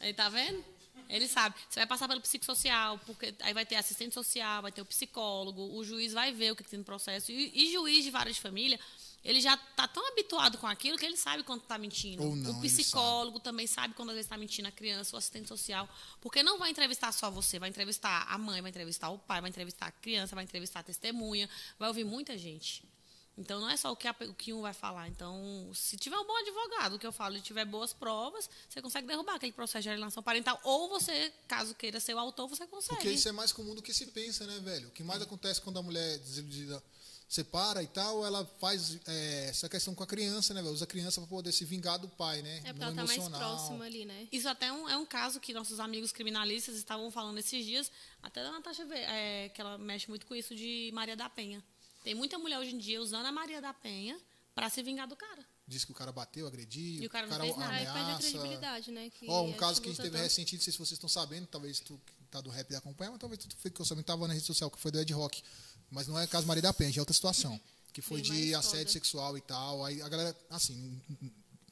Ele tá vendo? Ele sabe. Você vai passar pelo psicossocial, porque aí vai ter assistente social, vai ter o psicólogo, o juiz vai ver o que, que tem no processo. E, e juiz de vara de família, Ele já tá tão habituado com aquilo que ele sabe quando tá mentindo.
Ou não,
o
ele
psicólogo também sabe quando às vezes tá mentindo a criança, o assistente social. Porque não vai entrevistar só você, vai entrevistar a mãe, vai entrevistar o pai, vai entrevistar a criança, vai entrevistar a testemunha, vai ouvir muita gente. Então não é só o que, a- o que um vai falar. Então, se tiver um bom advogado, o que eu falo, e tiver boas provas, você consegue derrubar aquele processo de alienação parental. Ou você, caso queira ser o autor, você consegue.
Porque isso é mais comum do que se pensa, né, velho? O que
É.
mais acontece quando a mulher desiludida separa e tal, ela faz é, essa questão com a criança, né, velho? Usa a criança pra poder se vingar do pai, né?
É porque
No
ela tá mais
emocional.
próxima ali, né?
Isso até é um- é um caso que nossos amigos criminalistas estavam falando esses dias, até da Natasha, Ve- é, que ela mexe muito com isso de Maria da Penha. Tem muita mulher hoje em dia usando a Maria da Penha para se vingar do cara.
Diz que o cara bateu, agrediu,
E o cara não fez nada.
Aí perde a
ameaça.
credibilidade, né? Que
Ó, um
a
caso que a gente
luta tá?
teve
tanto.
recente, não sei se vocês estão sabendo, talvez tu que tá do rap e acompanha, mas talvez tu ficou sabendo, tava na rede social, que foi do Ed Rock. Mas não é caso Maria da Penha, já é outra situação. Que foi
Bem
de
mais
assédio
foda.
sexual e tal. Aí a galera, assim,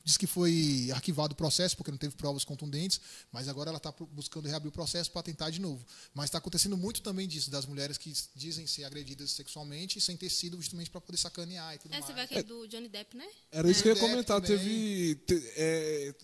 diz que foi arquivado o processo porque não teve provas contundentes, mas agora ela tá pro- buscando reabrir o processo para tentar de novo. Mas está acontecendo muito também disso, das mulheres que s- dizem ser agredidas sexualmente sem ter sido justamente para poder sacanear e tudo
É,
mais.
você vê aquele do Johnny Depp, né?
Era isso que eu ia
Johnny Depp
comentar.
é também.
Teve. te- é,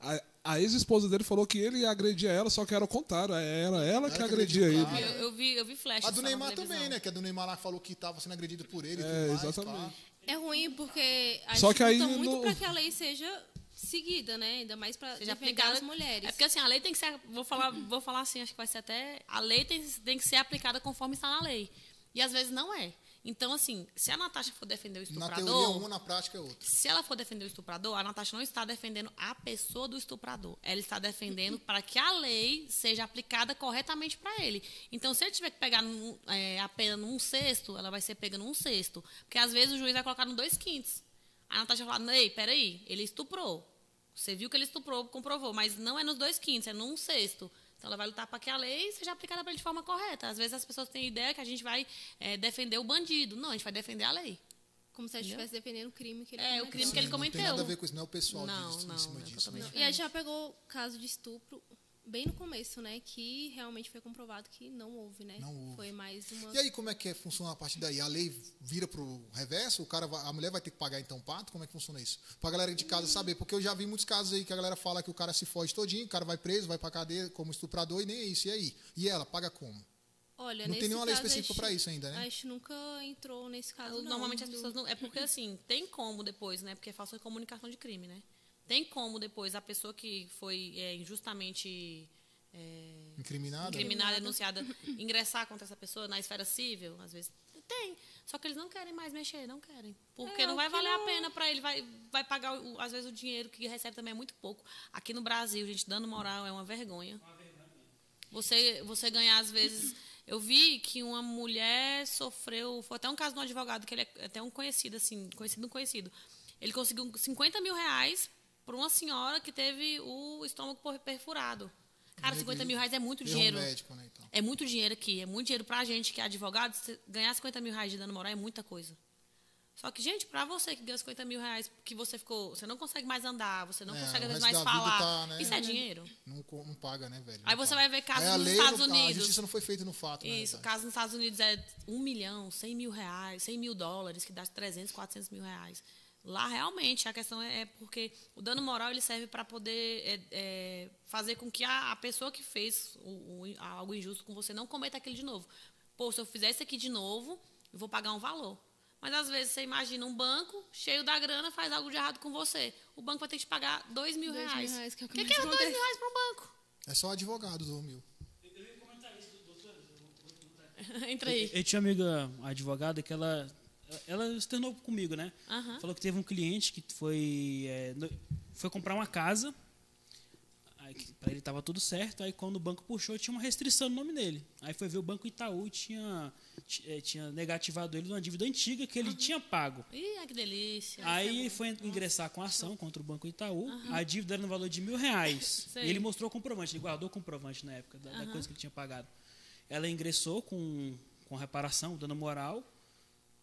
a, a ex-esposa dele falou que ele agredia ela, só que era o contrário. Era ela que
que
agredia
agredia o
ele.
cara.
Eu, eu vi, eu vi flash.
A do Neymar também, né? Que a do Neymar lá falou que estava sendo agredido por ele e
É,
tudo mais.
exatamente.
pá.
É ruim porque a gente
Só
luta
que aí
muito
no-
para que a lei seja seguida, né? Ainda mais para
Seja
defender
aplicada
as mulheres.
É porque assim, a lei tem que ser. Vou falar, vou falar assim, acho que vai ser até. A lei tem, tem que ser aplicada conforme está na lei. E às vezes não é. Então, assim, se a Natasha for defender o
Na
estuprador.
teoria, uma na prática é outra.
Se ela for defender o estuprador, a Natasha não está defendendo a pessoa do estuprador. Ela está defendendo para que a lei seja aplicada corretamente para ele. Então, se ele tiver que pegar num, é, a pena num sexto, ela vai ser pega num sexto. Porque às vezes o juiz vai colocar no dois quintos. A Natasha vai falar: Ei, peraí, ele estuprou. Você viu que ele estuprou, comprovou, mas não é nos dois quintos, é num sexto. Então ela vai lutar para que a lei seja aplicada para ele de forma correta. Às vezes as pessoas têm a ideia que a gente vai é, defender o bandido. Não, a gente vai defender a lei.
Como se a gente estivesse defendendo o crime que ele
É, o
cometeu,
crime que ele
né?
Não tem nada a
cometeu.
ver com isso, não é o pessoal
Não,
disso, em
não,
cima
é
disso.
totalmente
né?
E aí já pegou o caso de estupro bem no começo, né? Que realmente foi comprovado que não houve, né?
Não houve.
Foi mais uma.
E aí, como é que é- funciona a partir daí? A lei vira pro reverso? O cara vai- a mulher vai ter que pagar então o pato? Como é que funciona isso? Pra galera de casa saber, porque eu já vi muitos casos aí que a galera fala que o cara se foge todinho, o cara vai preso, vai pra cadeia como estuprador e nem é isso. E aí? E ela, paga como?
Olha,
Não tem
nesse
nenhuma lei
caso, a
específica
gente-
pra isso ainda, né?
A gente nunca entrou nesse caso. não,
Ah, Normalmente as
do-
pessoas não. É porque assim, tem como depois, né? Porque é falsa comunicação de crime, né? Tem como depois a pessoa que foi é, injustamente é,
Incriminada?
incriminada, denunciada, ingressar contra essa pessoa na esfera civil, às vezes. Tem. Só que eles não querem mais mexer, não querem. Porque
É,
não
o
vai
que
valer a
não-
pena pra ele, vai, vai pagar, o- às vezes, o dinheiro que recebe também é muito pouco. Aqui no Brasil, gente, dando moral é uma vergonha. Você, você ganhar, às vezes. Eu vi que uma mulher sofreu. Foi até um caso de um advogado, que ele é até um conhecido, assim, conhecido, um conhecido. Ele conseguiu 50 mil reais por uma senhora que teve o estômago por- perfurado. Cara, 50 mil reais é muito
Erro
dinheiro.
médico, né, então.
É muito dinheiro aqui, é muito dinheiro pra gente que é advogado, se ganhar 50 mil reais de dano moral é muita coisa. Só que, gente, pra você que ganha 50 mil reais, que você ficou. Você não consegue mais andar, você não
É, o
consegue às vezes, mais
resto da vida
falar.
tá, né?
Isso é
É.
dinheiro.
Não, co- não paga, né, velho?
Aí
Não
você
paga.
vai ver casos
É, a
nos
lei
Estados
não- A
Unidos.
justiça não foi feita no fato, né?
Isso,
velho?
caso nos Estados Unidos é 1 milhão, 100 mil reais, 100 mil dólares, que dá 300, 400 mil reais. Lá, realmente, a questão é, é porque o dano moral ele serve para poder é, é, fazer com que a, a pessoa que fez o- o in- algo injusto com você não cometa aquilo de novo. Pô, se eu fizer isso aqui de novo, eu vou pagar um valor. Mas às vezes você imagina um banco cheio da grana faz algo de errado com você. O banco vai ter que te pagar 2 mil
Dois mil
reais.
reais, que é o que
que,
mais
que era 2 mil
acontece.
reais para um banco?
É só advogado dormiu.
Entra aí.
Eu tinha uma amiga advogada que ela ela externou comigo, né?
Aham.
Falou que teve um cliente que foi é, no- foi comprar uma casa. Aí que Pra ele tava tudo certo, aí quando o banco puxou, tinha uma restrição no nome dele. Aí foi ver o banco Itaú tinha ti- eh, tinha negativado ele de uma dívida antiga que ele tinha pago.
Ih, ai, que delícia.
Aí ele foi ingressar com a ação contra o Banco Itaú. A dívida era no valor de mil reais.
Sei.
E ele mostrou o comprovante, ele guardou o comprovante na época da, da coisa que ele tinha pagado. Ela ingressou com, com reparação, dano moral.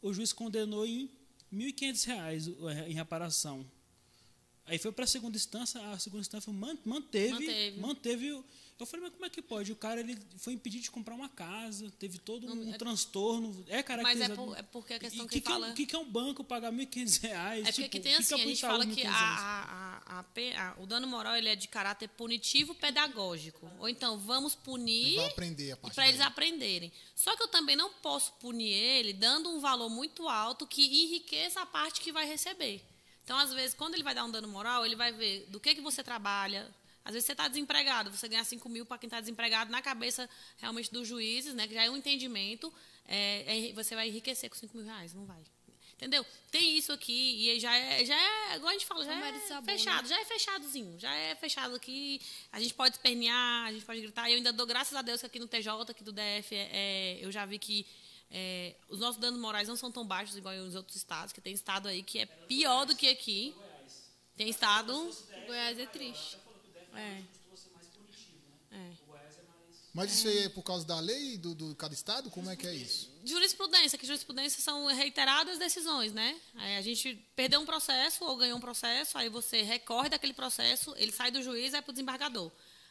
O juiz condenou em R$ 1.500 reais o- em reparação. Aí eh, Aí foi para a segunda instância, a segunda instância man- manteve,
Manteve.
manteve. o- Eu falei, mas como é que pode? O cara ele foi impedido de comprar uma casa, teve todo
Não,
um
é-
transtorno. É
Mas é,
caracterizado.
por- é porque a questão
E
que,
que é um-
fala.
O que, que é um banco pagar 1.500 reais?
É porque
Tipo,
aqui tem
o que que
assim, a
é pro
gente
Itaú
fala que
1.500
a,
reais?
a- a- pe- a- o dano moral ele é de caráter punitivo pedagógil. Ou então, vamos punir
Vai aprender a
e
parte.
para eles
dele.
aprenderem. Só que eu também não posso punir ele dando um valor muito alto que enriqueça a parte que vai receber. Então, às vezes, quando ele vai dar um dano moral, ele vai ver do que, que você trabalha. Às vezes você está desempregado, você ganha 5 mil para quem está desempregado, na cabeça realmente dos juízes, né? Que já é um entendimento, é, é- você vai enriquecer com 5 mil reais, não vai. Entendeu? Tem isso aqui, e aí já é, já é igual a gente fala, já
Como era
é
de sabor,
fechado
né?
já é fechadozinho, já é fechado aqui. A gente pode espernear, a gente pode gritar. E eu ainda dou graças a Deus que aqui no TJ, aqui do DF, é- é, eu já vi que é, os nossos danos morais não são tão baixos igual em os outros estados, que tem estado aí que é pior do que aqui. Tem estado.
Goiás é triste.
É. É.
Mas isso aí é por causa da lei do, do cada estado? Como é que é isso?
Jurisprudência, que jurisprudência são reiteradas decisões, né? Aí a gente perdeu um processo ou ganhou um processo, aí você recorre daquele processo, ele sai do juiz e vai para o desembargador.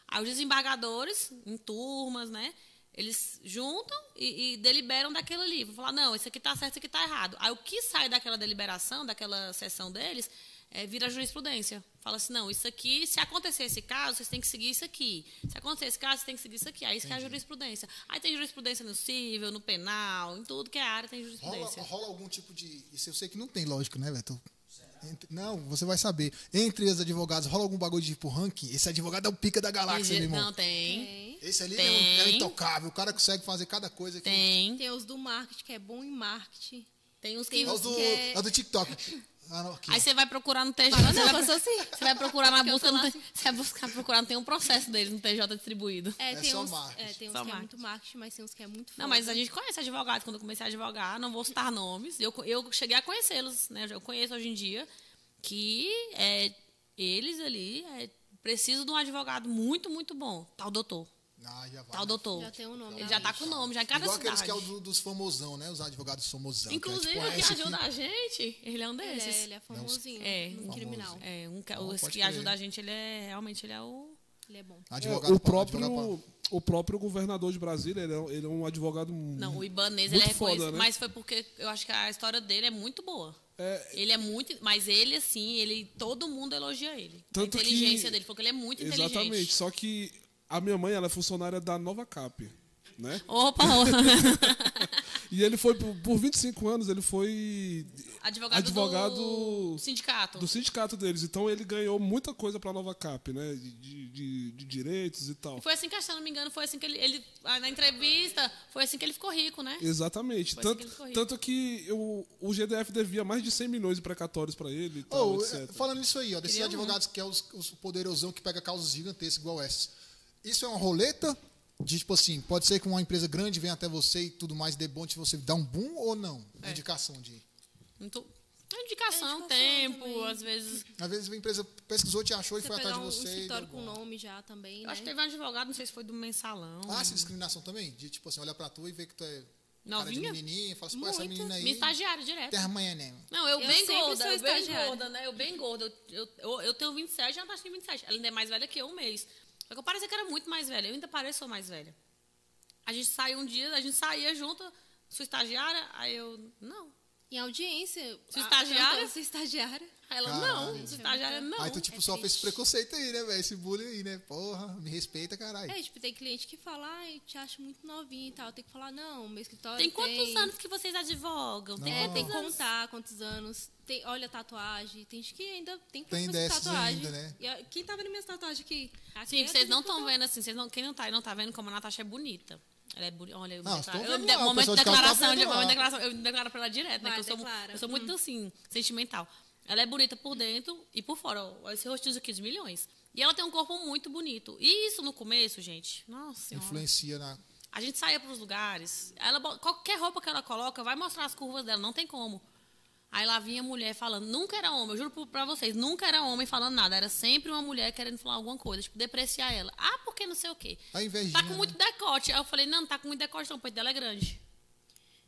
Aí os desembargadores, em turmas, né? Eles juntam e, e deliberam daquilo ali. Vão falar, não, isso aqui está certo, isso aqui está errado. Aí o que sai daquela deliberação, daquela sessão deles, é, vira jurisprudência. Fala assim, não, isso aqui, se acontecer esse caso, vocês têm que seguir isso aqui. Se acontecer esse caso, vocês têm que seguir isso aqui. Aí isso que é a jurisprudência. Aí tem jurisprudência no civil, no penal, em tudo que é área tem
Rola,
jurisprudência.
rola algum tipo de. Isso eu sei que não tem, lógico, né, Beto? Entre- não, você vai saber. Entre os advogados, rola algum bagulho de tipo ranking? Esse advogado é o pica da galáxia, meu
Tem-
irmão.
Não, tem.
Tem.
Esse ali
Tem.
é, um- é intocável. O cara consegue fazer cada coisa. Que...
Tem.
Tem os do marketing, que é bom em marketing.
Tem uns
Tem
que.
É o do,
Que-
é o do TikTok. Ah, não, aqui.
Aí você vai procurar no TJ.
Mas
Você
não,
vai,
passou assim.
você vai procurar na
Porque eu
busca.
sou assim.
Não tem,
lá
você vai buscar procurar, não tem um processo deles no TJ distribuído.
É,
É
tem
só
uns,
marketing.
é, tem uns
Só
que é
marketing.
muito marketing, mas tem uns que é muito foda.
Não, mas a gente conhece advogados. Quando eu comecei a advogar, não vou citar nomes. Eu, co- eu cheguei a conhecê-los, né? Eu conheço hoje em dia que é, eles ali é, precisam de um advogado muito, muito bom. Tal doutor.
Ah, já vai.
Tal doutor.
Já tem um nome.
Ele
na
já tá
lista.
com o nome, já em cada
Igual aqueles
cidade.
que é o do- dos famosão, né? Os advogados famosão.
Inclusive,
que é, tipo, ah,
o que
esse
ajuda
aqui-
a gente, ele é um
Ele
desses.
é, ele é famosinho
É,
no
famoso.
criminal.
É, um, ca-
Não,
os
pode
que
crer.
ajudam a gente, ele é realmente ele é o.
Ele é bom.
Advogado
o
pra-
próprio,
advogado
o próprio governador de Brasília, ele é, ele é um advogado.
Não, o Ibanez
Muito
ele é reconhecido.
foda, né?
Mas foi porque eu acho que a história dele é muito boa.
É,
Ele é muito. Mas ele, assim, ele. Todo mundo elogia ele.
Tanto
a inteligência
que-
dele, porque ele é muito inteligente.
exatamente. Só que a minha mãe, ela é funcionária da Nova Cap, né?
Opa,
E ele foi, por, por 25 anos, ele foi
advogado, do
Advogado
sindicato.
do sindicato deles. Então ele ganhou muita coisa pra Nova Cap, né? De, de- de- de direitos e tal.
E foi assim que, se eu não me engano, foi assim que ele, ele- ah, Na entrevista, foi assim que ele ficou rico, né?
Exatamente.
Foi assim
Tanto
que ele ficou
tanto que,
rico.
o, o GDF devia mais de 100 milhões de precatórios pra ele e tal,
Oh,
Então, etc. É
eh, falando nisso aí, ó, desses
Queria
um-
advogados que é os, os poderosão que pega causas gigantescas igual essa. Isso é uma roleta? De, tipo assim, pode ser que uma empresa grande venha até você e tudo mais, dê bom se você dá um boom ou não? Indicação de.
Muito. é Indicação,
É indicação
tempo,
também.
às vezes.
Às vezes a empresa pesquisou, te achou e
Você
foi atrás
pegar
de
um, um
você. e deu
escritório com
bom.
nome já também,
é Eu
né?
acho que teve um advogado, não sei se foi do mensalão.
Ah, essa discriminação também? De tipo assim, olhar pra tu e ver que tu é
Novinha?
cara de menininha, e fala assim, pô, essa
Muito.
menina aí.
Me estagiaram direto.
Até amanhã, né?
Não, eu,
Eu
bem
sempre
gorda,
sou
eu bem
estagiária.
gorda, né? Eu bem gorda. Eu, eu- eu, eu tenho 27, ela tá com 27. Ela ainda é mais velha que eu, um mês. Só que eu parecia que era muito mais velha. Eu ainda pareço mais velha. A gente saiu um dia, a gente saía junto, sua estagiária, aí eu, não.
Em audiência.
Sua
a-
estagiária?
então, Sua estagiária.
Aí ela,
Caralho.
não, sua estagiária, não.
aí tu, tipo,
é
sofre esse
triste.
preconceito aí, né, velho? Esse bullying aí, né? Porra, me respeita, caralho.
É, tipo, tem cliente que fala, ai, te acho muito novinha e tal. Tem que falar, não, meu escritório
Tem quantos
tem...
anos que vocês advogam? Tem
É,
Não.
tem que contar quantos anos. Tem, olha a tatuagem. Tem gente que ainda
Tem
tem problemas com
dessas
tatuagem.
ainda, né?
E a- quem tá vendo minhas tatuagens aqui? Aqui
Sim,
é
que vocês
tudo
não estão
tatu-
vendo assim, vocês não, quem não tá aí não tá vendo como a Natasha é bonita. Ela é bonita. Olha, eu
Não,
me declaro-
estou
eu
vendo
de-
lá, o
momento
pessoal
de
de casa tá
declaração,
vendo
de,
lá.
momento de declaração, eu declaro pra ela direto, né?
Vai,
que eu sou, mu-
declara.
eu sou muito assim, sentimental. Ela é bonita por dentro e por fora. ó, Olha esse rostinho aqui de milhões. E ela tem um corpo muito bonito. E isso no começo, gente. Nossa
então.
senhora.
Influencia na.
A gente saía para os lugares. Ela, bo- qualquer roupa que ela coloca, vai mostrar as curvas dela, não tem como. Aí lá vinha mulher falando, nunca era homem, eu juro pro- pra vocês, nunca era homem falando nada, era sempre uma mulher querendo falar alguma coisa, tipo, depreciar ela. Ah, porque não sei o quê.
A invejinha,
Tá com
né?
muito decote. Aí eu falei, não, não tá com muito decote, não, o peito dela é grande.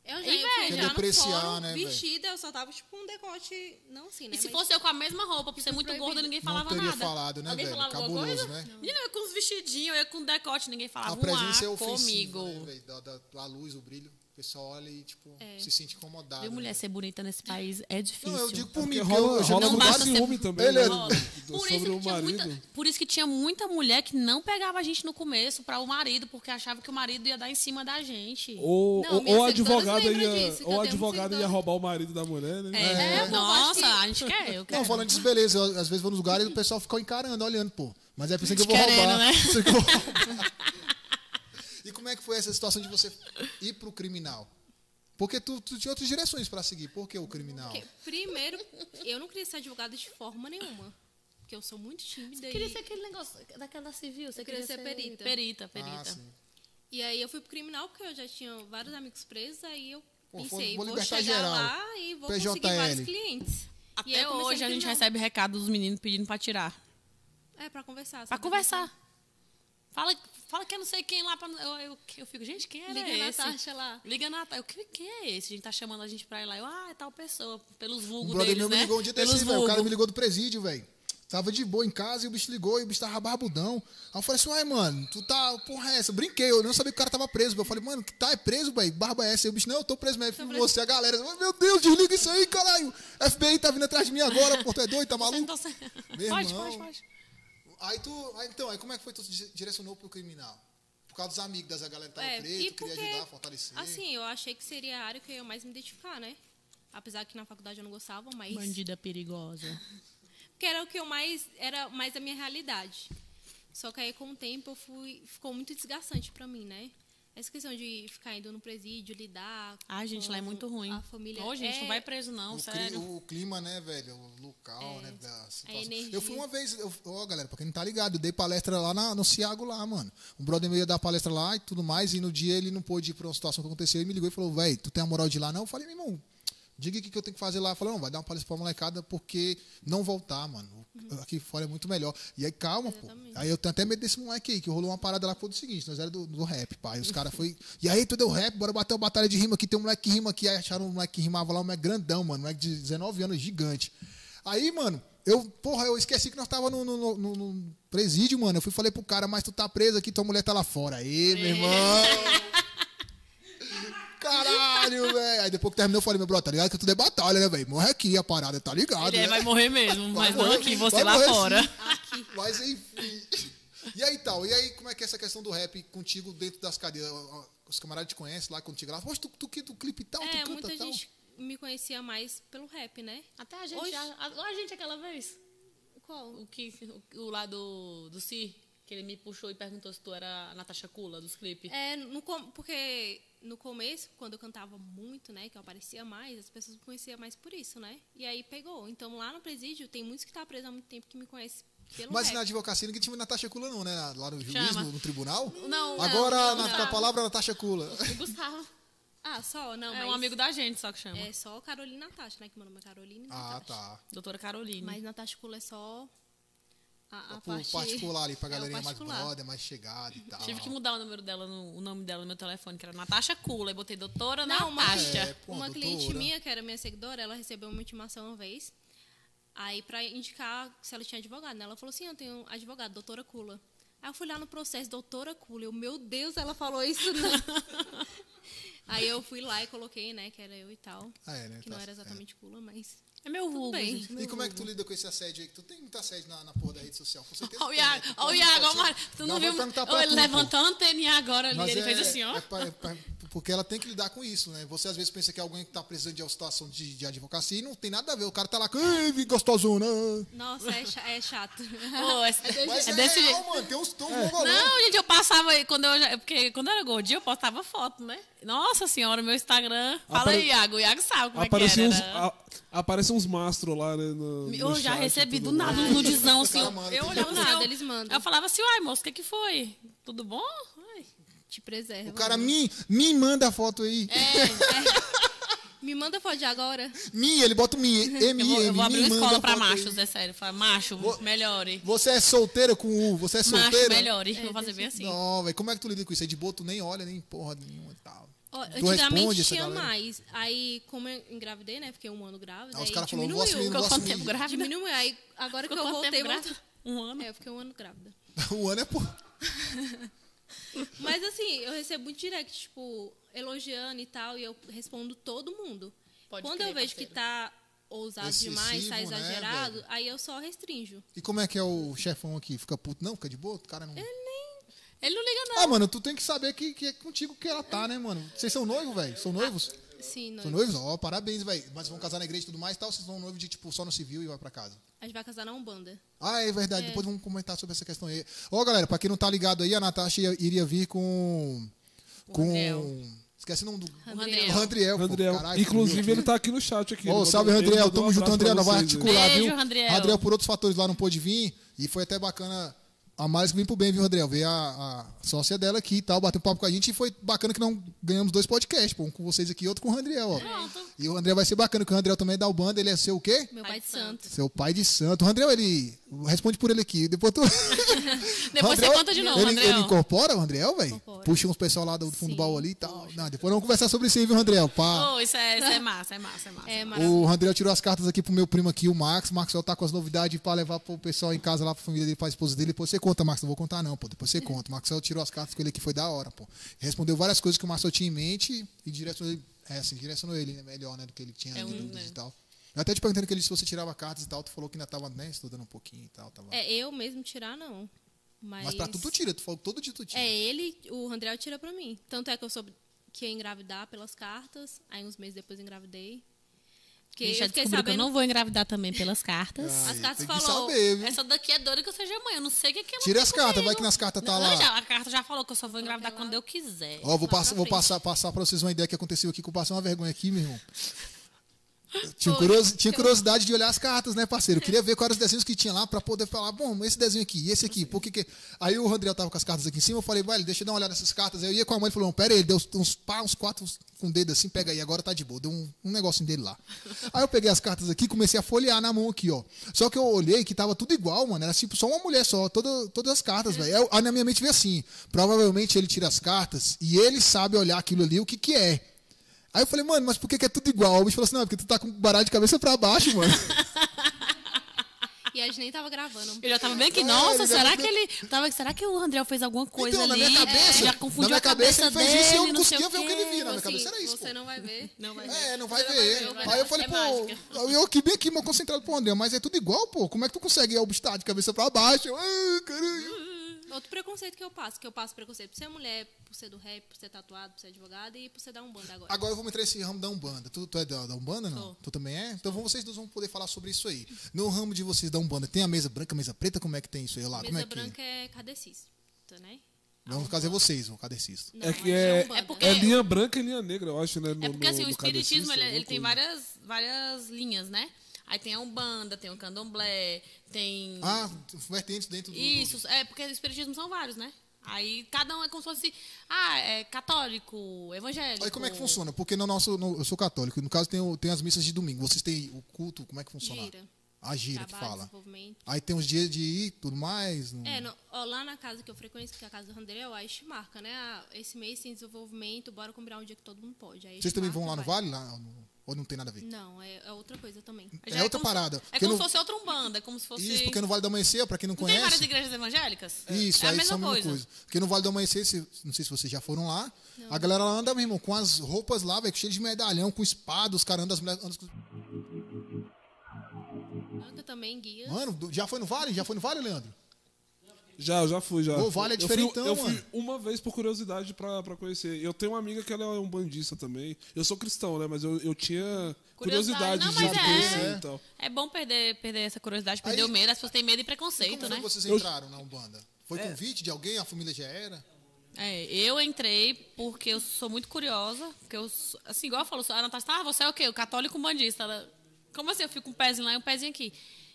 Eu já,
É inveja,
eu fui
né,
depreciar,
fórum,
né, véi?
vestida, eu só tava tipo um decote, não assim, né?
E se
mas-
fosse eu com a mesma roupa, por ser
Isso
muito
proibido.
gorda, ninguém
Não
falava
teria
nada.
falado, né,
Alguém
velho?
falava alguma
Cabuloso,
coisa?
né?
Menina, eu ia com uns vestidinhos, eu ia com decote, ninguém falava
A
um
presença
ar
é ofensiva,
comigo. É.
né, velho? da, da- a luz, o brilho. O pessoal olha e, tipo, se sente incomodado.
Viu
né,
mulher
velho?
ser bonita nesse país é difícil.
Não, eu digo por mim,
Porque
porque eu, eu já vi
rola
não
muito
lugares-
basta
ciúme
ser
também,
Ele
né?
é-
Rola.
Do-
Por isso,
sobre
que
o
tinha
marido.
muita, por isso que tinha muita mulher que não pegava a gente no começo para o marido, porque achava que o marido ia dar em cima da gente.
Ou,
Não,
ou,
minhas
ou a advogada
seguidoras lembram
ia,
disso, que
ou
eu
a
tenho
advogada ia
seguidora.
roubar o marido da mulher,
um É,
né?
é,
o povo acha que-
nossa, a gente quer, eu quero.
Não, falando de beleza, eu, às vezes vou nos lugares e o pessoal fica encarando, olhando, pô. Mas é pensando que eu vou
Querendo,
roubar.
né?
Pensando que eu vou roubar. E como é que foi essa situação de você ir pro criminal? Porque tu, tu tinha outras direções pra seguir. Por que o criminal?
Porque, primeiro, eu não queria ser advogada de forma nenhuma. Porque eu sou muito tímida.
Queria
e-
ser aquele negócio daquela da civil, você
queria ser perita.
Perita, perita.
Ah, sim.
E aí eu fui pro criminal porque eu já tinha vários amigos presos, aí eu
Pô,
pensei,
vou- vou
vou,
libertar
chegar
geral.
lá e vou
PJL.
conseguir vários clientes. E aí
Até
eu comecei
hoje a
no
gente
criminal.
recebe recado dos meninos pedindo pra tirar.
É, pra conversar.
Pra
sabe?
conversar. Fala, fala que eu não sei quem lá. Pra, eu, eu, eu fico, gente, quem era
Liga
É esse?
na Natasha lá.
Liga na Natasha. Quem, quem é esse? A gente tá chamando a gente pra ir lá. Eu, ah, é tal pessoa. Pelos
Um
vulgos
brother
deles,
meu me
né?
ligou um dia
Pelos
desse, velho. O cara
vulgo.
me ligou do presídio, velho. Tava de boa em casa e o bicho ligou e o bicho tava barbudão. Aí eu falei assim, uai, mano, tu tá. Porra, é essa? Eu brinquei, eu não sabia que o cara tava preso. Eu falei, mano, que tá, é preso, velho? que Barba é essa? Aí o bicho, não, eu tô preso mesmo. Eu falei, Você, a galera. Eu falei, Meu Deus, desliga isso aí, caralho. FBI tá vindo atrás de mim agora, pô, tu é doido, tá
Você não
maluco?
tá certo.
Meu
Pode,
irmão.
pode, pode.
Aí tu. Aí, então, aí como é que foi? Tu se direcionou pro criminal? Por causa dos amigos, das a galera que tava
É,
preso,
e
tu Tá queria
porque,
ajudar, fortalecer.
Assim, eu achei que seria a área que eu ia mais me identificar, né? Apesar que na faculdade eu não gostava, mas...
Bandida perigosa.
Porque era o que eu mais... Era mais a minha realidade. Só que aí, com o tempo, eu fui... Ficou muito desgastante pra mim, né? Essa questão de ficar indo no presídio, lidar...
Ah, gente,
com
lá é muito ruim.
A família...
Ô, gente,
é...
não vai preso, é, não,
O, cli-
sério.
o clima, né, velho? O local, né? Da situação.
energia.
Eu fui uma vez, eu- ó, galera, pra quem não tá ligado, eu dei palestra lá na- no Ciago lá, mano. Um brother meu ia dar palestra lá e tudo mais, e no dia ele não pôde ir pra uma situação que aconteceu e me ligou e falou, velho, tu tem a moral de ir lá? Não, eu falei, meu irmão, diga o que, que eu tenho que fazer lá. Eu falei, não, vai dar uma palestra pra molecada porque não voltar, mano. Aqui fora é muito melhor. E aí, calma, pô. Aí eu tenho até medo desse moleque aí, que rolou uma parada lá que foi do seguinte, nós era do, do rap, pai. Os caras foi. E aí, tu deu rap, bora bater uma batalha de rima aqui, tem um moleque que rima aqui. Aí acharam um moleque que rimava lá, um moleque grandão, mano. Um moleque de 19 anos, gigante. Aí, mano, eu, porra, eu esqueci que nós tava no, no- no- no- no presídio, mano. Eu fui e falei pro cara, mas tu tá preso aqui, tua mulher tá lá fora. Aí,
É.
meu irmão! Caralho, velho. Aí depois que terminou, eu falei, meu brother, tá ligado que tudo é batalha, né, velho? Morre aqui a parada, tá ligado?
Ele é,
né? é
vai morrer mesmo,
Vai
mas não
morrer-
aqui, você
vai
lá
morrer
fora.
sim. Mas enfim. E aí tal, e aí como é que é essa questão do rap contigo dentro das cadeias? Os camaradas te conhecem lá contigo lá, poxa, tu, tu, que- tu clipe tal, tu
É,
canta
muita
então?
tal.
gente me conhecia mais pelo rap, né?
Até a gente.
Hoje-
A, a- a gente aquela vez.
Qual?
O, que, o, o lá do, do Si, que ele me puxou e perguntou se tu era a Natasha Kula dos clipes.
É, no com- porque no começo, quando eu cantava muito, né, que eu aparecia mais, as pessoas me conheciam mais por isso, né? E aí pegou. Então lá no presídio tem muitos que tá presos há muito tempo que me conhecem pelo
Mas
rap.
na advocacia ninguém tinha Natasha Cula, não, né? Lá no juiz,
é. Chama.
no, no tribunal.
Não,
Agora,
não,
na,
não.
com a palavra Natasha Cula.
O Gustavo.
Ah, só, não,
é
mas
um amigo da gente só que chama.
é só Carolina e Natasha, né, que meu nome é Carolina e
Ah,
Natasha.
tá.
Doutora Caroline.
Mas Natasha Kula é só a, a
Por
parte
particular ali, pra
É, o
galerinha mais
particular.
brother, mais chegada e tal.
Tive que mudar o número dela, no- o nome dela no meu telefone, que era Natasha Kula. E botei doutora
Não, uma,
Natasha.
É, pô,
uma
doutora.
cliente minha, que era minha seguidora, ela recebeu uma intimação uma vez. Aí, pra indicar se ela tinha advogado, né? Ela falou assim, eu tenho advogado, doutora Kula. Aí eu fui lá no processo, doutora Kula. Eu, meu Deus, ela falou isso, não. Aí eu fui lá e coloquei, né, que era eu e tal.
Ah, é, né,
Que não
tá-
era exatamente Kula, mas...
É meu
Tudo
vulgo,
bem.
gente.
E como é que tu lida com esse assédio aí? Que tu tem muita assédio na, na porra da rede social, com certeza.
Ó o
tem, né?
Iago, ó o Iago, ó o Mário. Tu não
Nós
viu?
vamos perguntar
Ó,
pra
ele
tu, pô.
levantou a anteninha agora ali,
Mas
ele
é-
fez assim, ó.
é pra- é pra- porque ela tem que lidar com isso, né? Você às vezes pensa que é alguém que tá precisando de uma situação de, de advocacia e não tem nada a ver. O cara tá lá, "Ei, gostosona.
Nossa, é, cha- é chato.
Ô, esse-
Mas é,
é desse
real,
jeito. É.
mano. Tem uns tons rolando.
Não, gente, eu passava aí quando eu já, porque quando eu era gordinha eu postava foto, né? Nossa senhora, meu Instagram. Fala
Apare-
aí, Iago. O Iago sabe como
Apareciam
é
uns,
que
Ah,
era.
a, apareciam uns mastros lá, né? no- no
Eu já
chat e
recebi do
tudo
nada
mais.
um nudizão assim.
Cara, mano,
Eu
tem
olhava
que-
assim,
Do nada,
eu-
eles mandam.
Eu falava assim, uai, moço, o que que foi? Tudo bom? Ai.
Te preserva.
O cara me, me manda a foto aí.
É,
É, Me manda foto agora.
Mi, ele bota o Mi. M,
Eu vou, eu vou abrir
me
uma
manda
escola pra
foto aí.
machos, é sério. Fala, macho, melhore.
Você é solteira com U, você é
Macho,
solteira?
melhore. vou fazer bem assim.
Não, velho, como é que tu lida com isso? É de boa, tu nem olha, nem porra nenhuma e tal.
Ó,
Tu responde
Antigamente
essa
tinha
galera?
mais. Aí, como eu engravidei, né? Fiquei um ano grávida.
Ah, os
aí
caras falaram,
diminuiu.
"Nossa, menino,
Ficou
Nossa,
quanto tempo
menina.
grávida?
Diminuiu. Aí, agora que
Ficou
eu
quanto tempo
voltei,
grávida? Um ano?
É, eu fiquei um ano grávida.
O ano é porra.
Mas assim, eu recebo muito direct, tipo, elogiando e tal, e eu respondo todo mundo.
Pode
Quando
crer,
eu vejo
parceiro.
que tá ousado
Excessivo,
demais, tá
né,
exagerado,
velho?
aí eu só restringo.
E como é que é o chefão aqui? Fica puto? Não, fica de boa? O cara
É,
não.
Ele não liga, não.
Ah, mano, tu tem que saber que, que é contigo que ela tá, né, mano? Vocês são noivos, velho?
Ah,
São noivos?
Sim,
São
noivo.
noivos? Ó, parabéns, velho. Mas vão casar na igreja e tudo mais e tal, vocês vão noivo de, tipo, só no civil e vai pra casa.
A gente vai casar na Umbanda.
Ah, é verdade. Depois vamos comentar sobre essa questão aí. Ó, galera, pra quem não tá ligado aí, a Natasha ia- iria vir com. Com.
Andrel.
Esquece o nome do.
O André.
O Andriel, pô,
Andriel.
caralho,
Inclusive,
meu.
ele tá aqui no chat aqui.
Ô,
Ele
salve,
mandou- ele
Andriel.
mandou um
Tamo junto,
abraço pra
Andriel. Não vai
vocês, hein?
articular,
Beijo,
viu?
Andriel.
por outros fatores lá não pôde vir. E foi até bacana. A Maris vim pro bem, viu, Andriel? Veio a, a sócia dela aqui e tal, bateu um papo com a gente. E foi bacana que não ganhamos dois podcasts, pô. Um com vocês aqui e outro com o Andriel, ó.
Pronto.
E o Andriel vai ser bacana, porque o Andriel também é da Ubanda. Ele é seu o quê?
Meu
Pai
pai,
de
de santo.
Seu pai de santo. O Andriel, ele... Responde por ele aqui. Depois tu...
Depois você
Andriel-
conta de novo,
ele,
Andrel.
Ele incorpora o Andriel, velho?
Incorpora.
Puxa uns pessoal lá do fundo do
Sim,
baú ali e tal. Não, depois vamos conversar sobre isso aí, viu, Andriel? Pá.
Oh, isso, é, isso é massa, é massa, é massa.
É maravilhoso.
O André tirou as cartas aqui pro meu primo aqui, o Max. O Maxwell tá com as novidades pra levar pro pessoal em casa, lá pra família dele, pra esposa dele. Depois você conta, Max. Não vou contar, não, pô. Depois você conta. O Maxwell tirou as cartas com ele aqui, foi da hora, pô. Respondeu várias coisas que o Maxwell tinha em mente e direcionou ele, é, assim, direcionou ele né, melhor, né, do que ele tinha
É
ainda
um,
dúvidas
né?
e tal. Eu até te perguntei que ele, se você tirava cartas e tal, tu falou que ainda tava, né, estudando um pouquinho e tal. Tava...
É, eu mesmo tirar, não. Mas,
Mas pra tu, tu tira. Tu falou que todo dia tu tira.
É, ele, o André tira pra mim. Tanto é que eu soube que ia engravidar pelas cartas, aí uns meses depois eu engravidei. Porque
Ele já
eu fiquei
descobriu que eu
sabendo.
não vou engravidar também pelas cartas.
Aí,
as cartas
tem que
falou,
saber, viu?
Essa daqui é doida que eu seja mãe. Eu não sei o que, que ela
Tira
tem
as cartas,
comigo.
vai que nas cartas tá
não,
lá.
Já, a carta já falou que eu só vou engravidar quando eu quiser.
Ó, vou,
pra
passar, vou
frente.
passar, passar pra vocês uma ideia que aconteceu aqui, que eu passei uma vergonha aqui, meu irmão. Eu Tinha, curiosi- tinha curiosidade de olhar as cartas, né, parceiro? Eu queria ver quais eram os desenhos que tinha lá pra poder falar, bom, esse desenho aqui, esse aqui, por que que... Aí o Rodrigo tava com as cartas aqui em cima, eu falei, vale, deixa eu dar uma olhada nessas cartas. Aí eu ia com a mãe e falou, não, pera aí, ele deu uns- uns pá, uns quatro uns- com o dedo assim, pega aí, agora tá de boa. Deu um, um negocinho dele lá. Aí eu peguei as cartas aqui, comecei a folhear na mão aqui, ó. Só que eu olhei que tava tudo igual, mano. Era tipo só uma mulher só, toda- todas as cartas, velho. Aí eu- Aí na minha mente veio assim, provavelmente ele tira as cartas e ele sabe olhar aquilo ali, o que que é. Aí eu falei, mano, mas por que, que é tudo igual? O bicho falou assim, não, porque tu tá com o baralho de cabeça pra baixo, mano.
E a gente nem tava gravando.
Eu já tava bem aqui.
É,
Nossa,
ele já
será
tá-
que ele. Tava, será que o André fez alguma coisa
então, na
ali?
minha cabeça,
já
na
confundiu
minha
a cabeça,
cabeça, ele fez isso e
dele,
eu não
não sei
conseguia ver o que ele via. Na minha
Assim,
cabeça era isso, pô.
você não vai ver.
Não vai
É, não vai
Você
ver.
não vai ver,
Aí eu falei,
é
pô,
mágica.
eu aqui bem aqui, mal concentrado, pô, André, mas é tudo igual, pô. Como é que tu consegue? É o bicho tá de cabeça pra baixo. Eu, ah, caralho.
Outro preconceito que eu passo, que eu passo preconceito por ser mulher, por ser do rap, por ser tatuado, por ser advogada e por ser dar um bando agora.
Agora eu vou entrar nesse ramo da Umbanda. Tu, tu é da, da Umbanda, não? Tu também é? Então vamos- vocês dois vão poder falar sobre isso aí. No ramo de vocês da Umbanda, tem a mesa branca, a mesa preta? Como é que tem isso aí lá? como
Mesa
é que
branca é cadecis, tá, né?
Vamos fazer vocês, o cadecisto.
Não,
É que
a
é,
Umbanda.
É porque-
é linha branca e linha negra, eu acho, né? no-
É porque
no-
assim, o
no
espiritismo
cadecista,
ele, ele
alguma coisa.
tem várias, várias linhas, né? Aí tem a Umbanda, tem o Candomblé, tem.
Ah, vertentes dentro do.
Isso, é porque o espiritismo são vários, né? Aí cada um é como se fosse. Ah, é católico, evangélico.
Aí como é que funciona? Porque no nosso. no- eu sou católico, e no caso tem, o- tem as missas de domingo. Vocês têm o culto, como é que funciona?
Gira.
A gira é que
Trabalho,
fala.
desenvolvimento.
Aí tem os dias de ir tudo mais. não-
É, no- ó, lá na casa que eu frequento, que é a casa do Andréu, aí a gente marca, né? Ah, esse mês tem desenvolvimento, bora combinar um dia que todo mundo pode. Aí a
Vocês
gente
também
marca
vão lá no
e
Vale? Lá, no- ou não tem nada a ver?
vai. Não, é, é outra coisa também.
É outra
como se-
parada,
É
porque
como
não-
se fosse outra Umbanda, é como se fosse.
Isso, porque no Vale do Amanhecer, pra quem não
Não tem várias
conhece.
igrejas evangélicas?
Isso,
é a
aí são
mesma
a mesma
coisa.
coisa. Porque no Vale do Amanhecer, se- não sei se vocês já foram lá, a galera lá anda, meu irmão, com as roupas lá, velho, cheio de medalhão, com espada, os caras andam, as mulheres andam com-
Branca também, guia.
Mano, do- já foi no Vale? Já foi no Vale, Leandro?
Já, eu já fui, já.
Pô, vale é
Eu fui-
diferentão,
eu fui,
mano.
uma vez por curiosidade pra, pra conhecer. Eu tenho uma amiga que ela é um bandista também. Eu sou cristão, né? Mas eu, eu tinha curiosidade,
Curiosidade, não,
de
mas é.
conhecer e tal.
É bom perder, perder essa curiosidade, perder
Aí-
o medo. As pessoas têm medo e
Como
preconceito,
foi
né?
que vocês entraram na Umbanda? Foi convite de alguém? A família já era?
É, eu entrei porque eu sou muito curiosa. Porque eu, sou- assim, igual eu falo, a Natasha, ah, você é o quê? O católico bandista. Ela, como assim? Eu fico com um pezinho lá e um pezinho aqui.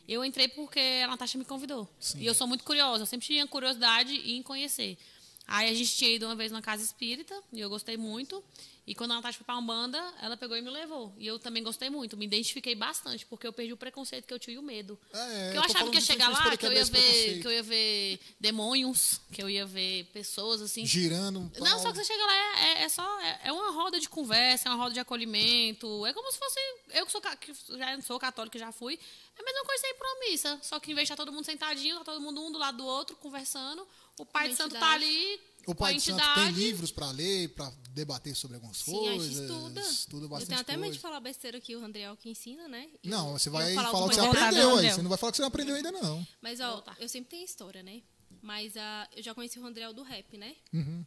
Eu entrei porque a Natasha me convidou. E eu sou muito curiosa. Eu sempre tinha curiosidade em conhecer. Aí a gente tinha ido uma vez numa casa espírita, e eu gostei muito. E quando a Natasha foi pra Umbanda, ela pegou e me levou. E eu também gostei muito, me identifiquei bastante, porque eu perdi o preconceito que eu tinha e o medo.
Ah, é,
Porque
eu
eu
tô
achava
falando
que ia
de
chegar
preconceito,
lá, que eu ia
quero quebrar esse
ver, que eu ia ver demônios, que eu ia ver pessoas assim.
Girando. um
Não,
pau.
só que você chega lá, é, é- é só. É, é uma roda de conversa, é uma roda de acolhimento. É como se fosse. Eu que sou, ca- que já sou católico, já fui. É a mesma coisa sem promissa. Só que em vez de estar todo mundo sentadinho, tá todo mundo um do lado do outro, conversando. O Pai
Uma
de Santo tá
entidade.
ali.
O
com a
Pai de Santo tem
entidade.
livros pra ler, pra debater sobre algumas
Sim, a
coisas.
gente estuda. eu
bastante
tenho até medo de
coisa.
falar besteira que o André que ensina, né? Eu-
Não, você
eu
vai falar, o
alguma
que você
coisa
voltada,
aprendeu aí.
André.
Você não vai falar que você não aprendeu ainda, não.
Mas, ó,
Voltar.
eu sempre tenho história, né? Mas ah, eu já conheci o Rondrel do rap, né?
Uhum.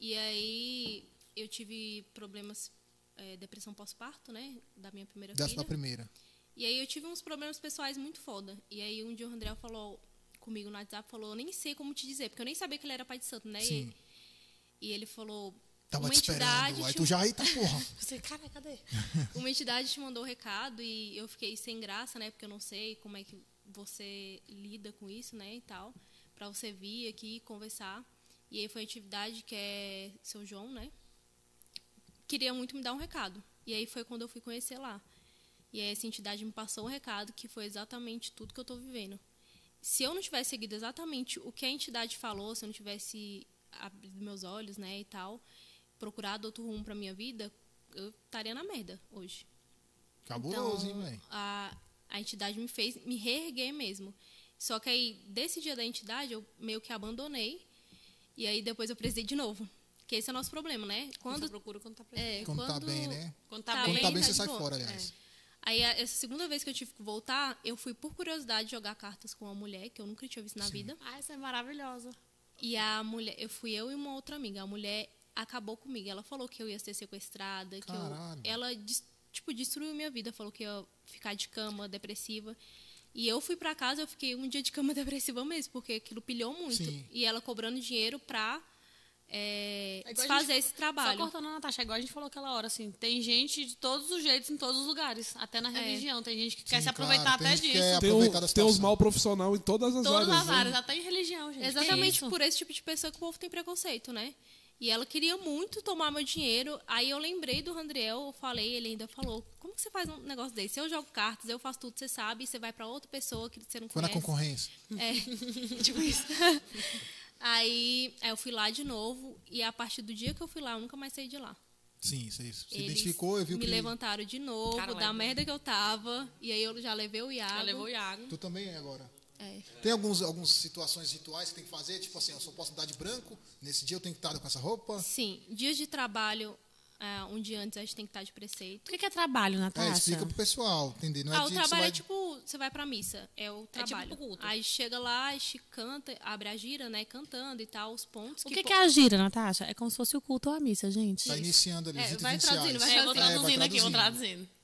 E aí eu tive problemas, eh, depressão pós-parto, né? Da minha primeira
Dessa
filha.
da primeira.
E aí eu tive uns problemas pessoais muito foda. E aí um dia o André falou comigo no WhatsApp, falou, nem sei como te dizer, porque eu nem sabia que ele era pai de santo, né? E-
Sim.
E, ele falou,
Tava
uma
te esperando.
entidade um- Então,
Aí
te-
tu já, eita porra.
Eu sei, cara, cadê?
uma entidade te mandou o recado e eu fiquei sem graça, né? Porque eu não sei como é que você lida com isso, né? E tal. Pra você vir aqui conversar. E aí foi a entidade que é seu João, né? Queria muito me dar um recado. E aí foi quando eu fui conhecer lá. E aí essa entidade me passou um recado que foi exatamente tudo que eu tô vivendo. Se eu não tivesse seguido exatamente o que a entidade falou, se eu não tivesse abrido meus olhos, né, e tal, procurado outro rumo pra minha vida, eu estaria na merda hoje.
Cabuloso, hein, velho?
a, a entidade me fez me reerguer mesmo. Só que aí, desse dia da entidade, eu meio que abandonei. E aí depois eu precisei de novo. Que esse é o nosso problema, né?
Quando
Quando.
procura quando tá precisando.
É,
Quando tá bem, né?
Quando tá,
Quando
bem,
tá bem,
tá
você
de
sai
boa.
fora, aliás.
Aí, a- essa segunda vez que eu tive que voltar, eu fui por curiosidade jogar cartas com uma mulher que eu nunca tinha visto na vida.
Ah, essa é maravilhosa.
E a mulher, eu fui eu e uma outra amiga. A mulher acabou comigo. Ela falou que eu ia ser sequestrada, que
Caralho.
eu, ela des- tipo destruiu minha vida, falou que eu ia ficar de cama depressiva. E eu fui pra casa, eu fiquei um dia de cama depressiva mesmo, porque aquilo pilhou muito.
Sim.
E ela cobrando dinheiro pra é,
É igual a
desfazer
gente-
esse trabalho.
Só cortando a Natasha, é igual a gente falou aquela hora, assim, tem gente de todos os jeitos, em todos os lugares, até na religião. Tem gente que quer
Sim,
se aproveitar
claro, tem
até
gente que
disso.
quer-
Tem,
aproveitar da
um, tem uns
situação.
mal profissional em todas as
Todas
áreas.
as
né?
áreas, até em religião, gente.
Exatamente
Que isso?
por esse tipo de pessoa que o povo tem preconceito, né? E ela queria muito tomar meu dinheiro. Aí eu lembrei do Randriel, eu falei, ele ainda falou: como que você faz um negócio desse? Eu jogo cartas, eu faço tudo, você sabe, você vai pra outra pessoa que você não
Foi na
conhece.
concorrência.
É, tipo isso. aí, aí eu fui lá de novo, e a partir do dia que eu fui lá, eu nunca mais saí de lá.
Sim, isso é isso. Se
Eles
identificou, eu vi o
Me
que.
levantaram de novo,
Cara,
da
lembra.
merda que eu tava. E aí eu já levei o Iago.
Já levou o Iago.
Tu também é agora.
É.
Tem alguns, algumas situações rituais que tem que fazer, tipo assim, eu só posso andar de branco, nesse dia eu tenho que estar com essa roupa.
Sim, dias de trabalho, ah, um dia antes a gente tem que estar de preceito.
O que que é trabalho,
É,
Natasha?
explica pro pessoal, entender. Não é
ah, o
dia que você
trabalho
vai...
é tipo, você vai pra missa, é o trabalho.
tipo culto.
Aí chega lá, a gente canta, abre a gira, né, cantando e tal, os pontos.
O que,
po-
que é a gira, Natasha? É como se fosse o culto ou a missa, gente.
Tá iniciando ali,
É,
os ritos
vai
iniciais.
traduzindo, vai
É, eu vou
É, vai
traduzindo aqui, vou
traduzindo.
traduzindo.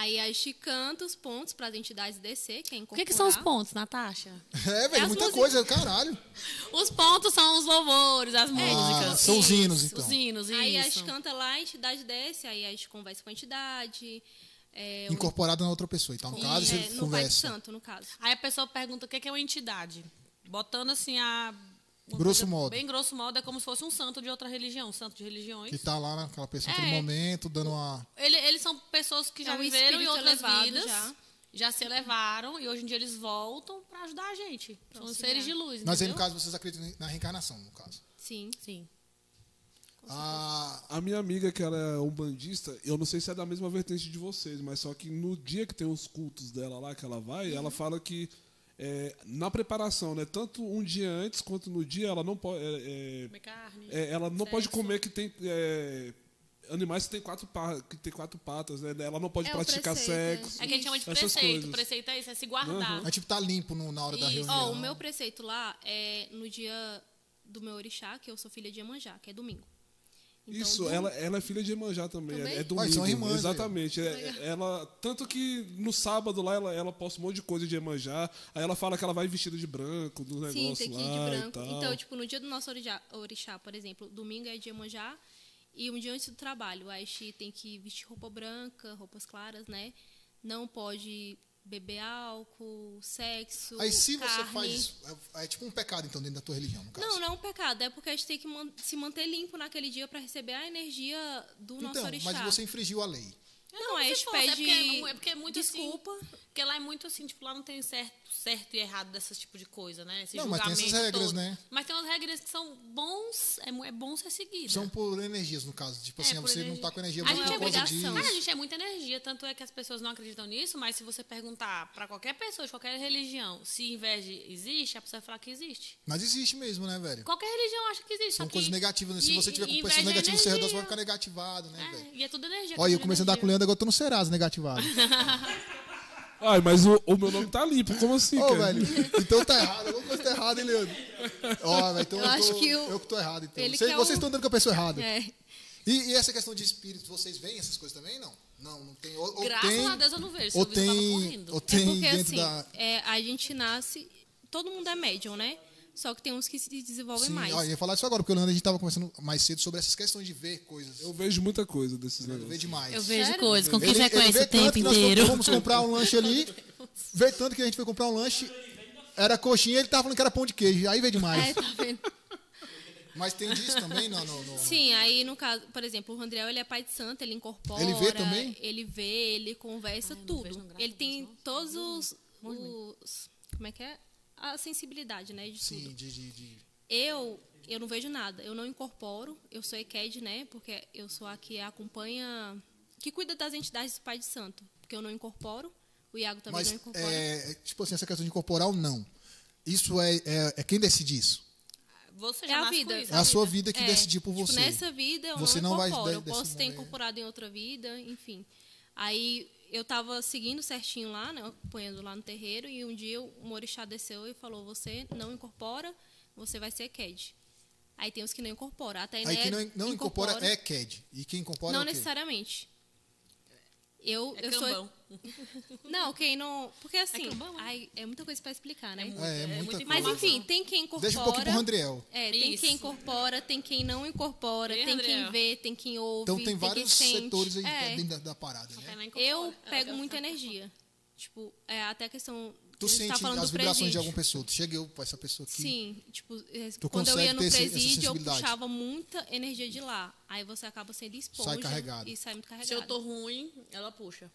Aí a gente canta os pontos pras entidades descer, que é
O
incorporar.
que, que são os pontos, Natasha?
É, velho,
as
muita
músicas.
coisa, caralho.
Os pontos são os louvores, É, as
Ah,
músicas.
são os hinos, então.
Os hinos,
Aí a
isso.
gente canta lá, a entidade desce, aí a gente conversa com a entidade. É, o-
Incorporado na outra pessoa. Então, no caso, você
é, no Pai de
conversa.
Santo, no caso.
Aí a pessoa pergunta o que que é uma entidade. Botando assim a. uma
Grosso
coisa
modo.
Bem grosso modo, é como se fosse um santo de outra religião, um santo de religiões.
Que tá lá naquela pessoa, naquele
É.
momento, dando uma...
Ele- eles são pessoas que já
É um
viveram em
espírito
outras
elevado
vidas,
já.
já. se elevaram e hoje em dia eles voltam pra ajudar a gente. são
auxiliar.
seres de luz,
Mas aí, no
entendeu?
caso, vocês acreditam na reencarnação, no caso.
Sim.
Sim.
Ah,
A minha amiga, que ela é umbandista, eu não sei se é da mesma vertente de vocês, mas só que no dia que tem os cultos dela lá, que ela vai,
Uhum.
ela fala que é, na preparação, né? Tanto um dia antes quanto no dia, ela não pode. é, é,
Comer carne.
é, ela não pode comer que tem. é, animais que tem quatro, pa- que tem quatro patas, né? Ela não pode
É, o
praticar
preceito,
sexo.
É que a gente chama de
essas
preceito.
coisas.
Preceito é isso, é se guardar.
mas, tipo, tá limpo no- na hora da
E,
reunião.
ó, o meu preceito lá é no dia do meu orixá, que eu sou filha de Iemanjá, que é domingo. Então,
Isso,
domingo-
ela, ela é filha de Iemanjá também.
Também?
É, é
Ué, são então.
domingo.
irmãs, aí, ó.
exatamente. É- é- ela, tanto que no sábado lá ela, ela posta um monte de coisa de Iemanjá. Aí ela fala que ela vai vestida de branco do negócio
Sim, tem que ir de
lá e
branco.
tal.
Então, tipo, no dia do nosso orixá, orixá, por exemplo, domingo é de Iemanjá e um dia antes do trabalho. Aí a gente tem que vestir roupa branca, roupas claras, né? Não pode beber álcool, sexo.
Aí se você
carne.
faz isso, é, é tipo um pecado, então, dentro da tua religião, no caso.
Não, não é um pecado, é porque a gente tem que man- se manter limpo naquele dia para receber a energia do nosso
então,
orixá.
mas você infringiu a lei.
É
Não,
como
a
se
gente
fosse,
pede
É porque, é porque é muito
desculpa.
Assim, porque lá é muito assim, tipo, lá não tem certo, certo e errado dessas tipo de coisa, né? Esse
Não, mas tem essas
julgamento
regras,
todo.
né?
Mas tem umas regras que são bons, é, mu- é bom ser seguida.
São por energias, no caso. Tipo
É,
assim,
por
você não
energia.
tá com energia
A
boa
gente é
por causa disso.
obrigação.
Cara, a gente é muita energia, tanto é que as pessoas não acreditam nisso, mas se você perguntar pra qualquer pessoa de qualquer religião se inveja existe, a pessoa vai falar que existe.
Mas existe mesmo, né, velho?
Qualquer religião acha que existe.
São
só que-
coisas negativas, né? Se
e-
você tiver com
e
pessoas
inveja é
negativas ao seu redor, você vai ficar
energia.
negativado, né, velho?
É, e é tudo energia.
Olha, eu
tudo
comecei a andar com o
energia.
Leandro, agora eu tô no Serasa né, negativado.
Ai, mas o, o meu nome tá limpo, como assim,
Ô,
cara?
velho, então tá errado, alguma coisa tá errada, hein, Leandro? Ó, velho, então eu,
Eu acho
tô,
que o-
eu que tô errado, então.
ele
Vocês,
que é
vocês
o-
estão andando com a pessoa errada.
É.
E, e essa questão de espíritos, vocês veem essas coisas também? Não. Não, não tem. Ou, ou
Graças
tem,
a Deus eu não vejo,
Ou
senão eu tava
tem,
correndo.
ou
É
tem
porque
dentro
assim,
da.
é, a gente nasce. Todo mundo é médium, né? Só que tem uns que se desenvolvem
Sim,
mais.
ó, eu ia falar isso agora, porque o Leandro a gente tava conversando mais cedo sobre essas questões de ver coisas.
Eu vejo muita coisa desses
Eu vejo
negócios.
demais.
Eu vejo coisas, com quem
Ele-
já
ele
conhece
vê
o tempo
tanto que nós
inteiro.
Fomos comprar um lanche ali. Vê tanto que a gente foi comprar um lanche. Era coxinha, ele tava falando que era pão de queijo. Aí veio demais.
É, tá vendo?
Mas tem disso também? Não, não, não.
Sim, aí no caso, por exemplo, o André ele é pai de santo, ele incorpora,
Ele vê também?
ele vê, ele conversa
vejo, não, Hum,
tudo. Ele
graças a Deus,
tem
nossa,
todos os, os- como é que é? A sensibilidade, né, de tudo.
Sim, de, de, de-
Eu, eu não vejo nada. Eu não incorporo. Eu sou ECAD, né? Porque eu sou a que acompanha, que cuida das entidades do Pai de Santo. Porque eu não incorporo. O Iago também
Mas,
não incorpora.
é, tipo assim, essa questão de incorporar ou não. Isso é, é, é quem decide isso.
Você
É
já
a
nasce
vida.
com isso.
É a sua vida que
É,
decidir por
tipo,
você.
Nessa vida eu
Você não
não
vai
incorporo. eu
desse
posso ter
momento.
incorporado em outra vida, enfim. Aí eu tava seguindo certinho lá, né, acompanhando lá no terreiro, e um dia um orixá desceu e falou: Você não incorpora, você vai ser CAD. Aí tem os que não incorporam. Até
Aí quem não, não incorpora, é CAD. E quem incorpora
né, Não
é o quê?
necessariamente. Eu,
É
eu sou.
cambão.
Não, quem não. Porque assim.
cambão, é?
ai, é muita coisa pra explicar, né?
muito-
É, é muita
muita
Mas
informação.
enfim, tem quem incorpora.
Deixa um pouquinho pro Andriel.
É, tem
Isso.
quem incorpora, tem quem não incorpora,
Bem,
tem
Andréa.
quem vê, tem quem ouve.
Então tem
quem
vários
sente.
setores aí
É.
dentro da, da parada,
Até
né?
não incorpora.
Eu
Ela-
pego
ela-
muita energia. Tipo, é, até a questão.
Tu
a gente tá
sente
falando
as
do
vibrações de
presídio.
alguma pessoa. Tu chega eu pra essa pessoa aqui.
Sim, tipo, é,
Tu
quando eu
consegue
ia no
ter esse- essa
presídio, eu
sensibilidade?
puxava muita energia de lá. Aí você acaba sendo esponja
carregado.
e sai muito carregado.
Se eu tô ruim, ela puxa.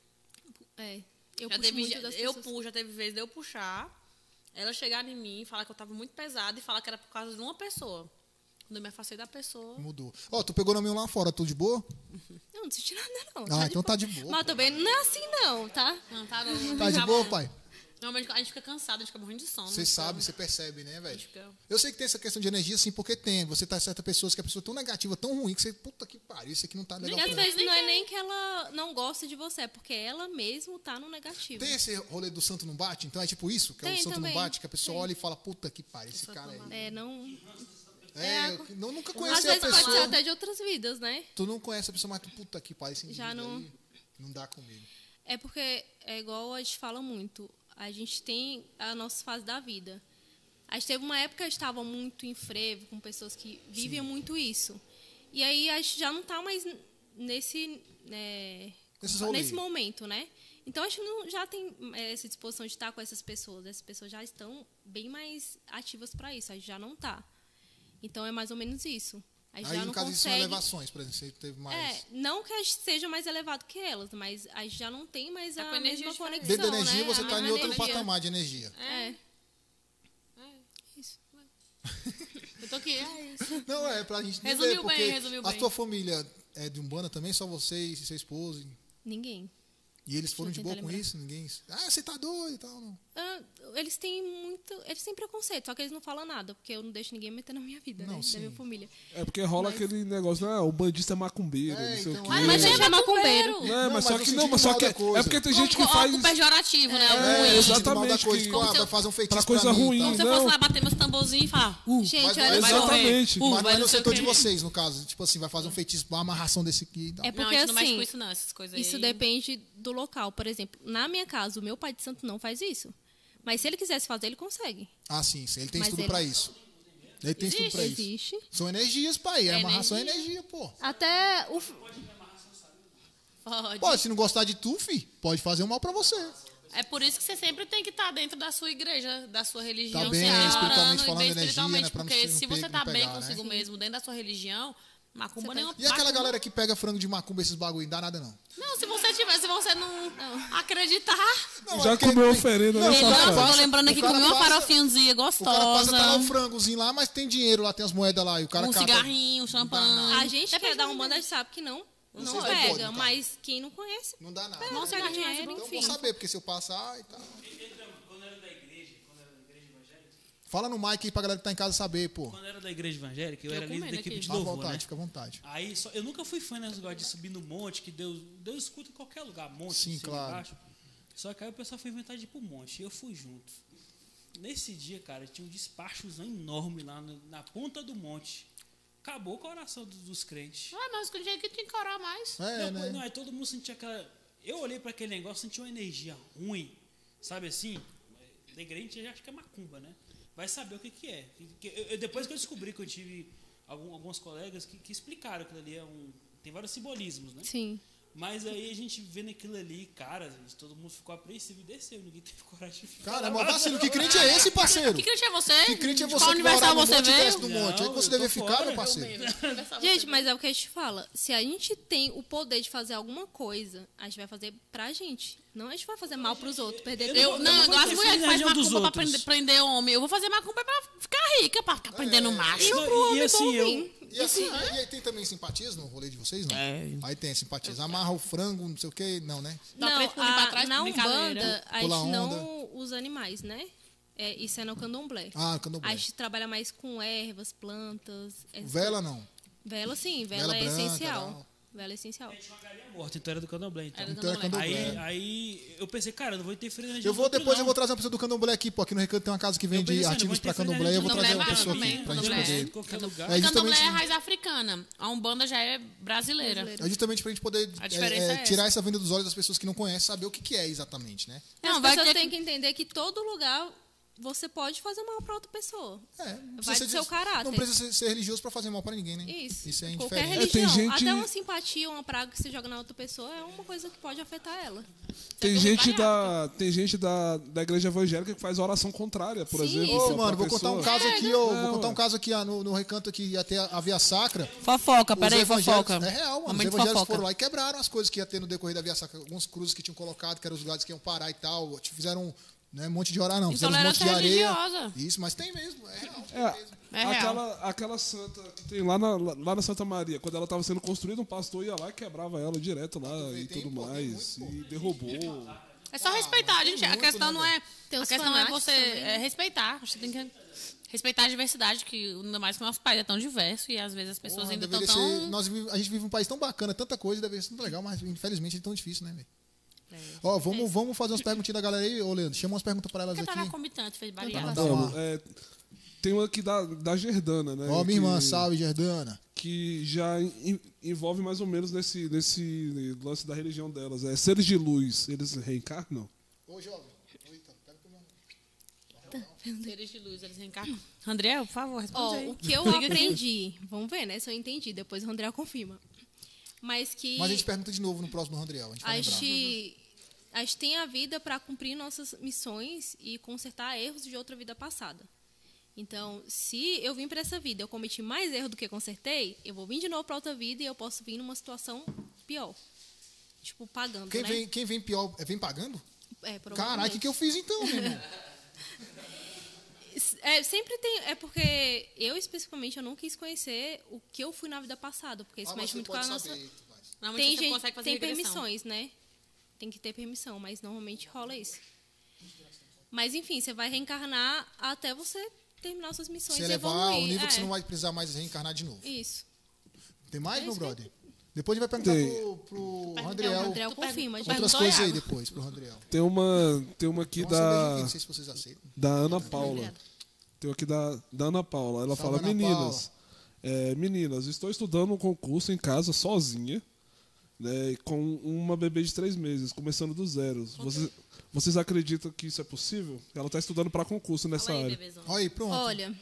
É, eu
já
puxo
teve,
muito
já-
das
eu
pessoas.
puxo, já teve vezes de eu puxar, ela chegar em mim, falar que eu tava muito pesada e falar que era por causa de uma pessoa. Quando eu me afastei da pessoa.
Mudou. Ó, tu pegou na minha lá fora, tu de boa?
Eu não senti nada, não.
Ah, então tá de boa,
Mas
pô.
também não é assim, não, tá?
Não, tá, não, não
Tá de
tava-
boa, pai?
Normalmente a gente fica cansado, a gente fica morrendo de sono. né?
Você
não
sabe,
fica-
você percebe, né, velho?
Acho que eu-
Eu sei que tem essa questão de energia, sim, porque tem. Você tá certa pessoas que a pessoa é tão negativa, tão ruim, que você, puta que pariu, isso aqui não tá legal.
E às
pra mim.
vezes não é nem que ela não gosta de você, é porque ela mesmo tá no negativo.
Tem esse rolê do santo não bate? Então é tipo isso, que é o
Tem
santo
também,
não bate, que a pessoa
tem.
olha e fala, puta que pariu, esse cara aí.
É, não.
É, eu não, nunca
Às
conheci a
vezes pode ser
pessoa.
até de outras vidas, né?
Tu não conhece a pessoa, mas tu, puta que pariu, esse
Já
indivíduo
não-
aí não dá comigo.
É porque é igual a gente fala muito. A gente tem a nossa fase da vida. A gente teve uma época que eu estava muito em frevo com pessoas que vivem muito isso. E aí a gente já não tá mais n- nesse né,
Nesses rolês.
nesse momento, né? Então a gente não já tem eh, essa disposição de estar com essas pessoas. Essas pessoas já estão bem mais ativas para isso. A gente já não tá. Então é mais ou menos isso. A gente
Aí,
já
no
não
caso, isso são
consegue
elevações, por exemplo, você teve mais.
é, não que a gente seja mais elevado que elas, mas a gente já não tem mais
Tá
a
com energia
mesma
diferente.
conexão,
Dentro da energia,
né?
você
A
tá em
mesma
outro
energia.
patamar de energia.
É. Isso.
Eu tô aqui. É isso.
Não, é pra gente entender,
Resumiu
porque
bem, resumiu
a
bem.
tua família é de Umbanda também, só você e seu esposo.
Ninguém.
E eles foram de
Deixa eu
boa
tentar
com
lembrar.
isso? Ninguém... Ah, você tá doido e tal. Não.
Ah, eles têm muito. Eles têm preconceito, só que eles não falam nada, porque eu não deixo ninguém meter na minha vida,
Não,
né?
sim.
Da minha família.
É porque rola aquele negócio, né? O bandista é macumbeiro,
É,
não sei
então,
o quê.
Mas
Mas
ele
ele é macumbeiro.
Não, mas,
Não, mas assim,
só
no
que não,
sentido
mas só
mal
que
da coisa.
é porque tem gente que
Com-
faz
com pejorativo, né?
É,
Algum-
no sentido
exatamente,
mal da coisa,
que-
tipo, ah,
como se
vai
eu-
fazer um feitiço
pra coisa
mim e
ruim,
tal.
Como se eu
não.
fosse lá bater meus tamborzinhos e falar. Uh,
Gente,
Mas- é
olha
mas-
vai
só.
morrer.
Exatamente.
Uh,
Mas não
vai
é no
não sei o
setor de
quê.
vocês, no caso. Tipo assim, vai fazer um feitiço, uma amarração desse aqui e tal.
É
Não,
porque
a gente não mexe
assim.
com isso, não, essas coisas
Isso
aí.
depende do local. Por exemplo, na minha casa, o meu pai de santo não faz isso. Mas se ele quisesse fazer, ele consegue.
Ah, sim, sim. Ele tem
Mas
estudo
ele-
pra isso. Ele tem estudo pra isso.
Existe.
São energias, pai. É amarração é energia, pô.
Até o.
Pode.
Pô, se não gostar de tu, fi, pode fazer um mal pra você.
É por isso que você sempre tem que estar dentro da sua igreja, da sua religião,
Tá bem,
se
espiritualmente
amparando e
falando,
bem
energia, né,
espiritualmente.
pra não
porque
se-
se
não
você
pe- não
tá bem
pegar, né?
consigo mesmo, dentro da sua religião, macumba
Você tá-
nenhuma.
E aquela
macumba-
galera que pega frango de macumba, esses bagulho, não dá nada não.
Não, se você tiver, se você não, acreditar.
Não,
Já
é porque
comeu
tem-
oferenda, né,
Não,
Melhor,
o cara
eu tô
passa-
lembrando aqui
o
que
cara
comi uma
passa-
farofinhozinha
O cara passa tá lá o
gostosa.
frangozinho lá, mas tem dinheiro lá, tem as moedas lá. E o cara
Um
cata-
cigarrinho, um champanhe.
A gente que é
Depende
da
do
Umbanda sabe que não,
Vocês
não
não
pega,
podem, tá?
mas quem não conhece,
Não dá nada.
não pega dinheiro,
Então eu
um enfim.
vou saber, porque se eu passar e tal.
Quando era da igreja, quando era da igreja evangélica,
Fala no mic aí pra galera que tá em casa saber, pô.
quando era da igreja evangélica, eu,
Eu
era líder
comendo
da equipe
aqui.
de
Fica à
louvor, né?
vontade, fica à vontade.
Aí só, eu nunca fui fã nesse negócio de subir no monte, que Deus, Deus escuta em qualquer lugar, monte,
Sim,
em cima,
claro.
embaixo. Só que aí o pessoal foi inventar de ir pro monte, e eu fui junto. Nesse dia, cara, tinha um despachozão enorme lá na, na ponta do monte. Acabou com a oração dos, dos crentes.
Ah, mas o jeito que tem que orar mais.
É,
não, pô, não,
né?
aí todo mundo sentia aquela. Eu olhei pra aquele negócio, senti uma energia ruim, sabe assim? Da igreja a gente acha que é macumba, né? Vai saber o que, que é. Que- que- eu- eu- depois que eu descobri que eu tive algum, alguns colegas que, que explicaram que ali é um. Tem vários simbolismos, né?
Sim.
Mas aí a gente vendo aquilo ali, cara, gente, todo mundo ficou apreensivo e desceu, ninguém teve coragem de ficar.
Cara, mas vacilo, que crente é esse, parceiro?
Que crente é você?
Que crente é
De
você
Qual
que vai orar
universal
no
você
monte e desce do
veio?
monte? Aí
Não,
que você
eu tô
deve ficar,
fora,
meu
eu
parceiro?
Gente, mas é o que a gente fala. Se a gente tem o poder de fazer alguma coisa, a gente vai fazer pra gente. Não a gente vai fazer mal pros outros, perder
Eu-
Eu,
tempo.
não,
não
igual as
vou
mulheres que
interferir
fazem
na religião dos
macumba pra
outros.
prender, prender homem. Eu vou fazer macumba pra ficar rica, pra ficar
É.
prendendo macho.
Não, e, assim, eu,
E, assim, e aí tem também simpatias no rolê de vocês, não?
É.
Aí tem simpatias. Amarra o frango, não sei o que, não, né?
Dá tá pra
Não,
ele pular
a-
pra trás,
na
brincadeira.
Umbanda, a
Pula
gente
onda.
não usa animais, né? É, isso é no candomblé.
Ah, candomblé.
A gente trabalha mais com ervas, plantas. essas
Vela, não.
coisas. Vela, sim. Vela,
Vela
é
branca, um-
essencial.
tal.
Vela é essencial.
tinha uma galinha morta, então era do Candomblé. Então.
Era do
Então é
Candomblé.
candomblé.
Aí, aí eu pensei, cara, eu não vou interferir na religião
Eu vou,
dos outros,
depois eu
não.
vou trazer uma pessoa do candomblé aqui, pô. Aqui no Recanto tem uma casa que
pensei,
vende
não,
artigos
vou
pra
interferir na
candomblé. Eu vou
religião
trazer uma
dos
pessoa
outros.
aqui pra gente
Candomblé vai
poder.
Em qualquer lugar.
É
Candomblé é
justamente,
raiz africana. A Umbanda já é brasileira.
é justamente pra gente poder
A diferença
é, é,
é essa.
tirar essa venda dos olhos das pessoas que não conhecem, saber o que, que é exatamente, né?
Não,
As
vai
pessoas
ter
têm que entender que todo lugar você pode fazer mal pra outra pessoa.
É, não
Vai
precisa
do
ser-
seu caráter.
Não precisa ser, ser religioso pra fazer mal pra ninguém, né?
Isso.
Isso é
Qualquer
indiferente.
religião.
É, tem gente-
Até uma simpatia, uma praga que você joga na outra pessoa é uma coisa que pode afetar ela.
Tem
Você
gente,
vai
da, tem gente da, da igreja evangélica que faz oração contrária, por
Sim.
exemplo.
Ô,
pra
mano, vou
pessoa.
contar um caso aqui, ó,
É,
vou contar um
ué.
caso aqui ó, no, no recanto aqui, ia ter a, a Via Sacra.
Fofoca,
Os
peraí,
evangélicos-
fofoca.
É real, mano.
Momento
os evangélicos
fofoca.
foram lá e quebraram as coisas que ia ter no decorrer da Via Sacra. Alguns cruzes que tinham colocado, que eram os lugares que iam parar e tal. Te Fizeram né, um monte de orar, não. Fizeram um monte de
Intolerância
areia.
religiosa.
Isso, mas tem mesmo. É real. tem
É,
mesmo.
É real.
aquela, aquela santa que tem lá na, lá na Santa Maria, quando ela estava sendo construída, um pastor ia lá e quebrava ela direto lá e
tem,
tudo
um pô, tem
mais. e derrubou.
É só respeitar,
mas tem
gente. A
muito,
questão
né,
não é.
Tem
a
os
questão é
fanáticos
você
também, né?
é respeitar. Você tem que respeitar a diversidade, que ainda mais que o nosso país é tão diverso e às vezes as pessoas
Porra,
ainda estão
deveria ser-
tão.
nós vive- a gente vive um país tão bacana, tanta coisa, deveria ser tão legal, mas infelizmente é tão difícil, né, velho?
É,
Ó, vamos, vamos fazer umas perguntinhas da galera aí, ô Leandro. Chama umas perguntas pra elas
Porque tá na
aqui.
comitante, fez
Pra
bariátrica.
dar uma-
Mano, é, tem uma aqui da, da Gerdana, né?
Ó,
é
minha
que-
irmã, salve, Gerdana.
que já em- envolve mais ou menos nesse, nesse lance da religião delas. É seres de luz, eles reencarnam?
Ô, jovem. Eita, pega pro meu-
Seres de luz, eles reencarnam. André, por favor,
Ó,
responde aí.
o que eu
Liga aqui.
aprendi, vamos ver, né? Se eu entendi, depois o André confirma. Mas que
Mas a gente pergunta de novo no próximo Randriel. A gente vai
a
lembrar.
gente, a gente tem a vida para cumprir nossas missões e consertar erros de outra vida passada. Então, se eu vim para essa vida, eu cometi mais erro do que consertei, eu vou vir de novo para outra vida e eu posso vir numa situação pior. Tipo, pagando,
Quem
né?
vem, quem vem pior, é, vem pagando?
É, provavelmente.
Caralho, o que, que eu fiz então, meu irmão?
É, sempre tem. É porque eu, especificamente, eu não quis conhecer o que eu fui na vida passada, porque isso
Ah, mas
mexe
você
muito com a
pode
nossa.
saber, rapaz.
Normalmente
Tem,
você
gente,
consegue fazer
tem
regressão.
permissões, né? Tem que ter permissão, mas normalmente rola isso. Mas enfim, você vai reencarnar até você terminar suas missões
Se
e
elevar
evoluir.
ao nível que
é.
você não vai precisar mais reencarnar de novo.
Isso.
Tem mais,
É
meu
isso aí.
brother? Depois a gente vai perguntar
Tem.
pro, pro
Pergunta-
Randriel
o
É, André
Tu pergunta-
confirma,
tu
gente.
outras
perguntou,
coisas aí
Iago.
depois, pro Randriel.
Tem uma, tem uma aqui
Uma cervejinha,
da,
Não sei se vocês aceitam.
da Ana Paula.
obrigada.
Tem uma aqui da, da Ana Paula. Ela
Salve,
fala,
Ana
meninas, é, meninas, estou estudando um concurso em casa sozinha, né, e com uma bebê de três meses, começando do zero. Vocês, vocês acreditam que isso é possível? Ela está estudando para concurso nessa
Fala aí,
área.
bebezão.
Olha aí, pronto.
Olha,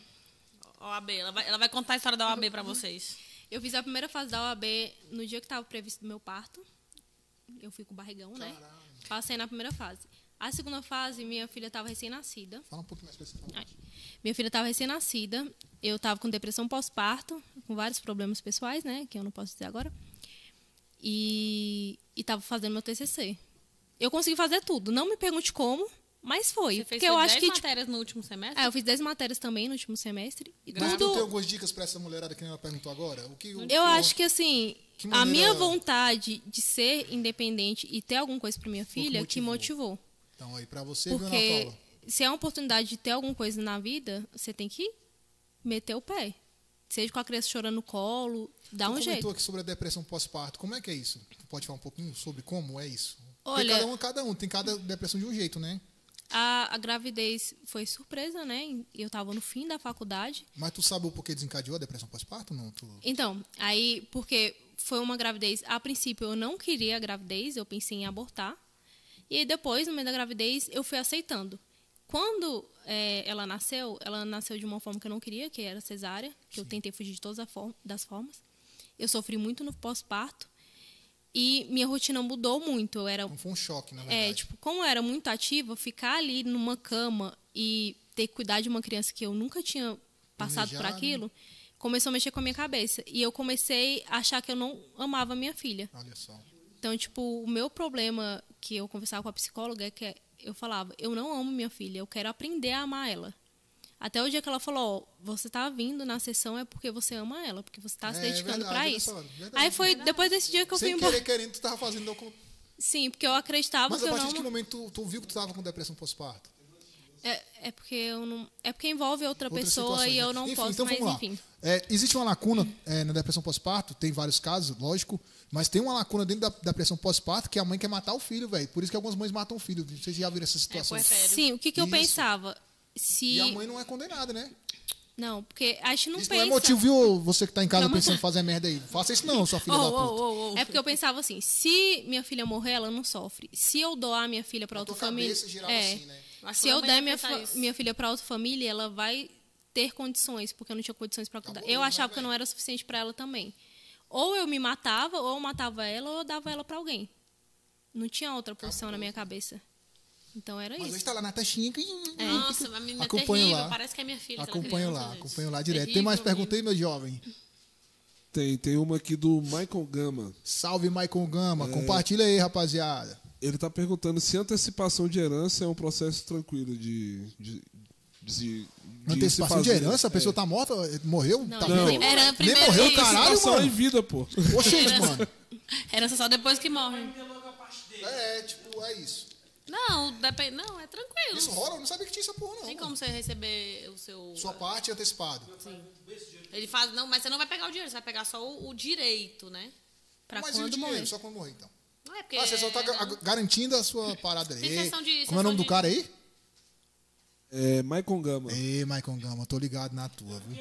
OAB, ela vai, ela vai contar a história da OAB
Uhum.
pra vocês.
eu fiz a primeira fase da OAB no dia que estava previsto o meu parto. Eu fui com o barrigão, né? Passei na primeira fase. A segunda fase, minha filha estava recém-nascida.
Fala um pouquinho mais
Ai.
especificamente.
Minha filha estava recém-nascida, eu estava com depressão pós-parto, com vários problemas pessoais, né, que eu não posso dizer agora. E estava fazendo meu TCC. Eu consegui fazer tudo, não me pergunte como, mas foi,
Você fez
porque eu
suas
acho que
dez
tipo,
matérias no último semestre?
ah, eu fiz 10 matérias também no último semestre e
Graças
Tu tem
tudo
algumas dicas pra essa mulherada que ela perguntou agora? O que, o,
eu
o-
acho que assim,
Que
a
maneira-
minha vontade de ser independente e ter alguma coisa para minha filha que
motivou.
motivou.
Então aí, pra você, viu, Ana
Porque
Paula?
se é uma oportunidade de ter alguma coisa na vida, você tem que meter o pé. Seja com a criança chorando no colo, dá
Tu
um
comentou
jeito.
aqui sobre a depressão pós-parto. Como é que é isso? Tu pode falar um pouquinho sobre como é isso? Porque
Olha-
cada um, é cada um. Tem cada depressão de um jeito, né?
A, a gravidez foi surpresa, né? Eu tava no fim da faculdade.
Mas tu sabe o porquê desencadeou a depressão pós-parto? Não, tu...
Então, aí, porque foi uma gravidez. A princípio, eu não queria a gravidez, eu pensei em abortar. E aí, depois, no meio da gravidez, eu fui aceitando. Quando eh, ela nasceu, ela nasceu de uma forma que eu não queria, que era cesárea, que eu tentei fugir de todas as for- das formas. Eu sofri muito no pós-parto. E minha rotina mudou muito. Eu era
Então foi um choque, na verdade.
é, tipo, como eu era muito ativa, ficar ali numa cama e ter que cuidar de uma criança que eu nunca tinha passado
Planejar,
por aquilo, começou a mexer com a minha cabeça. E eu comecei a achar que eu não amava minha filha.
Olha só.
Então, tipo, o meu problema que eu conversava com a psicóloga é que eu falava, eu não amo minha filha, eu quero aprender a amar ela. Até o dia que ela falou, ó, você tá vindo na sessão é porque você ama ela, porque você tá se
É, é
dedicando
verdade,
pra
olha
isso.
só, verdade.
Aí foi depois desse dia que eu
Sem
fui
querer,
embora.
querendo, tu tava fazendo... alguma-
Sim, porque eu acreditava
Mas
que
a
eu
partir
não
de que momento tu, tu viu que tu tava com depressão pós-parto?
É, é porque eu não. É porque envolve outra
Outras
pessoa
situações,
e
né?
eu não
Enfim,
posso,
então
mas
vamos lá.
enfim.
É, existe uma lacuna é, na depressão pós-parto, tem vários casos, lógico, mas tem uma lacuna dentro da da depressão pós-parto que a mãe quer matar o filho, velho. Por isso que algumas mães matam o filho. Vocês já viram essa
É,
situação.
puerpério. Sério?
Sim, o que, que eu
Isso.
pensava? Se.
e a mãe não é condenada, né?
Não, porque a gente não
isso
pensa.
não é motivo, viu, você que tá em casa
Não, mas-
pensando em fazer merda aí. Faça isso não, sua filha da puta.
É porque eu pensava assim, se minha filha morrer, ela não sofre. Se eu doar minha filha para
Na
outra
tua
família,
cabeça girava
é.
assim, né?
Acho
se
que
eu
toda mãe
der
ia
minha,
pensar
fa-
isso.
minha filha para outra família, ela vai ter condições, porque eu não tinha condições para cuidar.
Acabou,
Eu
né,
achava que eu
velho?
não era suficiente para ela também. Ou eu me matava, ou eu matava ela, ou eu dava ela para alguém. Não tinha outra posição na minha cabeça. Então era
Mas hoje
isso.
tá lá na taxinha.
Nossa, a menina é
tipo, Acompanho
terrível.
lá.
Parece que é minha filha. aquela
Acompanho
criança,
lá,
gente.
acompanho lá direto. Tem mais
Terrível,
perguntas aí, meu jovem?
Tem, tem uma aqui do Michael Gama.
Salve, Maicon Gama.
É.
Compartilha aí, rapaziada.
Ele tá perguntando se antecipação de herança é um processo tranquilo de. de, de, se- de
Antecipação
se
de
fazer. É.
herança, a pessoa tá morta, morreu, tá
ele
viva?
nem
Era
morreu.
Nem
primeiro
morreu,
isso.
caralho,
Antecipação em
mano.
vida, pô.
Oxente, mano.
Herança só depois que morre.
É, tipo, é isso.
Não, depende. Não, é tranquilo.
Isso rola? Eu não sabia que tinha essa porra, não.
Tem
mano.
como você receber o seu.
Sua parte é antecipada.
Ele faz. Não, mas você não vai pegar o dinheiro, você vai pegar só o, o direito, né?
Pra
Mas e o
quando
dinheiro?
morrer.
Só quando morrer, então.
Não é porque.
Ah, você só tá
é,
ga-
não.
garantindo a sua parada ali.
Tem sessão de-
Como é o
sessão
nome do
de-
cara aí?
É, Michael Gama.
Ei, Maicon Gama, tô ligado na tua, viu?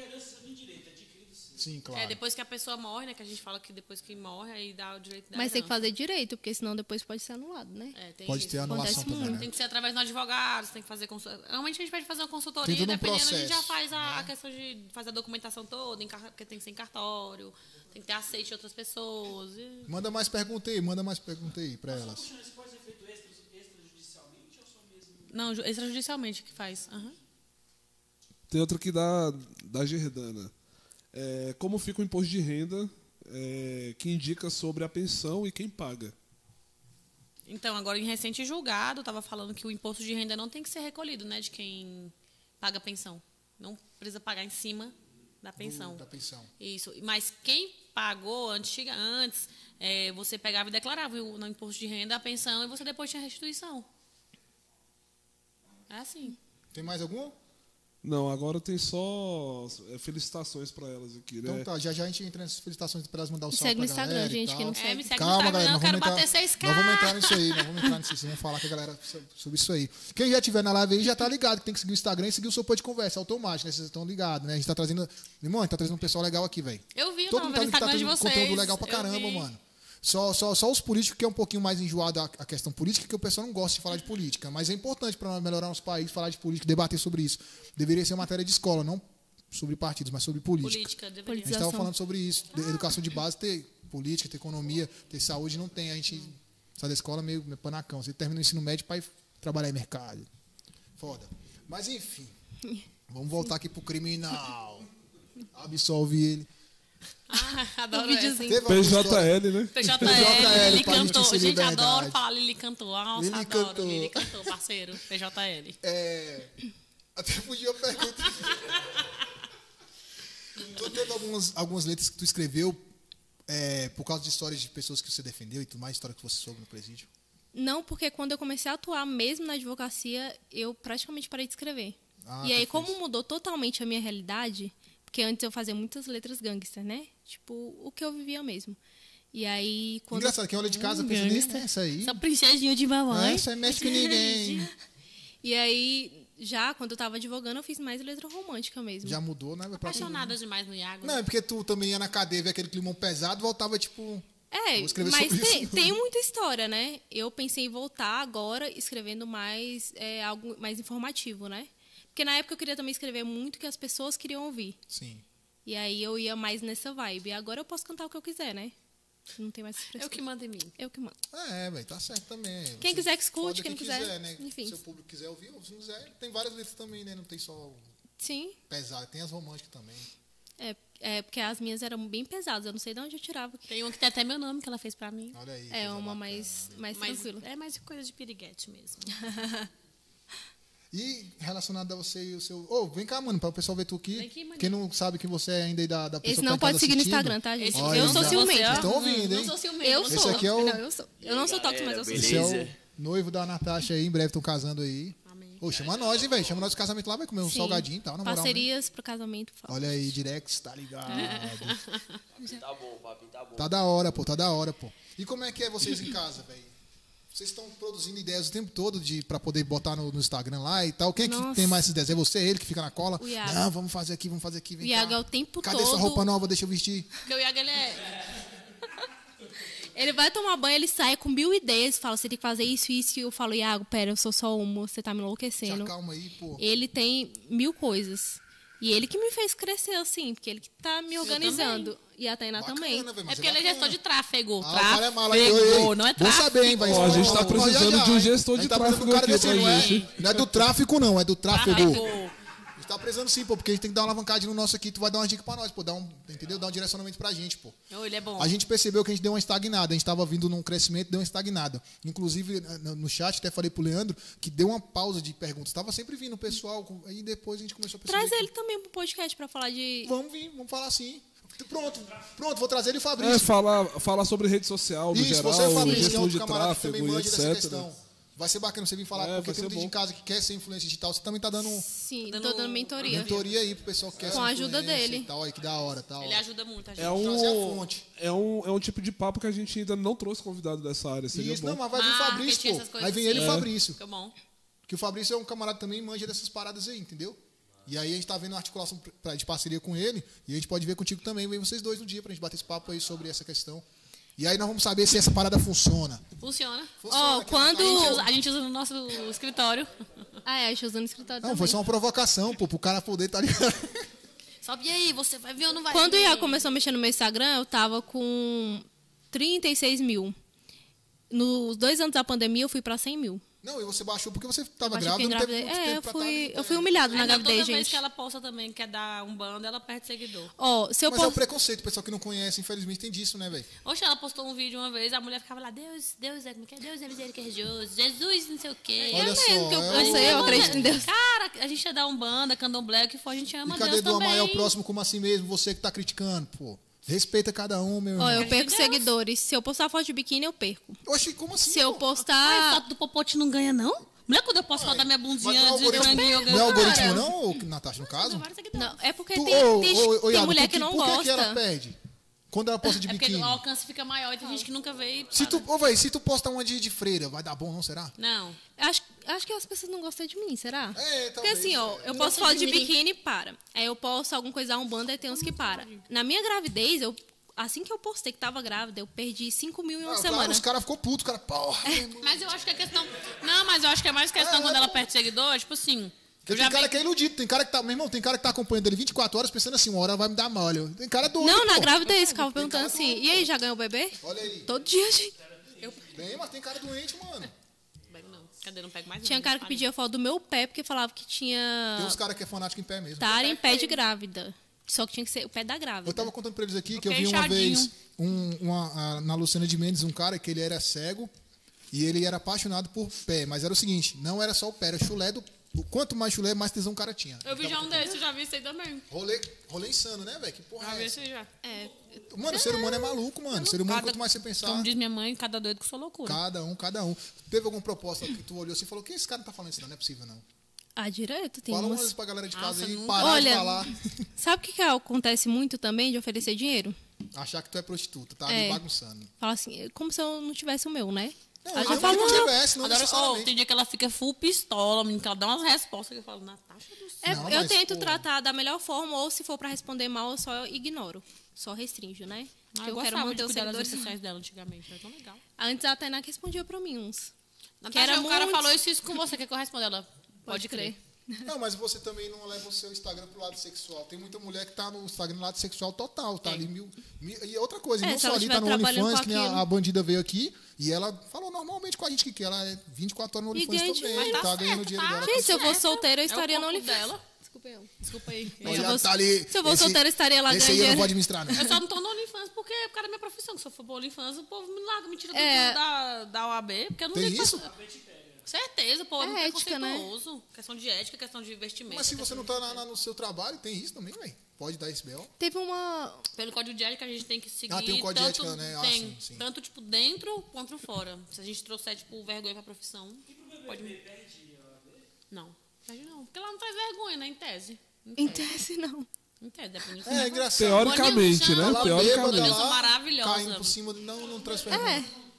Sim,
É,
claro.
depois que a pessoa morre, né? Que a gente fala que depois que morre, aí dá o direito da
Mas tem que
herança.
fazer direito, porque senão depois pode ser anulado, né?
É, tem
Pode
isso.
ter anulação
Acontece
também,
muito.
né?
Tem que ser através do advogado, você tem que fazer consultoria. Normalmente a gente pode fazer uma consultoria,
Tem todo um
dependendo, a gente já
processo, né?
faz a, a questão de fazer a documentação toda, em car- porque tem que ser em cartório, tem que ter aceite de outras pessoas. e-
Manda mais pergunta aí, manda mais pergunta aí pra elas.
Isso pode ser feito extra- extrajudicialmente ou só mesmo?
Não, ju- extrajudicialmente que faz. aham.
Tem outro aqui da, da Gerdana. É, como fica o imposto de renda é, que indica sobre a pensão e quem paga?
Então, agora em recente julgado, eu estava falando que o imposto de renda não tem que ser recolhido, né, de quem paga a pensão. Não precisa pagar em cima da pensão.
Da pensão.
Isso. Mas quem pagou antiga, antes, é, você pegava e declarava o- no imposto de renda a pensão e você depois tinha restituição. É assim.
Tem mais algum?
Não, agora tem só é, felicitações para elas aqui, né?
Então tá, já já a gente entra nas felicitações pra elas mandar o
Me
salve
segue no
pra galera
Instagram,
e
gente, que
tal.
não
É, me segue
Calma,
no Instagram,
galera,
eu
não
quero
vamos entrar,
bater 6K.
Não vamos entrar nisso aí, não vamos entrar nisso aí. Vamos falar com a galera so- sobre isso aí. Quem já estiver na live aí já tá ligado que tem que seguir o Instagram e seguir o Sopô de Conversa, automático, né? Vocês estão ligados, né? A gente tá trazendo. Irmão, a gente tá trazendo um pessoal legal aqui, velho.
Eu vi, eu
Todo
tava
mundo tá,
vendo o
tá
Instagram de
trazendo
vocês.
conteúdo legal pra
eu
caramba,
vi.
mano. Só, só, só os políticos que é um pouquinho mais enjoado a, a questão política, que o pessoal não gosta de falar de política. Mas é importante para melhorar nosso país falar de política, debater sobre isso. Deveria ser matéria de escola, não sobre partidos, mas sobre política.
Política, deveria.
A gente estava
Politização.
falando sobre isso. de educação de base ter política, ter economia, ter saúde, não tem. A gente sai da escola meio meio panacão. Você termina o ensino médio para ir trabalhar em mercado. Foda. Mas enfim. Vamos voltar aqui pro criminal. Absolve ele.
Ah,
O
adoro essa.
videozinho.
Teve alguma história-
PJL, né?
PJL,
PJL, Lili
pra gente
cantou.
se
Gente,
liberdade.
adoro falar Lili cantou. Nossa,
Lili
adoro.
cantou.
Lili cantou, parceiro. PJL.
É, até fugiu a pergunta. tu teve algumas, algumas letras que tu escreveu é, por causa de histórias de pessoas que você defendeu e tudo mais, história que você soube no presídio?
Não, porque quando eu comecei a atuar mesmo na advocacia, eu praticamente parei de escrever.
Ah,
e aí,
perfeito.
como mudou totalmente a minha realidade, porque antes eu fazia muitas letras gangster, né? Tipo, o que eu vivia mesmo. E aí, quando. Hum, é
Engraçado, quem olha de casa pensa nisso, né? Essa aí.
Essa princesinha de
Ah,
mamãe.
Essa aí mexe com ninguém.
E aí, já quando eu tava advogando, eu fiz mais letra romântica mesmo.
Já mudou, né? Pra todo mundo.
Apaixonada demais no Iago.
Não, é porque tu também ia na cadeia, vê aquele climão pesado, voltava tipo.
É,
Vou escrever
mas
sobre
tem,
isso.
tem muita história, né? Eu pensei em voltar agora escrevendo mais é, algo mais informativo, né? Porque na época eu queria também escrever muito que as pessoas queriam ouvir.
Sim.
E aí eu ia mais nessa vibe. Agora eu posso cantar o que eu quiser, né? Não tem mais expressão.
Eu É que mando em mim.
Eu que mando.
É, velho, tá certo também.
Quem
Você
quiser que escute,
foda
quem quiser,
né?
enfim.
Se o público quiser ouvir, ou se não quiser, tem várias letras também, né? Não tem só o
Sim.
pesado, tem as românticas também.
É, é, porque as minhas eram bem pesadas. Eu não sei de onde eu tirava.
Tem uma que tem até meu nome que ela fez pra mim.
Olha aí.
É
coisa
uma
bacana.
mais, mais
Mas
tranquila.
é mais coisa de piriguete mesmo.
E relacionado a você e o seu. Ô, vem cá, mano, para o pessoal ver tu aqui.
Vem aqui, mano.
Quem não sabe quem você é ainda e da, da pessoa
Esse
que tá
não
em casa
pode seguir no
assistindo,
Instagram, tá, gente?
Olha,
eu sou
já-
ciumenta.
Vocês estão ouvindo, hein?
Não sou ciumenta.
Eu
Esse
sou.
aqui é o-
Não, eu sou. Eu não sou tóxica, mas eu sou.
Esse é o
Beleza.
noivo da Natasha aí, em breve estão casando aí.
Amém.
Ô, chama nós, hein, velho? Chama nós do casamento lá, vai comer um
Sim.
salgadinho e tal, na moral. né?
Parcerias pro casamento. fala.
Olha aí, Direx, tá ligado.
Tá bom, papi, tá bom.
Tá da hora, pô, tá da hora, pô. E como é que é vocês em casa, velho? Vocês estão produzindo ideias o tempo todo de, pra poder botar no, no Instagram lá e tal. Quem é que
Nossa.
tem mais essas ideias? É você, ele que fica na cola?
O Iago.
Não, vamos fazer aqui, vamos fazer aqui. Vem
O Iago
cá.
é o tempo
Cadê
todo.
sua roupa nova? Deixa eu vestir.
Porque o Iago, ele é...
Ele vai tomar banho, ele sai com mil ideias, fala, você tem que fazer isso, isso, e eu falo, Iago, pera, eu sou só uma, você tá me
Já
enlouquecendo.
calma aí, pô.
Ele tem mil coisas. E ele que me fez crescer, assim, porque ele que tá me organizando. E a Tainá
Bacana,
também.
velho,
É
mas
porque ele é
bacana.
gestor de tráfego.
Ah, o cara é mala aí, oi,
Tráfego,
oi.
não é
Vou
tráfego.
saber, hein, vai.
Ó, a gente tá
Ó,
precisando
já,
de um
já,
gestor
hein?
de
A gente tá precisando
tráfego
de um cara
aqui
desse,
pra
não é? Não é do tráfico, não, é do tráfego.
Tráfego.
A gente tá precisando sim, pô, porque a gente tem que dar uma alavancagem no nosso aqui. Tu vai dar uma dica pra nós, pô. Dá um, entendeu? Dá um direcionamento pra gente, pô.
Ô, ele é bom.
A gente percebeu que a gente deu uma estagnada, a gente estava vindo num crescimento, deu uma estagnada. Inclusive, eh, no no chat, até falei pro Leandro que deu uma pausa de perguntas. Estava sempre vindo o pessoal, com- aí depois a gente começou a perceber.
Traz
que-
ele também pro podcast pra falar de.
Vamos vir, vamos falar sim. Pronto, pronto, vou trazer ele e o Fabrício.
É, falar, falar sobre rede social, no
Isso,
geral,
você é o Fabrício, que é
gestão
outro
de
camarada que também
tráfego e
manja dessa
etc.
questão. Vai ser bacana você vir falar,
É,
porque tem
vai ser
muita gente
bom.
em casa que quer ser influência digital. Você também tá dando um
Sim,
Dando-
tô dando mentoria.
mentoria aí pro pessoal que quer
Com
ser
a ajuda
influencer
dele.
E tal, aí, que da hora, tal.
Ele ajuda muito a gente.
É
Trazer a
um,
fonte.
é, um, é um tipo de papo que a gente ainda não trouxe convidado dessa área. Seria
Isso,
bom. É.
não, mas vai vir o
Marketing,
Fabrício,
essas
pô.
coisas
Aí vem ele e o
assim.
Fabrício.
Fica bom.
Que o Fabrício é um camarada também e manja dessas paradas aí, entendeu? E aí a gente tá vendo uma articulação pra- de parceria com ele e a gente pode ver contigo também, vem vocês dois no dia pra gente bater esse papo aí sobre essa questão. E aí nós vamos saber se essa parada funciona.
Funciona.
Funciona,
Ó,
né, que
A gente,
quando.
usa, a gente usa no nosso escritório.
Ah, é, a gente usando o escritório
Não,
também.
foi só uma provocação, pô, pro cara poder tá ligado.
Sobe aí, você vai ver ou não vai
Quando o
ver?
Iago começou a mexer no meu Instagram, eu tava com 36 mil. Nos dois anos da pandemia, eu fui pra 100 mil.
Não, e você baixou porque você tava
Acho que
grávida, não teve
engravidei-
muito
É,
tempo
eu
pra
fui,
tá
eu fui humilhada na
Ainda
gravidez,
É, toda vez
gente.
que ela posta também, quer dar um bando, ela perde seguidor.
Ó, se eu
Mas é o
posso...
preconceito, o pessoal que não conhece, infelizmente tem disso, né, velho?
Oxe, ela postou um vídeo uma vez, a mulher ficava lá, Deus, Deus é, como que é? Deus é misericordioso, Jesus não sei o quê.
Olha
Eu
só,
mesmo que
é
eu,
o-
a gente
Eu
ama-
acredito em Deus.
Cara, a gente é da Umbanda, Candomblé, o que for, a gente ama
E cadê
Deus
do
também.
amar é o próximo como assim mesmo, você que tá criticando, pô. Respeita cada um, meu
Ó,
irmão.
eu perco seguidores. Se eu postar foto de biquíni, eu perco.
Oxi, como assim?
Se eu
pô?
Ai,
postar...
foto do popote não ganha, não? Mulher, quando eu posso falar da minha
Mas
bundinha de
algoritmo-
franguinho, eu
Não é
ganho.
algoritmo,
Cara,
não, ô, Natasha, no caso?
vários seguidores.
Não, é porque
Tu-
tem,
ô,
tem-
ô, ô,
tem
Iago,
mulher
tu
que não
por que que ela
gosta.
perde? Quando ela posta de
É porque
biquíni.
o alcance fica maior e tem gente que nunca veio.
Se tu, ô, véi, se tu posta uma de, de freira, vai dar bom, não será?
Não.
Acho, acho que as pessoas não gostam de mim, será?
É,
Porque
talvez,
assim,
é.
ó, eu
Não
posso
gostam
falar de
de mim.
biquíni, para. Aí eu posto alguma coisa, um banda, e tem uns que para. Na minha gravidez, eu, assim que eu postei que tava grávida, eu perdi 5 mil em uma
Ah, claro,
semana. É.
os caras ficou puto, o cara, porra.
Mas eu acho que a questão. Não, mas eu acho que é mais questão
É,
quando
é.
ela perde seguidor, tipo assim. Eu
Tem
já
cara
vi.
que é iludido, tem cara que tá. Meu irmão, tem cara que tá acompanhando ele 24 horas pensando assim, uma hora vai me dar mal. olha. Tem cara doido.
Não, na
pô.
gravidez, ficava perguntando assim,
tá cara
Pego não. Cadê? Não pego mais
Tinha
não.
cara que
Ah,
pedia foto do meu pé, porque falava que tinha
Tem uns caras que é fanático em pé
Tá.
mesmo.
estar em pé de
feio.
grávida. Só que tinha que ser o pé da
Eu
grávida.
tava contando pra eles aqui que
O
eu vi uma
queixadinho.
vez um- uma- a- na Luciana de Mendes um cara que ele era cego e ele era apaixonado por pé, mas era o seguinte, não era só o pé, era o chulé do. o Quanto mais chulé, mais tesão o cara tinha.
não. Eu vi já um desses, eu já vi isso aí também.
Rolê, rolê insano, né, velho? Que porra
Já
é
vi isso
essa?
aí já.
É,
Mano, o ser humano é maluco, mano. O ser humano,
Cada-
quanto mais você pensar,
Como diz minha mãe, cada doido com sua loucura.
cada um, cada um. Teve alguma proposta que tu olhou assim e falou, quem esse cara tá falando isso? Não, não é possível, não.
a Ah, direito tem
Fala umas
umas.
vezes pra galera de casa
Nossa,
aí
nunca-
parar de
Olha-
falar,
Sabe o que, que acontece muito também de oferecer dinheiro?
achar que tu é prostituta, tá ali
É.
bagunçando.
Fala assim, como se eu não tivesse o meu, né?
Não,
Aí
eu
tu
não
fala,
que
"Não,
tivesse, não
Agora, é ó,
necessariamente.
tem dia que ela fica full pistola, menino, que ela dá umas respostas que eu falo, Natasha do céu.
É,
Não,
eu
mas,
tento
pô.
tratar da melhor forma, ou se for pra responder mal, eu só ignoro. Só restrinjo, né?
Ah,
Porque eu quero
gostava
manter
de
os
cuidar das redes
seguidores.
sociais dela antigamente, era tão legal.
Antes a Tainá que respondia pra mim uns.
Natasha,
Que era
o cara
muito-
falou isso, isso com você, quer que eu responda ela? Pode, crer.
Não, mas você também não leva o seu Instagram pro lado sexual. Tem muita mulher que tá no Instagram no lado sexual total, tá ali mil, mil- E outra coisa,
É,
não
se
só
ela
ali, tá
estiver
no
trabalhando
OnlyFans,
com
que nem a,
aquilo.
a bandida veio aqui, e ela falou normalmente com a gente que, que ela é 24 horas no
E
OnlyFans
ganha
também, tá,
dinheiro.
Mas tá
ganhando
certo,
dinheiro
tá?
dela.
Gente, se eu fosse
Essa
solteira, eu
é o
estaria no
corpo
OnlyFans.
dela.
Desculpa eu.
Desculpa aí.
Olha,
Olha,
eu vou-
tá ali.
se eu vou
esse-
solteira, estaria lá
Esse aí eu não
ganhando
vou administrar, não.
é.
Eu só não tô no OnlyFans porque é por causa da minha profissão. Que se eu for pro OnlyFans, o povo me larga, me tira do
É.
da, da OAB. Porque eu não
Tem
tá?
ligo pra-
isso?
Certeza, o povo é,
É
muito
ética, né?
preconceituoso. Questão de ética, questão de investimento.
Mas se você não tá na- na- no seu trabalho, tem isso também, velho. Pode dar esse bel.
Teve uma.
Pelo código de ética, a gente tem que seguir.
Ah, tem o código de
tanto,
ética, né? Ah,
tem,
sim, sim.
Tanto, tipo, dentro quanto fora. Se a gente trouxer, tipo, vergonha pra profissão, pode... Não, perde não. Porque lá não traz vergonha, né? Em tese.
Em tese, não.
Em tese, depende do
É, é
que
engraçado.
Teoricamente, né?
Bonilson,
Ela bêbada
Teoricamente.
Bonilson
lá,
maravilhosa.
caindo por cima, não, não transfere.
É.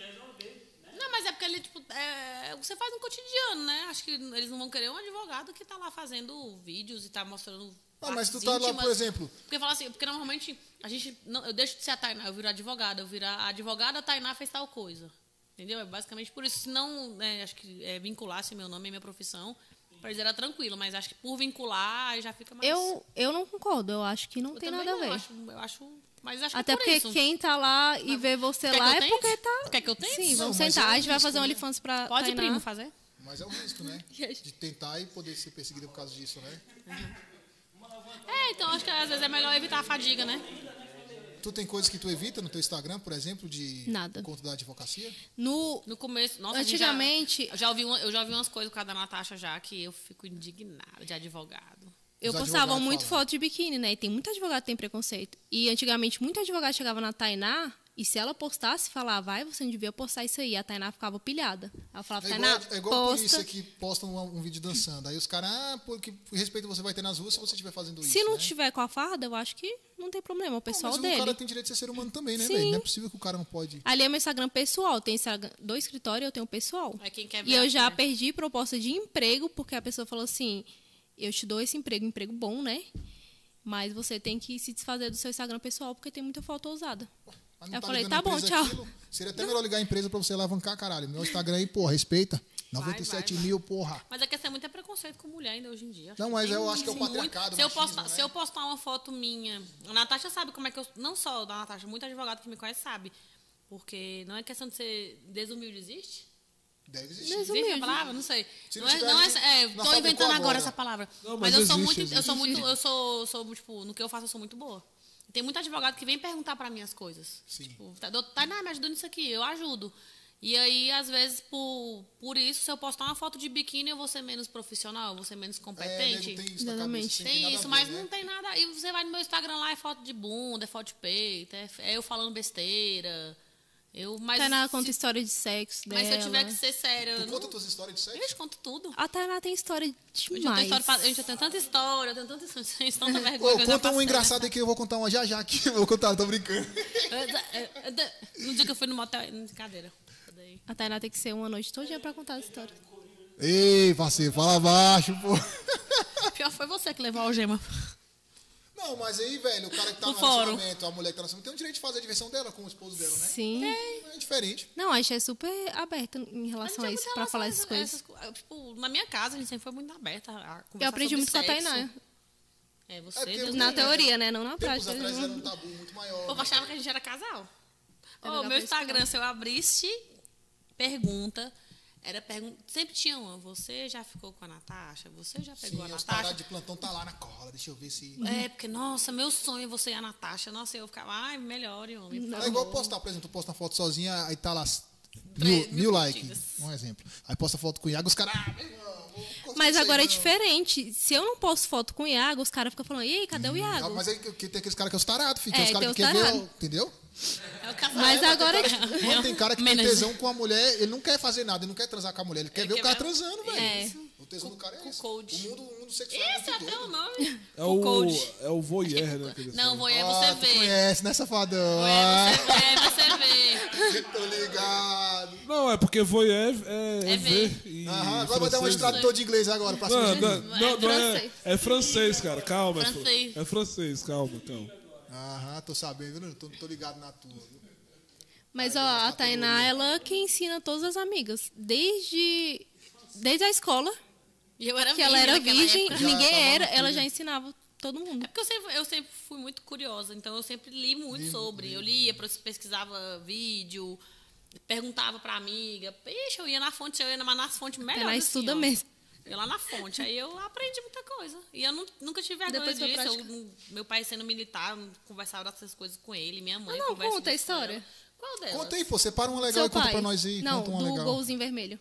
é
Não, mas é porque ele, tipo, é, é o que você faz no cotidiano, né? Acho que eles não vão querer um advogado que tá lá fazendo vídeos e tá mostrando.
Ah, mas tu
partes
tá lá,
íntimas.
por exemplo.
Porque fala assim, porque normalmente a gente. Não, eu deixo de ser a Tainá, eu viro advogada, eu viro a advogada, a Tainá fez tal coisa. Entendeu? É basicamente por isso. Se não, né, acho que é, vinculasse meu nome e minha profissão, pra eles era tranquilo, mas acho que por vincular aí já fica mais.
Eu, eu não concordo, eu acho que não
Eu
tem
também
nada
não,
a ver.
Acho, eu acho. Mas acho
Até
que é por
porque
isso.
quem tá lá e vê você
Quer que
lá
eu
é
tente?
porque tá.
Quer que eu tente?
Sim, vamos
Não, mas
sentar.
é
A gente vai
isso,
fazer um
né?
OnlyFans pra.
Pode,
Tainá.
primo, fazer.
Mas é um risco, né? De tentar e poder ser perseguida por causa disso, né?
É, então acho que às vezes é melhor evitar a fadiga, né?
Tu tem coisas que tu evita no teu Instagram, por exemplo, de
Nada.
conta da advocacia?
No.
No começo, nossa, a gente
Antigamente-
Já, eu já ouvi, uma- eu já ouvi umas coisas por causa da Natasha já que eu fico indignada de advogado.
Eu
Os
postava
advogados
muito
falam.
foto de biquíni, né? E tem muito advogado que tem preconceito. E antigamente, muito advogado chegava na Tainá e se ela postasse, falava, vai, você não devia postar isso aí. A Tainá ficava pilhada. Ela falava,
É
Tainá,
igual, é igual a polícia
posta.
que posta um, um vídeo dançando. Aí os caras, ah, pô, que respeito você vai ter nas ruas se você estiver fazendo isso.
Se não
né?
tiver com a farda, eu acho que não tem problema. O pessoal
mas o
dele.
cara tem direito de ser ser humano também, né,
Sim.
velho? Não é possível que o cara não pode.
Ali é meu Instagram pessoal. Tem Instagram do escritório, eu tenho pessoal.
É quem quer ver
E eu
a
já
cara.
perdi proposta de emprego, porque a pessoa falou assim: eu te dou esse emprego, emprego bom, né? Mas você tem que se desfazer do seu Instagram pessoal, porque tem muita foto ousada.
Ah, não
Eu falei,
ligando a
tá bom,
empresa
tchau.
Seria até melhor ligar a empresa pra você alavancar, caralho. Meu Instagram aí, porra, respeita.
vai,
97
vai.
mil, porra.
Mas a questão é muito é preconceito com mulher ainda hoje em dia.
Não, mas
tem
eu acho que é o
muito-
patriarcado,
se, eu
o machismo,
postar,
né?
se eu postar uma foto minha, a Natasha sabe como é que eu. Não só da Natasha, muito advogado que me conhece sabe. Porque não é questão de ser desumilde, existe?
Deve existir.
Existe
Desumilde.
a palavra? Não sei.
Se
não
não
é,
tiver,
não é,
a gente-
é,
nós
tô
fabricou
inventando agora,
agora.
essa palavra.
Não,
mas
mas
eu sou
existe,
muito, eu sou
existe.
muito, eu sou, sou, tipo, no que eu faço eu sou muito boa. Tem muito advogado que vem perguntar pra mim as coisas.
Sim.
Tipo, tá, dou- Tainá, me ajuda nisso aqui, eu ajudo. E aí, às vezes, por, por isso, se eu postar uma foto de biquíni, eu vou ser menos profissional, eu vou ser menos
É,
competente.
nego, tem
tem
isso na
Exatamente.
cabeça, tem nada a
isso,
ver,
mas
né?
não tem nada. E você vai no meu Instagram lá, é foto de bunda, é foto de peito, é, é eu falando besteira. Eu, mas
Tainá
se,
Tá conta história de sexo dela.
mas se eu tiver que ser séria. eu
Tu
não-
conta tuas histórias de sexo?
Eles contam tudo.
A Tainá tem história
Hoje eu, tenho
demais.
história pra- hoje eu tenho tanta história, eu tenho tanta história, tanta
Ô,
vergonha. que eu já
conta um
passei,
engraçado
né?
aí que eu vou contar uma já já aqui. Eu Vou contar, eu tô brincando.
Eu- eu- eu- No dia que eu fui no motel, brincadeira. Daí.
A Tainá tem que ser uma noite todinha pra contar as histórias.
Ei, parceiro, fala baixo, pô.
Pior foi você que levou a algema.
Não, mas aí, velho, o cara que tá no,
No fórum.
relacionamento, a mulher que tá no relacionamento, tem o direito de fazer a diversão dela com o esposo dela, né?
Sim.
É diferente.
Não, a gente é super aberta em relação a,
gente é
isso,
muito
pra falar essas coisas.
relacionado a essas co- eu, tipo, na minha casa, a gente sempre foi muito aberta a conversar
Eu aprendi muito
sobre
com a
sexo. Tipo,
Tainá.
É,
É,
você...
porque
Deus
eu-
me
Na
Sim,
livre.
teoria, né? Não na
Tempos
prática.
atrás
Eles
era
não-
um tabu muito maior.
O povo
né?
achava que a gente era casal.
É
Ô,
legal
meu
pra isso
Instagram, se eu abrisse, pergunta. Era pergunta. Sempre tinha uma. Você já ficou com a Natasha? Você já pegou
Sim,
a
os
Natasha?
tarados de plantão tá lá na cola, deixa eu ver se.
É, porque, nossa, meu sonho é você e a Natasha. Nossa, eu ficava, ai, melhore, homem. por
É igual
favor."
postar, por exemplo, tu posta uma foto sozinha, aí tá lá
Três
mil,
mil
mil likes.
curtidas.
Um exemplo. Aí posta foto com o Iago, os caras. Ah, meu irmão, vou
Tipo,
conseguir
Mas
isso
agora
aí,
é
não.
diferente. Se eu não posto foto com o Iago, os caras ficam falando, ei, cadê o
Ah,
Iago?
Mas aí que- que tem aqueles caras que é os tarados, filho. que
É,
é os
tem
caras
os
que quer ver,
tarado.
o- entendeu?
É o casal.
Mas agora.
Mano, tem cara que tem
Menos.
tesão com a mulher, ele não quer fazer nada, ele não quer transar com a mulher, ele quer ver o
quer
cara
ver-
transando, velho.
É.
O tesão do cara é
Com
esse.
coach.
O mundo, o mundo sexual é
Esse é
muito
até o
doido.
nome.
É o,
coach.
é o voyeur, né? que eles
Não,
falam.
vou é
Ah,
você
tu
ver.
conhece, né, safadão?
É,
Ah,
você vê, você vê.
tô ligado.
Não, é porque voyeur é, é,
É ver.
ver. e
Aham, agora vai dar um
francês, né?
tradutor de inglês agora pra cima.
Não,
de
não,
mim.
não, não, é,
francês.
é francês, cara. Calma. é fr-
Francês.
É francês, calma, calma.
Aham, tô sabendo, não tô, tô ligado na tua. viu?
Mas ó, a Tainá, ela que ensina todas as amigas. Desde, desde a escola,
E eu era
que ela era
naquela
virgem,
época.
Já
ninguém
tava
era,
no
ela
trilho.
já ensinava todo mundo.
É porque eu sempre, eu sempre fui muito curiosa, então eu sempre li muito sobre. Eu lia, pros- pesquisava vídeo, perguntava pra amiga. Ixi, eu ia na fonte, eu ia na- mas nas fontes melhores.
Tainá
assim,
estuda
ó.
mesmo.
Eu ia lá na fonte, aí eu aprendi muita coisa. E eu nu- nunca tive vergonha
Depois foi
disso. Eu- hum,
prática.
meu pai sendo militar, eu conversava dessas coisas com ele, minha mãe.
Ah, não,
conversa
conta a
muito com
história.
ela. Qual delas?
Conta aí, pô, separa uma legal
Seu
e conta
pai.
pra nós aí.
Não,
conta uma
do
legal.
golzinho vermelho.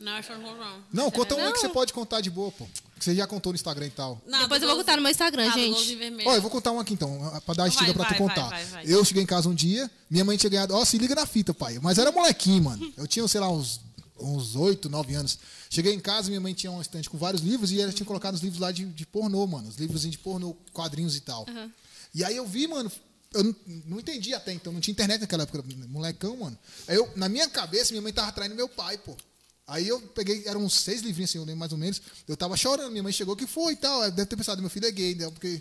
Não, é acho que não. não.
Não, conta uma aí que você
Não.
pode contar de boa, pô. Que você já contou no Instagram e tal.
Não,
Depois
do
eu vou contar no meu Instagram,
Ah, do
gente.
golzinho vermelho.
Ó, eu vou contar uma aqui então, pra dar estiga pra tu
vai,
contar.
vai, vai, vai.
Eu cheguei em casa um dia, minha mãe tinha ganhado. Ó, se liga na fita, pai. Mas era molequinho, mano. Eu tinha, sei lá, uns. Uns 8, 9 anos. Cheguei em casa, minha mãe tinha um estante com vários livros e ela tinha colocado os livros lá de, de pornô, mano. Os livros de pornô, quadrinhos e tal. E aí eu vi, mano, eu não, não entendi até então, não tinha internet naquela época, molecão, mano. Aí eu, na minha cabeça, minha mãe tava traindo meu pai, pô. Aí eu peguei, eram uns seis livrinhos, assim, eu lembro mais ou menos. Eu tava chorando, minha mãe chegou, que foi e tal. Ela Deve ter pensado, meu filho é gay, né? Porque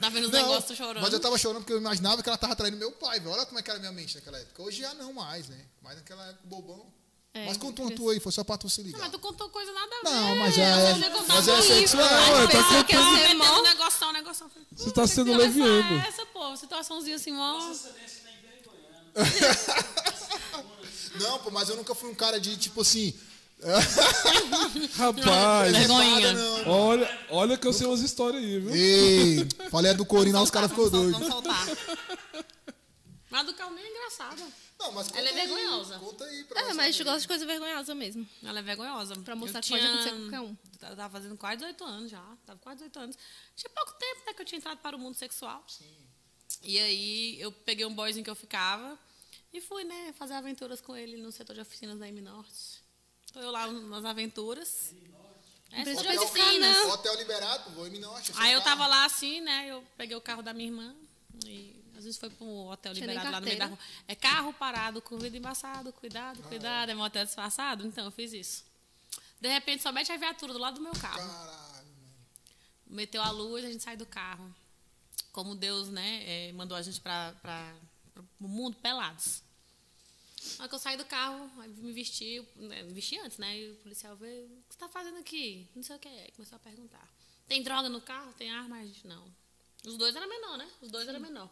Tá vendo os
não,
negócios tô chorando?
Mas eu tava chorando porque eu imaginava que ela tava traindo meu pai, velho. Olha como é que era a minha mente naquela época. Hoje já não mais, né? Mas naquela época, bobão.
É,
mas conta uma
criança.
tua aí, foi só pra tu se
Não,
ligar.
mas tu contou coisa nada a ver.
Não, mas é-
Eu só ia contar
mas é
um livro,
sexual,
ué,
mas
tá
eu pensei
sendo
que ela
contado.
metendo um
é
negocinho, um negocinho.
Você tá sendo
Mas essa-
leviano.
Essa, pô, situaçãozinha assim, mó...
Não, pô, mas eu nunca fui um cara de, tipo assim...
Rapaz,
Vergonhinha.
espada, não.
olha, olha que eu sei umas histórias aí, viu?
Ei, falei a do Corinthians, lá os caras ficou
Tá, Vamos sol-
doido.
Vamos soltar. Mas a do Calmin é engraçada.
Não, mas
Ela é
conta aí,
vergonhosa.
Conta aí pra
É,
nós.
mas a gente gosta de coisa vergonhosa mesmo.
Ela é vergonhosa.
Pra mostrar
Eu
que pode acontecer com qualquer um.
Eu tava fazendo quase 18 anos já. Tava quase 18 anos. Tinha pouco tempo, né, que eu tinha entrado para o mundo sexual. E aí eu peguei um boyzinho que eu ficava e fui, né, fazer aventuras com ele no setor de oficinas da M Norte. Então eu lá nas aventuras. É,
Empresa
setor de
de
oficinas.
oficina.
Hotel liberado, vou em tá. Minocha.
Aí eu tava lá assim, né? Eu peguei o carro da minha irmã e às vezes foi pro hotel
Tirei
liberado lá no meio da
carteira.
rua. É carro parado, corrida embaçado, cuidado, cuidado, é motel disfarçado. Então eu fiz isso. De repente só mete a viatura do lado do meu carro.
Caralho, mano.
Meteu a luz, a gente sai do carro. Como Deus, né, eh, mandou a gente pra, pra, pro mundo pelados. Na hora que eu saí do carro, aí me vesti, né, me vesti antes, né? E o policial veio, o que você tá fazendo aqui? Não sei o que é. Começou a perguntar. Tem droga no carro? Tem arma? A gente, não. Os dois eram menor, né? Os dois eram menor.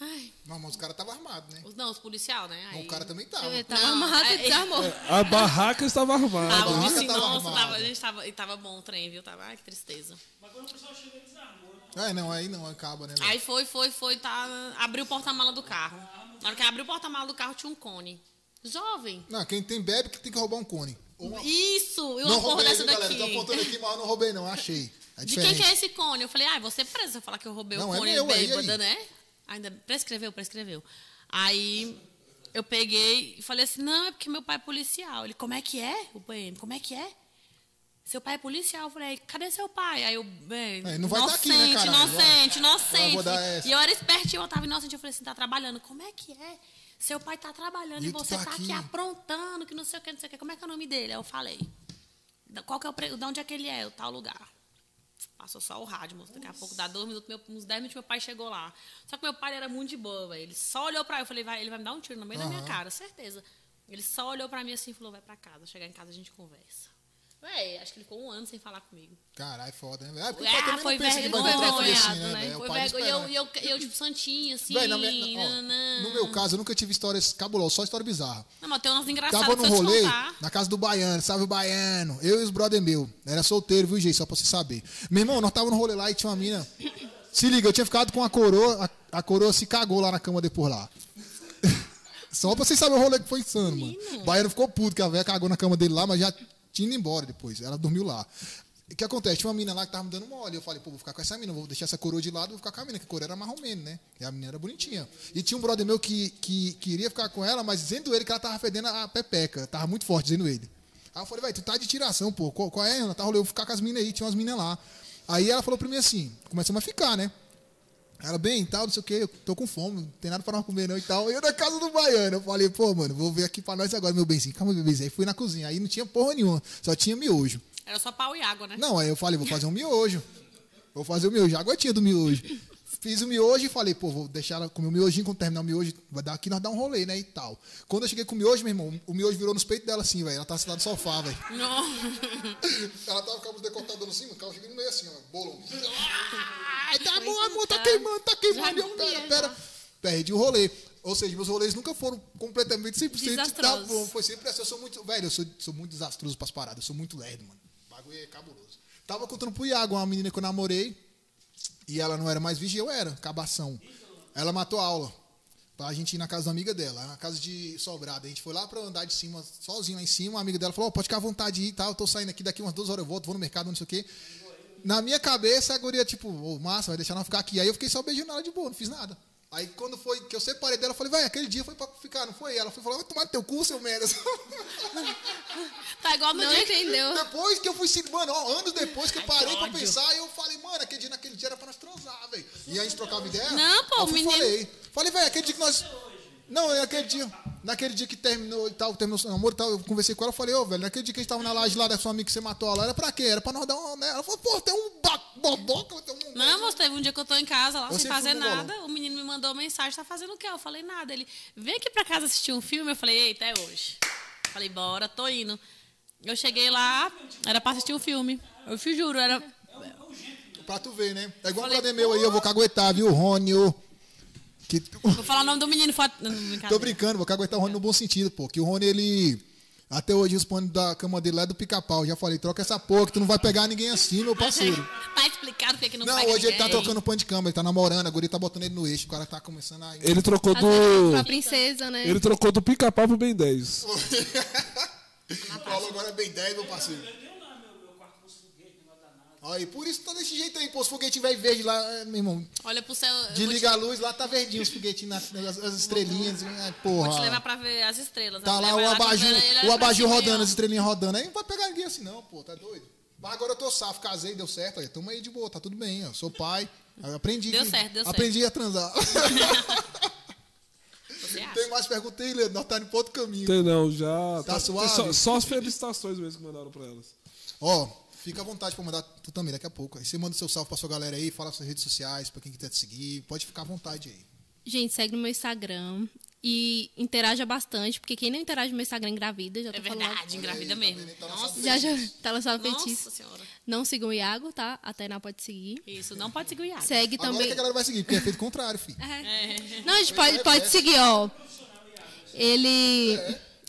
Ai,
Não, mas os caras estavam armados, né?
os, não, os policial, né?
Mas
Aí,
o cara também tava.
Ele tava
Não,
amarrado
é-
e desarmou.
A barraca estava
Ah,
armada.
o
barraca
vizinho,
tava
nossa,
armada.
tava, a gente tava, e tava bom o trem, viu? Tava, ai, que tristeza.
Mas quando o pessoal chega, desarmou. né?
É, não, aí não, acaba, né? velho?
Aí foi, foi, foi, tá, abriu o porta-mala do carro. Na hora que abriu o porta-mala do carro, tinha um cone. Jovem.
Não, quem tem bebe que tem que roubar um cone. Ou uma-
Isso! E uma
não
porra
roubei,
dessa
viu, galera?
daqui.
Tô apontando aqui, mas eu não roubei, não. Achei. É
De quem
diferente.
que é esse cone? Eu falei, ah, você presa. Eu falar que eu roubei
Não,
o
é
cone
meu, aí,
bêbada,
aí.
né? Ainda prescreveu, prescreveu. Aí eu peguei e falei assim, não, é porque meu pai é policial. Ele, como é que é? O PM, como é que é? Seu pai é policial. Eu falei, cadê seu pai? Aí eu, bem,
É, não vai tá aqui, né,
inocente,
caralho?
inocente,
Eu vou
inocente.
dar essa.
E eu era espertinha, eu tava inocente. Eu falei assim, tá trabalhando. Como é que é? Seu pai tá trabalhando
E
e,
tu
você
tá
tá,
aqui.
aqui aprontando, que não sei o que, não sei o que. Como é que é o nome dele? Aí eu falei, da- qual que é o pre... de onde é que ele é, o tal lugar. Passou só o rádio, moço. Daqui a pouco dá dois minutos, meu- uns dez minutos, meu pai chegou lá. Só que meu pai era muito de boa, velho. Ele só olhou pra eu. Eu falei, vai, ele vai me dar um tiro no meio da minha cara, certeza. Ele só olhou pra mim assim e falou, vai pra casa. Chegar em casa a gente conversa. Ué, acho que ele ficou um ano sem falar comigo.
Caralho, foda, né? velho? Ah, porque o
Ah,
pai também
foi
não pensa que vai
vergonha,
encontrar filho assim,
vergonhado,
né?
né?
velho? É o
Foi
pai não
vergonha.
espera,
Eu,
né?
eu, eu, tipo, santinha, assim.
Velho, na minha- ó,
nananã.
no meu caso, eu nunca tive histórias cabulosas, só história bizarra.
Não, mas tem umas engraçadas
Tava
que
no
eu Tá te
rolê
contar.
na casa do baiano, salve o baiano. Eu e os brother meu. Era solteiro, viu, gente? Só pra você saber. Meu irmão, nós tava no rolê lá e tinha uma mina. Se liga, eu tinha ficado com a coroa, a, a coroa se cagou lá na cama de por lá. Só pra vocês saberem o rolê que foi insano, mano. O baiano ficou puto que a velha cagou na cama dele lá, mas já tinha ido embora depois. Ela dormiu lá. O que acontece? Tinha uma mina lá que tava me dando mole. Eu falei, pô, vou ficar com essa mina, vou deixar essa coroa de lado, vou ficar com a mina, que a coroa era marromeno, né? E a menina era bonitinha. E tinha um brother meu que, que queria ficar com ela, mas dizendo ele que ela tava fedendo a pepeca. Tava muito forte, dizendo ele. Aí eu falei, velho, tu tá de tiração, pô. Qual, qual é, Ana? Tá rolê, eu vou ficar com as minas aí, tinha umas minas lá. Aí ela falou pra mim assim, começamos a ficar, né? Ela, bem, tal, não sei o que, eu tô com fome, não tem nada pra nós comer não e tal. E eu na casa do baiano, eu falei, pô, mano, vou ver aqui pra nós agora, meu benzinho. Calma, meu benzinho. Aí fui na cozinha, aí não tinha porra nenhuma, só tinha miojo.
Era só pau e água, né?
Não, aí eu falei, vou fazer um miojo. Vou fazer o miojo, a aguentinha do miojo. Fiz o miojo e falei, pô, vou deixar ela comer o miojinho, quando terminar o miojo, vai dar aqui, nós dar um rolê, né, e tal. Quando eu cheguei com o miojo, meu irmão, o miojo virou nos peitos dela assim, velho, ela tava sentada no sofá, velho.
Não.
Ela tava com a blusa decotada no cima, o carro chegando no meio assim, ó, bolão. Ai, tá bom, amor, tá queimando, tá queimando. Eu, pera, pera. Perdi o rolê. Ou seja, meus rolês nunca foram completamente 100% tá
Desastrosos.
bom. Foi sempre assim, eu sou muito, velho, eu sou, sou muito desastroso pras paradas, eu sou muito lerdo, mano. O bagulho é cabuloso. Tava contando pro Iago, uma menina que eu namorei, e ela não era mais vigia, eu era, cabação. Ela matou a aula. Pra gente ir na casa da amiga dela, na casa de Sobrado. A gente foi lá pra andar de cima, sozinho lá em cima. A amiga dela falou: ó, pode ficar à vontade aí e tal. Eu tô saindo aqui, daqui umas duas horas eu volto, vou no mercado, não sei o quê. Na minha cabeça, a guria, tipo, ô, massa, vai deixar ela ficar aqui. Aí eu fiquei só beijando ela de boa, não fiz nada. Aí quando foi que eu separei dela, eu falei: vai, aquele dia foi pra ficar, não foi? Ela foi falar: vai tomar no teu cu, seu merda.
Tá igual no
Não
dia que...
entendeu.
Depois que eu fui se- Mano, ó, anos depois que eu parei pra
ódio.
pensar, eu falei, mano, aquele dia naquele dia era pra nós transar, velho. E aí a gente trocava ideia.
Não, pô,
eu fui-
menino-
Falei, falei, velho, aquele dia que nós. Não, é aquele dia. Naquele dia que terminou e tal, terminou o namoro e tal, eu conversei com ela, eu falei, ô, velho, naquele dia que a gente tava na laje lá da sua amiga que você matou lá, era pra quê? Era pra nós dar uma. Né? Ela falou, pô, tem um ba- boboca, tem um.
Não, moço, teve um dia que eu tô em casa lá
Eu
sem
sempre
fazer
fui mongolão.
nada. O menino me mandou uma mensagem, tá fazendo o quê? Eu falei nada. Ele, vem aqui pra casa assistir um filme. Eu falei, eita, é hoje. Falei, bora, tô indo. Eu cheguei lá, era pra assistir um filme. Eu te juro, era.
Pra tu ver, né? É igual um
Falei,
brother meu aí, eu vou caguetar, viu, Rony? ô. Que...
Vou falar o nome do menino. Foi... Não,
Tô
brincadeira.
brincando, vou caguetar o Rony no bom sentido, pô. Que o Rony, ele. Até hoje os panos da cama dele lá é do pica-pau. Já falei, troca essa porra que tu não vai pegar ninguém assim, meu parceiro.
Tá explicado porque que não
Não,
pega
hoje ele tá
ninguém.
trocando pano de cama, ele tá namorando, a guria tá botando ele no eixo, o cara tá começando a.
Ele trocou
Às vezes pra
do.
princesa, né?
Ele trocou do pica-pau pro Ben 10.
O Paulo agora é bem 10, meu parceiro. Aí, por isso tá desse jeito aí, pô. Se o foguete vai verde lá, é, meu irmão,
Olha pro céu. eu vou te-
desliga a luz, lá tá verdinho os foguetinhos, nas- nas- as, estrelinhas, é,
Vou te levar
porra.
pra ver as estrelas.
Tá lá
Eu levo
o
ela
abajur,
quando ela- ela
o
pra
abajur
cima,
rodando,
é assim, ó.
as estrelinhas rodando. Aí não vai pegar ninguém assim, não, pô, tá doido. Mas agora eu tô safo, casei, deu certo, aí tamo aí de boa, tá tudo bem, ó. Sou pai, eu aprendi.
Deu
que-
certo, deu certo.
Aprendi a transar.
Você acha?
Tem mais perguntas aí, Leandro? Nós tá indo pro outro caminho.
Tem não, já.
Tá suave?
Só, só as felicitações mesmo que mandaram pra elas.
Ó, fica à vontade pra mandar tu também daqui a pouco. Aí você manda seu salve pra sua galera aí, fala suas redes sociais, pra quem quiser te seguir. Pode ficar à vontade aí.
Gente, segue no meu Instagram e interaja bastante, porque quem não interage no meu Instagram engravida, já tô
É
falando.
verdade, engravida mesmo. Nossa,
Já, já tá lançado feitiço.
nossa senhora.
Não sigam o Iago, tá? A Tainá pode seguir.
Isso, não pode seguir o Iago. né?
Segue
Agora
também.
que a galera vai seguir, porque é feito o contrário, filho.
É. Não, a gente pode, pode seguir, ó. Ele,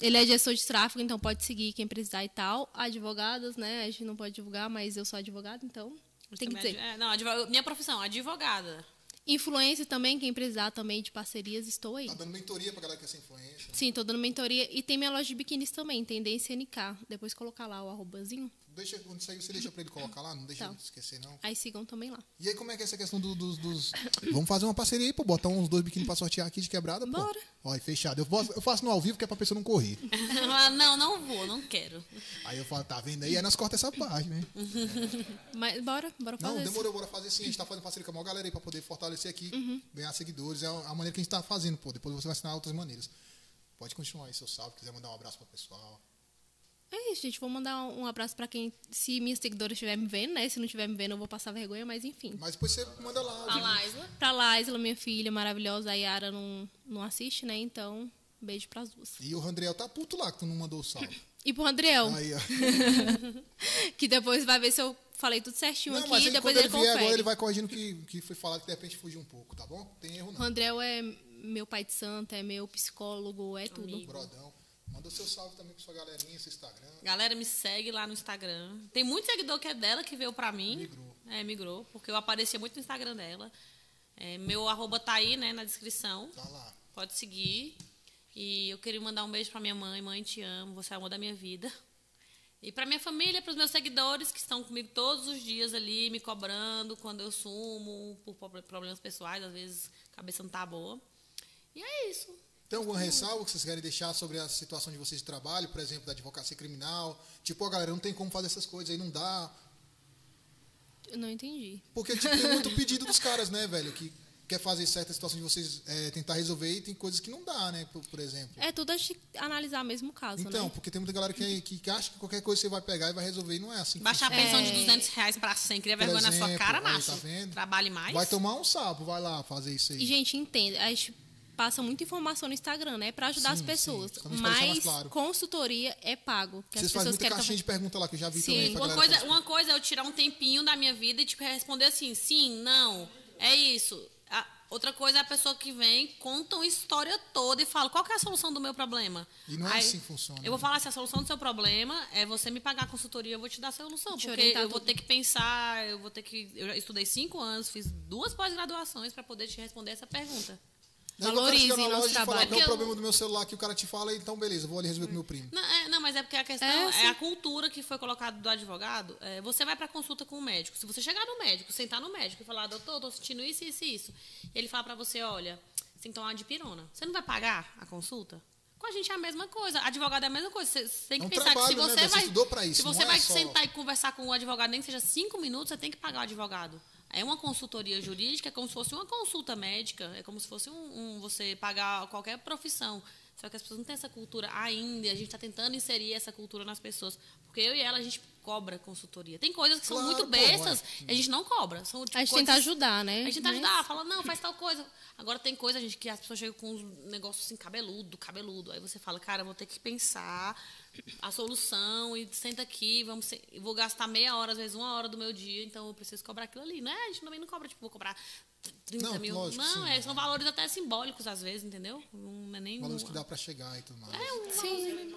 ele é gestor de tráfego, então pode seguir quem precisar e tal. Advogados, né? A gente não pode divulgar, mas eu sou advogada, então
Você
tem que
também
dizer.
é adv- é, não, advo- minha profissão, advogada.
Influência também, quem precisar também de parcerias, estou aí.
Tá dando mentoria pra galera que é sem influência.
Sim, tô dando mentoria. E tem minha loja de biquínis também, Tendência NK. Depois colocar lá o arrobazinho,
Deixa, quando sair, você deixa pra ele colocar lá, não deixa
Então.
Tá.
ele esquecer, não.
aí sigam também lá.
E aí, como é que é essa questão do- dos, dos- Vamos fazer uma parceria aí, pô. Botar uns dois biquíni pra sortear aqui de quebrada, pô.
Bora.
Ó, e fechado. Eu, posso- eu faço no ao vivo, que é pra pessoa não correr.
Ela, Ah, não, não vou, não quero.
Aí eu falo, tá vendo aí? Aí nós cortamos essa parte, né?
Mas bora, bora fazer assim.
Não,
isso.
demorou, bora fazer sim. A gente tá fazendo parceria com a maior galera aí pra poder fortalecer aqui,
Uhum.
ganhar seguidores. É a maneira que a gente tá fazendo, pô. Depois você vai ensinar outras maneiras. Pode continuar aí, seu salve. Quiser mandar um abraço pro pessoal.
É isso, gente. Vou mandar um abraço pra quem, se minhas seguidoras estiver me vendo, né? Se não estiver me vendo, eu vou passar vergonha, mas enfim.
Mas depois você manda lá.
A
Ah.
gente.
Laisla.
Pra Laisla, Tá minha filha maravilhosa, a Yara não, não assiste, né? Então, beijo pras duas.
E o Randriel tá puto lá que tu não mandou o salve.
E E pro Andriel,
Aí, ó.
que depois vai ver se eu falei tudo certinho
Não,
aqui,
mas ele,
depois
quando
ele,
ele vier
confere.
agora, ele vai corrigindo o que, que foi falado, que de repente fugiu um pouco, tá bom? Tem erro
O
não.
Andriel é meu pai de santo, é meu psicólogo, é tudo.
Brodão. Manda o seu salve também pra sua galerinha, seu Instagram.
Galera, me segue lá no Instagram. Tem muito seguidor que é dela que veio pra mim.
Migrou.
É, migrou. Porque eu aparecia muito no Instagram dela. É, meu arroba tá aí, né, na descrição.
Tá lá.
Pode seguir. E eu queria mandar um beijo pra minha mãe. Mãe, te amo. Você é o amor da minha vida. E pra minha família, pros meus seguidores que estão comigo todos os dias ali, me cobrando quando eu sumo, por proble- problemas pessoais, às vezes a cabeça não tá boa. E é isso.
Tem alguma ressalva que vocês querem deixar sobre a situação de vocês de trabalho, por exemplo, da advocacia criminal? Tipo, ó, galera, não tem como fazer essas coisas aí, não dá.
Eu não entendi.
Porque tipo, tem muito pedido dos caras, né, velho, que quer fazer certa situação de vocês é, tentar resolver e tem coisas que não dá, né, por, por exemplo.
É tudo a gente analisar mesmo o caso,
Então,
né?
porque tem muita galera que, que acha que qualquer coisa você vai pegar e vai resolver e não é assim. que
Baixar a
funciona.
pensão de 200 reais pra 100. Cria
Por
vergonha na sua
exemplo,
cara,
aí,
Nacho.
tá vendo?
Trabalhe mais.
Vai tomar um sapo, vai lá fazer isso aí.
E, gente, entenda, a gente passa muita informação no Instagram, né? Pra ajudar
Sim,
as pessoas.
sim, somente pra deixar mais
Mas
claro.
consultoria é pago. Que
Vocês fazem
as pessoas
muita
querem.
caixinha de pergunta lá, que eu já vi
Sim.
também. que a
Uma
galera
coisa,
faz.
uma coisa é eu tirar um tempinho da minha vida e tipo, responder assim, sim, não, é isso. A- outra coisa é a pessoa que vem, conta uma história toda e fala, qual que é a solução do meu problema?
E não é assim que funciona,
Eu vou
né?
falar se a solução do seu problema é você me pagar a consultoria, eu vou te dar a solução.
Te
Porque
orientar
eu vou
tudo.
ter que pensar, eu vou ter que... Eu já estudei cinco anos, fiz duas pós-graduações para poder te responder essa pergunta.
Não, agora chega na
valorizem nosso
loja e fala,
trabalho.
"Qual é o
Porque eu-
problema do meu celular que o cara te fala, então beleza, vou ali resolver com meu primo.
Não, é, não, mas é porque a questão
É,
é,
assim.
a cultura que foi colocada do advogado. é, você vai pra consulta com o médico. Se você chegar no médico, sentar no médico e falar, doutor, tô sentindo isso, isso e isso. E ele fala pra você, olha, você tem que tomar uma dipirona. Você não vai pagar a consulta? Com a gente é a mesma coisa. Advogado é a mesma coisa. Você você tem
É
que
um
pensar
trabalho,
que
né,
se você
velho? Você
vai.
estudou pra isso,
se você
não é
vai
só-
sentar e conversar com o advogado, nem que seja cinco minutos, você tem que pagar o advogado. É uma consultoria jurídica, é como se fosse uma consulta médica, é como se fosse um, um- você pagar qualquer profissão. Só que as pessoas não têm essa cultura ainda, e a gente está tentando inserir essa cultura nas pessoas. Porque eu e ela, a gente cobra consultoria. Tem coisas que são
Claro,
muito
pô,
bestas e a gente não cobra. São, tipo,
A gente
coisas-
tenta ajudar, né?
a gente tenta
Mas-
ajudar, fala, não, faz tal coisa. Agora tem coisa, gente, que as pessoas chegam com uns negócios assim, cabeludo, cabeludo. Aí você fala, cara, eu vou ter que pensar a solução e senta aqui, vamos se- eu vou gastar meia hora, às vezes uma hora do meu dia, então eu preciso cobrar aquilo ali. Não é, a gente também não cobra, tipo, vou cobrar 30
Não,
mil.
lógico,
não,
sim.
é, são valores até simbólicos, às vezes, entendeu? Não é nem.
Valores
um-
que dá pra chegar e tudo mais.
É um
Sim,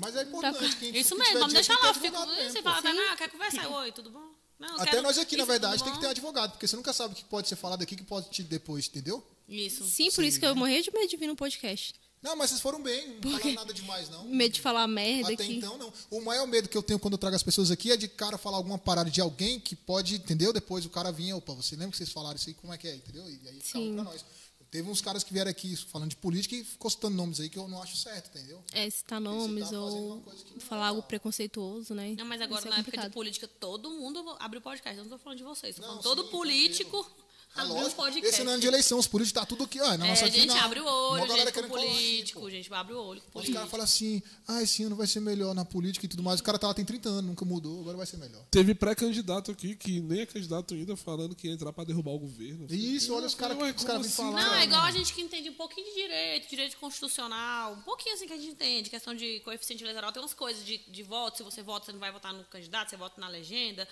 Mas é importante. Quem,
Tá Isso
quem tiver
mesmo, vamos
dinheiro
deixar
tem
lá.
que ter
Fica,
advogado mesmo,
você
pô.
fala, Tainá, quer conversar? Oi, tudo bom? Não, eu
Até
quero-
nós aqui, na
Isso,
verdade,
tudo
tem que
bom?
ter advogado, porque você nunca sabe o que pode ser falado aqui, que pode te depois, entendeu?
Isso.
sim por isso que eu morri de medo de vir no podcast.
Não, mas vocês foram bem, não falaram nada demais, não.
Medo de falar merda
Até
aqui.
então, não. O maior medo que eu tenho quando eu trago as pessoas aqui é de cara falar alguma parada de alguém que pode, entendeu? Depois o cara vinha, opa, você lembra que vocês falaram isso aí, como é que é, entendeu? E aí ficava
Sim.
pra nós. Teve uns caras que vieram aqui falando de política e ficou citando nomes aí que eu não acho certo, entendeu?
É, citar nomes
tá fazendo
ou
uma coisa que não é
falar algo
legal.
preconceituoso, né?
Não, mas agora
Isso é
na época de
complicado.
política, todo mundo abre o podcast. Eu não tô falando de vocês. Tô
Não,
falando todo
sim, tá
político
É
abre o
lógico.
podcast.
Esse não é ano de eleição, os políticos tá tudo aqui, ó. Na
É,
nossa
gente,
final.
abre o
Uma
olho,
galera
gente, com
querendo falar,
político,
pô.
gente, abre o olho com
Os
político.
caras falam assim, ah, esse ano vai ser melhor na política e tudo mais. O cara tá lá tem 30 anos, nunca mudou, agora vai ser melhor.
Teve pré-candidato aqui que nem é candidato ainda falando que ia entrar pra derrubar o governo.
E isso, olha os caras
Ué,
os caras
como
vêm
assim?
falar.
Não, é
né?
igual a gente que entende um pouquinho de direito, direito constitucional, um pouquinho assim que a gente entende, questão de coeficiente eleitoral, tem umas coisas de, de voto, se você vota, você não vai votar no candidato, você vota na legenda,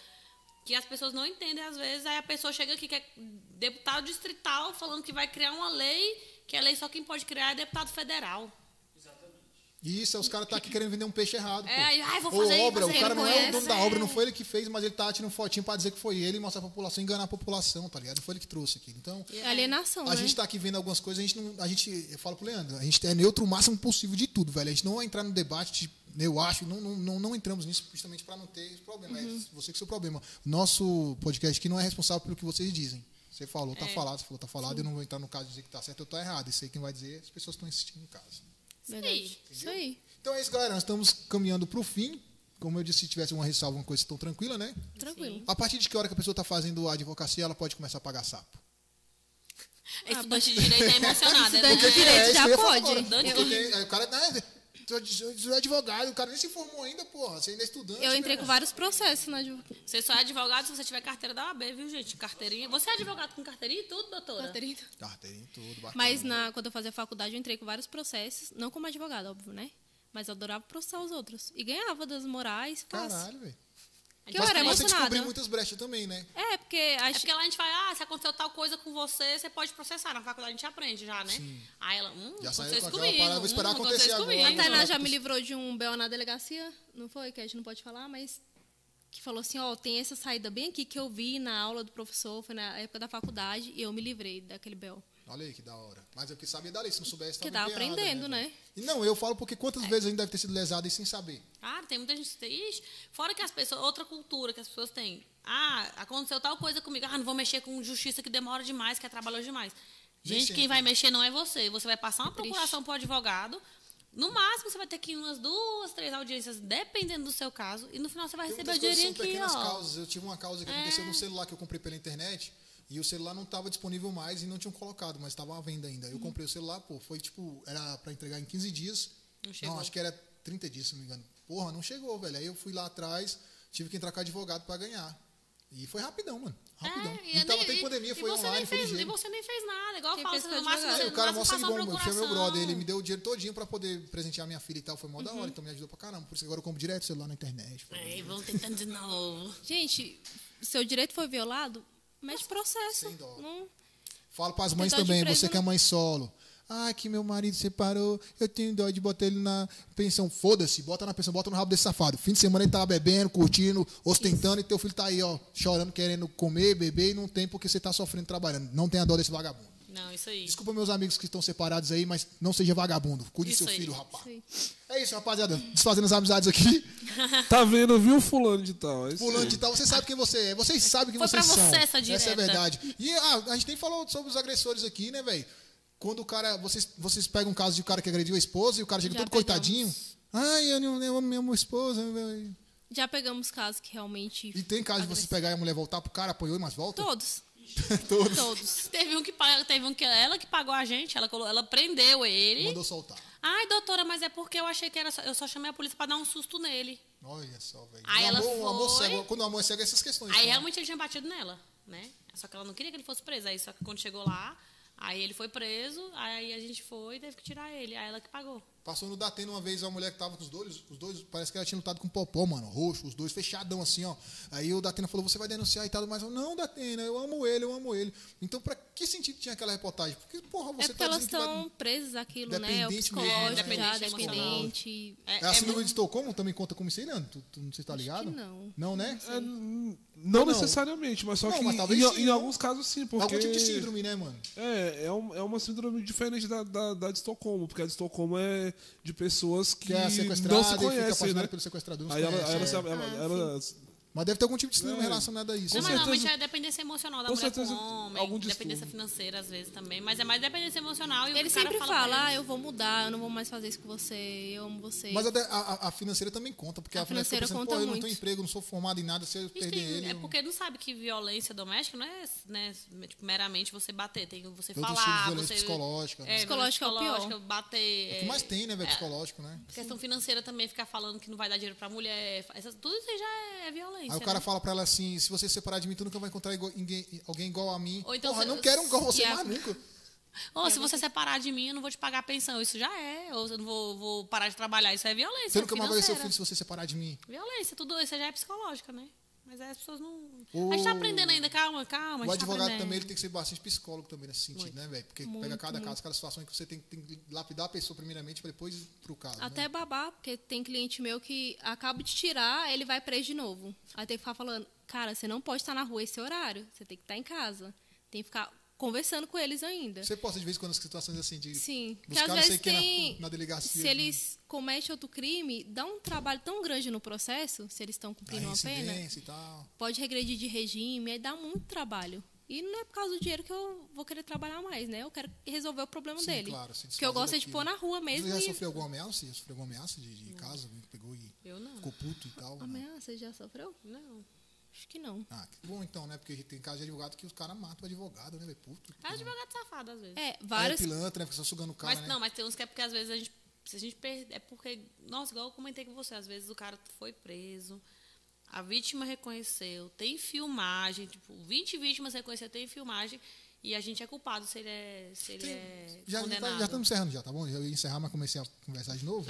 que as pessoas não entendem às vezes, aí a pessoa chega aqui que é deputado distrital falando que vai criar uma lei, que a lei só quem pode criar é deputado federal.
Isso, é os caras tá aqui querendo vender um peixe errado.
É, aí,
pô.
ai, vou fazer,
Ou obra,
fazer,
o cara
não
não é o dono
conhece,
da
é.
obra, não foi ele que fez, mas ele tá tirando fotinho pra dizer que foi ele e mostrar pra população, enganar a população, tá ligado? Não foi ele que trouxe aqui. Então,
É Alienação,
a
né?
gente tá aqui vendo algumas coisas, a gente não. A gente, eu falo pro Leandro, a gente é neutro o máximo possível de tudo, velho. A gente não vai entrar no debate, de- eu acho, não, não, não, não entramos nisso justamente pra não ter problema.
Uhum.
É você que é o seu problema. Nosso podcast aqui não é responsável pelo que vocês dizem. Você falou,
É.
tá falado, você falou, tá falado, eu não vou entrar no caso de dizer que tá certo ou tá errado. Isso aí quem vai dizer, é as pessoas que estão assistindo em casa.
Verdade. Isso aí.
Então é isso, galera. Nós estamos caminhando pro fim. Como eu disse, se tivesse uma ressalva, uma coisa tão tranquila, né?
Tranquilo.
A partir de que hora que a pessoa está fazendo a advocacia, ela pode começar a pagar sapo?
Estudante Ah, de direito é emocionada, né?
Estudante de direito
É, isso
já
que eu ia falar
pode.
agora.
Dante-
Porque tem- aí o cara, né? sou ad- Sou é advogado, o cara nem se formou ainda, porra. Você ainda é estudante.
Eu entrei
né?
com vários processos na advo-
Você só é advogado se você tiver carteira da OAB, viu, gente? Carteirinha. Você é advogado com carteirinha e tudo,
Tá.
doutora?
carteirinha.
Carteirinha e tudo, bacana.
Mas na, quando eu fazia faculdade, eu entrei com vários processos, não como advogada, óbvio, né? Mas eu adorava processar os outros. E ganhava das morais fácil.
Caralho, velho.
Porque eu
Mas,
era
mas você
emocionada.
descobriu muitas brechas também, né?
É, porque
É
acho
porque lá a gente fala, ah, se aconteceu tal coisa com você, você pode processar. Na faculdade a gente aprende já, né? Aí ela, hum,
Já saiu
aconteceu
com aquela
isso comigo.
parada, vou
hum,
esperar
aconteceu isso
acontecer agora.
comigo.
A Tainá
Exato.
já me livrou de um B.O. na delegacia, não foi? Que a gente não pode falar, mas que falou assim, ó, tem essa saída bem aqui que eu vi na aula do professor, foi na época da faculdade, e eu me livrei daquele B.O.
Olha aí que da hora. Mas eu que sabia da lei, se não soubesse,
Porque
tava
tava
empenhada,
aprendendo,
velho?
né? É.
E não, eu falo porque quantas vezes a gente deve ter sido lesado e sem saber.
Ah, tem muita gente que tem. Ixi, fora que as pessoas, outra cultura que as pessoas têm. Ah, aconteceu tal coisa comigo. Ah, não vou mexer com justiça que demora demais, que é trabalhoso demais.
Nem
Gente,
sempre.
quem vai mexer não é você. Você vai passar uma
Triste.
procuração pro advogado. No máximo, você vai ter que ir umas duas, três audiências, dependendo do seu caso. E no final, você vai
Tem
receber o
muitas coisas que
dinheirinho
são pequenas
aqui, ó. É.
causas. Eu tive uma causa que aconteceu num celular que eu comprei pela internet e o celular não estava disponível mais e não tinham colocado, mas estava à venda ainda.
Hum.
Eu comprei o celular, pô, foi tipo, era para entregar em 15 dias.
Não chegou.
acho que era 30 dias, se não me engano. Porra, não chegou, velho. Aí eu fui lá atrás, tive que entrar com advogado para ganhar. E foi rapidão, mano. Rapidão.
É,
e tava
nem-
até em pandemia, foi
você
online,
nem
foi
fez,
ligeiro.
E você nem fez nada. Igual eu
Quem
falo,
fez
você
foi
no máximo, é
advogado.
você
Aí o cara
no
mó
máximo
sangue
passa uma
bom, meu, foi é meu brother, ele me
procuração. Uhum.
deu o dinheiro todinho pra poder presentear minha filha e tal, foi mó da hora, então me ajudou pra caramba, por isso que agora eu compro direto o celular na internet. pô.
Aí, vamos tentando de novo.
Gente, seu direito foi violado, mas processo.
sem dó.
Não,
Falo pras mães
Tentar de
também,
preso né?
você que é
no-
mãe solo. Ai, que meu marido separou, eu tenho dó de botar ele na pensão. Foda-se, bota na pensão, bota no rabo desse safado. Fim de semana ele tá bebendo, curtindo, ostentando, e teu filho tá aí, ó, chorando, querendo comer, beber, e não tem porque você tá sofrendo, trabalhando. Não tenha dó desse vagabundo.
Não, isso aí.
Desculpa meus amigos que estão separados aí, mas não seja vagabundo. Cuide do
Isso
seu
aí,
filho, rapaz.
isso aí.
É isso, rapaziada. Desfazendo as amizades aqui.
Tá vendo, viu, fulano de tal? É isso
Fulano
aí.
de tal, você sabe quem você é. Vocês sabem quem
Foi pra
vocês são.
você essa direta.
é a verdade. E ah, a gente nem falou sobre os agressores aqui, né, velho? Quando o cara. Vocês, vocês pegam um caso de um cara que agrediu a esposa e o cara chega
Já
todo
pegamos.
coitadinho. Ai, eu não eu amo minha esposa. velho.
já pegamos casos que realmente...
E tem caso de você pegar e a mulher voltar pro cara, apoiou, mas volta?
Todos,
Todo.
todos.
Teve um que paga- teve um que ela que pagou a gente, ela colo- ela prendeu ele.
Mandou soltar.
Ai, doutora, mas é porque eu achei que era só, eu só chamei a polícia pra dar um susto nele.
Olha só, velho.
Aí
O
ela
amor- o amor
foi.
cego- Quando o amor é cego, é essas questões.
Aí
né?
realmente ele tinha batido nela, né? Só que ela não queria que ele fosse preso. Aí só que quando chegou lá, aí ele foi preso, aí a gente foi e teve que tirar ele. Aí ela que pagou.
Passou no Datena uma vez uma mulher que tava com os dois, os dois, parece que ela tinha lutado com o Popó, mano, roxo, os dois fechadão assim, ó. Aí o Datena falou: "Você vai denunciar e tal", mas eu não, Datena, eu amo ele, eu amo ele. Então pra que sentido tinha aquela reportagem? Porque porra,
É
você
porque
tá
elas
dizendo que vai...
estão presas àquilo, né? É o
Dependente mesmo,
psicológico
né?
já,
Dependente
dependente.
É,
É a
é
síndrome
muito-
de Estocolmo também conta como isso aí, Nando? Tu, tu, você tá ligado?
que não.
Não, né?
É, n-
Ou
não
não?
necessariamente, mas só
Não,
que
mas talvez
em,
sim,
em
né?
alguns casos sim, porque...
Algum tipo de síndrome, né, mano?
É, é, um- é uma síndrome diferente da, da, da de Estocolmo, porque a de Estocolmo é de pessoas que,
Que é sequestrada
não se
e fica
conhecem,
apaixonada
né?
pelo sequestrador, não se
Aí ela,
conhece,
aí ela,
é.
se- ela, ela-
Mas deve ter algum tipo de síndrome
É.
relacionado a isso.
Não,
né?
mas
certeza-
normalmente é dependência emocional da
com
mulher
certeza
com o homem,
algum
dependência
distúrbio.
financeira às vezes também, mas é mais dependência emocional e
Ele
É, o cara
sempre
fala,
fala,
pra
ah, eu vou mudar, eu não vou mais fazer isso com você, eu amo você.
Mas a, de- a- a- a financeira também conta, porque a,
A
mulher fica
financeira
pensando,
conta
pô, eu não
muito.
tenho emprego, não sou formado em nada, se eu
A gente
perder
tem-
ele...
é
eu-
porque não sabe que violência doméstica não é né, tipo, meramente você bater, tem você
Outros tipos de
falar,
violência
você
psicológica, né?
Psicológica é o pior.
psicológica, bater.
O que mais tem, né, velho?
é,
Psicológico, né?
Questão financeira também, ficar falando que não vai dar dinheiro pra mulher, fa- essas, tudo isso aí já é, é violência.
Aí o cara
né?
fala pra ela assim: se você separar de mim, tu nunca vai encontrar igual- ninguém- alguém igual a mim.
Ou então
Porra,
você-
não quero um igual você
e a-
mais nunca.
Ou se você separar de mim, eu não vou te pagar a pensão, isso já é, ou eu não vou, vou parar de trabalhar, isso é violência.
Você nunca mais vai ver seu
financeira.
filho se você separar de mim.
Violência, tudo isso já é psicológica, né? Mas aí as pessoas não.
O-
A gente tá aprendendo ainda, calma, calma.
O
a gente tá
advogado
aprendendo.
também ele tem que ser bastante psicólogo também nesse sentido, né, velho? Porque pega cada caso, cada situação em que você tem, tem que lapidar a pessoa primeiramente pra depois ir pro caso. né?
Até babar, porque tem cliente meu que acaba de tirar, ele vai preso de novo. Aí tem que ficar falando, cara, você não pode estar na rua esse horário, você tem que estar em casa. Tem que ficar conversando com eles ainda.
Você posta de vez em quando as situações assim de.
Sim, porque
Buscar
às
não sei
vezes
quem na-
tem.
na delegacia,
se
né?
eles cometem outro crime, dá um trabalho tão grande no processo, se né? eles estão
da
cumprindo uma pena,
incidência e tal.
pode regredir de regime, aí dá muito trabalho. E não é por causa do dinheiro que eu vou querer trabalhar mais, né? Eu quero resolver o problema
Sim,
dele.
claro, se
que eu
desfazer
gosto é de
daquilo.
pôr na rua mesmo
Você já
e
sofreu alguma ameaça? Já sofreu alguma ameaça de, de casa? né? Pegou e
Eu não.
ficou puto e tal? né?
Ameaça já sofreu?
Não.
Acho que não.
Ah, que bom então, né? Porque tem caso de advogado que os caras matam o advogado, né, velho? Puto.
É advogado safado, às vezes.
É,
Aí é
vários.
pilantra, né? Fica só sugando o cara,
mas
né?
não, mas tem uns que é porque às vezes a gente. Se a gente perde. É porque. Nossa, igual eu comentei com você, às vezes o cara foi preso. A vítima reconheceu, tem filmagem, tipo, 20 vítimas reconheceram, tem filmagem. E a gente é culpado se ele é, se ele é
Já, já, tá-
condenado.
já estamos encerrando já, tá bom? Eu ia encerrar, mas comecei a conversar de novo.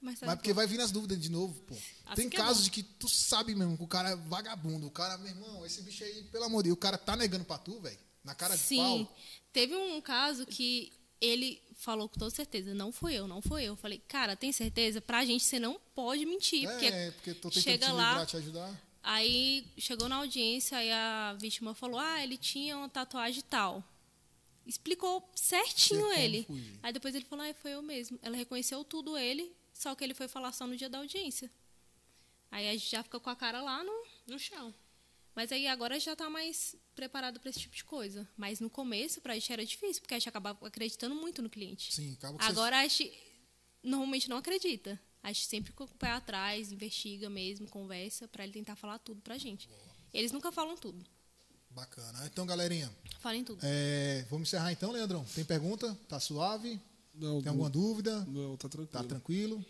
Mas, sabe
Mas é porque vai vir nas dúvidas de novo, pô.
Assim
Tem
que é
casos
bom.
de que tu sabe mesmo que o cara é vagabundo. O cara, meu irmão, esse bicho aí, pelo amor de Deus, o cara tá negando pra tu, velho. Na cara de
Sim,
pau.
teve um caso que ele falou com toda certeza, não foi eu, não foi eu. Eu Falei, cara, tem certeza? Pra gente você não pode mentir, porque
é, porque tô tentando
chega
te
lá,
livrar, tipo te ajudar.
Aí chegou na audiência aí a vítima falou: Ah, ele tinha uma tatuagem tal. Explicou certinho
Tinha como
ele.
fugir.
Aí depois ele falou: Ah, foi eu mesmo. Ela reconheceu tudo ele, só que ele foi falar só no dia da audiência. Aí a gente já fica com a cara lá no.
No chão.
Mas aí agora já tá mais preparado pra esse tipo de coisa. Mas no começo, pra gente era difícil, porque a gente acabava acreditando muito no cliente.
Sim, acaba que
Agora a gente normalmente não acredita. A gente sempre fica com o pé atrás, investiga mesmo, conversa, pra ele tentar falar tudo pra gente. Eles nunca falam tudo.
Você... Bacana. Então, galerinha,
Falem tudo.
é, vamos encerrar então, Leandrão. Tem pergunta? Tá suave?
Não,
Tem alguma dúvida?
Não, tá tranquilo.
Tá tranquilo?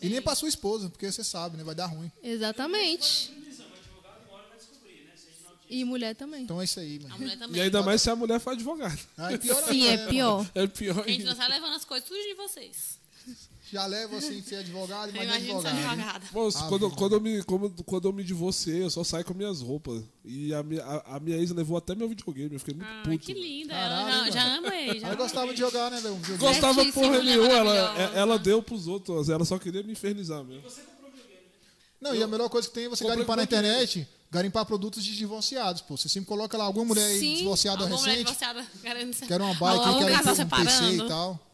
E nem pra sua esposa, porque você sabe, né? Vai dar ruim.
Exatamente. E mulher também.
Então é isso aí, mano.
A mulher
E
também.
ainda mais se a mulher for advogada.
Aí pior
Sim,
ainda,
é
né,
pior.
É pior
A gente
ainda.
não tá levando as coisas tudo de vocês.
Já leva assim de ser advogado,
Eu
mas não
imagino ser
advogado. né?
advogada.
Pô,
Ah,
quando,
vida.
quando, eu me, como- quando eu me divorciei, eu só saio com minhas roupas. E a minha, a, a minha ex levou até meu videogame, eu fiquei muito
Ah,
puto.
que linda.
Caralho,
ela
mano.
já, já amei. Já
Ela gostava de jogar, né, velho? Jogo.
Gostava
Certíssimo,
porra
mulher
nenhuma, ela,
maravilhosa.
ela deu pros outros, ela só queria me infernizar mesmo.
Não, e a melhor coisa que tem é você
Comprei
garimpar na
um monte de
internet, garimpar produtos de divorciados, pô. Você sempre coloca lá alguma mulher aí
Sim,
divorciada
Alguma mulher
recente,
divorciada querendo ser-
quero uma bike,
Algum
quero
casal
um PC
separando.
e tal.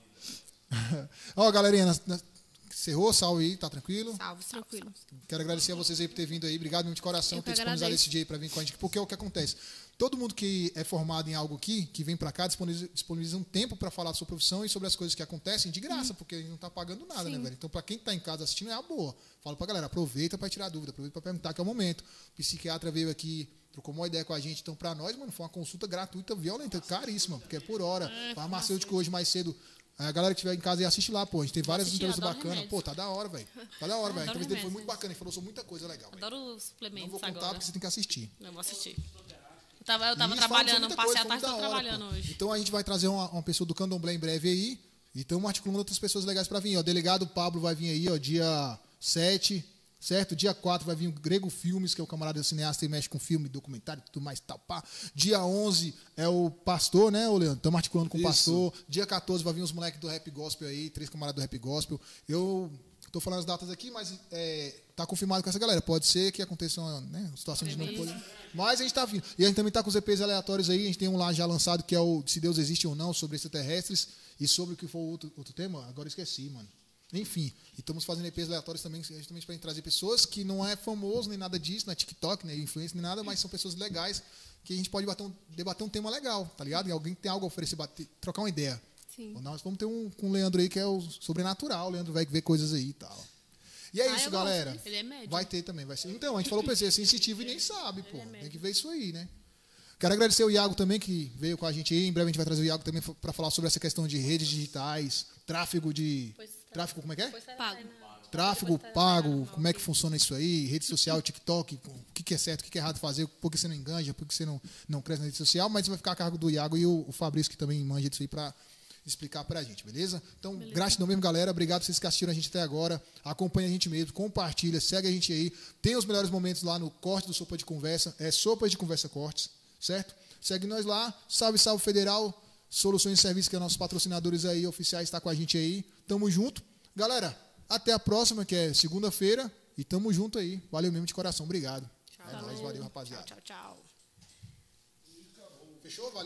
Ó, galerinha, nas- nas- encerrou, salve aí, tá tranquilo?
Salve, tranquilo.
Quero agradecer a vocês aí por ter vindo aí. Obrigado mesmo de coração
Eu
por ter
que
disponibilizado
agradeço.
esse dia aí pra vir com a gente. Porque é o que acontece. Todo mundo que é formado em algo aqui, que vem pra cá, disponibiliza, disponibiliza um tempo pra falar da sua profissão e sobre as coisas que acontecem de graça, porque a gente não tá pagando nada, né, velho? Então, pra quem tá em casa assistindo, é a boa. Falo pra galera, aproveita pra tirar dúvida, aproveita pra perguntar, que é o momento. O psiquiatra veio aqui, trocou uma ideia com a gente. Então, pra nós, mano, foi uma consulta gratuita, violenta, caríssima, porque é por hora. Farmacêutico hoje mais cedo. A galera que estiver em casa e assiste lá, pô. A gente tem várias
assistir,
entrevistas
adoro
bacanas.
remédio.
Pô, tá da hora, velho. Tá da hora, velho. A
Adoro
entrevista dele foi
remédio,
muito
né?
bacana. Ele falou sobre muita coisa legal, velho.
Adoro os
Não vou
suplementos
contar
agora.
porque você tem que assistir.
Não vou assistir. Eu tava, eu tava
E eles falam sobre
trabalhando,
muita
passei
coisa,
a tarde
foi
toda
muito da hora,
trabalhando
pô.
hoje.
Então a gente vai trazer uma, uma pessoa do Candomblé em breve aí. E estamos articulando outras pessoas legais pra vir. Ó, o delegado Pablo vai vir aí, ó, dia 7, certo? Dia 4 vai vir o Grego Filmes, que é o camarada cineasta e mexe com filme, documentário e tudo mais, tal, pá. Dia 11 é o pastor, né, ô Leandro? Estamos articulando com o
Isso.
pastor. Dia 14 vai vir os moleques do Rap Gospel aí, três camaradas do Rap Gospel. Eu tô falando as datas aqui, mas é, tá confirmado com essa galera. Pode ser que aconteça uma né, situação de monopólio. Mas a gente tá vindo. E a gente também tá com os EPs aleatórios aí. A gente tem um lá já lançado que é o Se Deus Existe ou Não, sobre extraterrestres. E sobre o que for outro, outro tema, agora eu esqueci, mano. Enfim, e estamos fazendo EPs aleatórios também, justamente para trazer pessoas que não é famoso nem nada disso, não é TikTok, nem influência, nem nada, mas são pessoas legais que a gente pode bater um- debater um tema legal, tá ligado? E alguém que tem algo a oferecer, bater- trocar uma ideia.
Sim.
Ou Nós vamos ter um com o Leandro aí que é o sobrenatural, o Leandro vai ver coisas aí e tal. E é
Ah,
isso,
eu
galera.
gosto. Ele é médium.
Vai ter também, vai ser. Então, a gente falou pra você, é sensitivo e nem sabe, pô. Tem que ver isso aí, né? Quero agradecer o Iago também, que veio com a gente aí. Em breve a gente vai trazer o Iago também para falar sobre essa questão de redes digitais, tráfego de.
tá.
Tráfego, como é que é?
Pago.
Tráfego pago, como é que funciona isso aí? Rede social, TikTok, o que, que é certo, o que, que é errado fazer, por que você não enganja, por que você não, não cresce na rede social, mas vai ficar a cargo do Iago e o, o Fabrício, que também manja disso aí para explicar pra gente, beleza? Então, gratidão mesmo, galera. Obrigado vocês que assistiram a gente até agora. Acompanha a gente mesmo, compartilha, segue a gente aí. Tem os melhores momentos lá no corte do Sopa de Conversa. É Sopa de Conversa Cortes, certo? Segue nós lá. Salve, salve federal. Soluções e Serviços, que é nossos patrocinadores aí, oficiais, está com a gente aí. Tamo junto. Galera, até a próxima, que é segunda-feira. E tamo junto aí. Valeu mesmo de coração. Obrigado. É nóis, valeu, rapaziada.
Tchau, tchau.
Fechou? Valeu.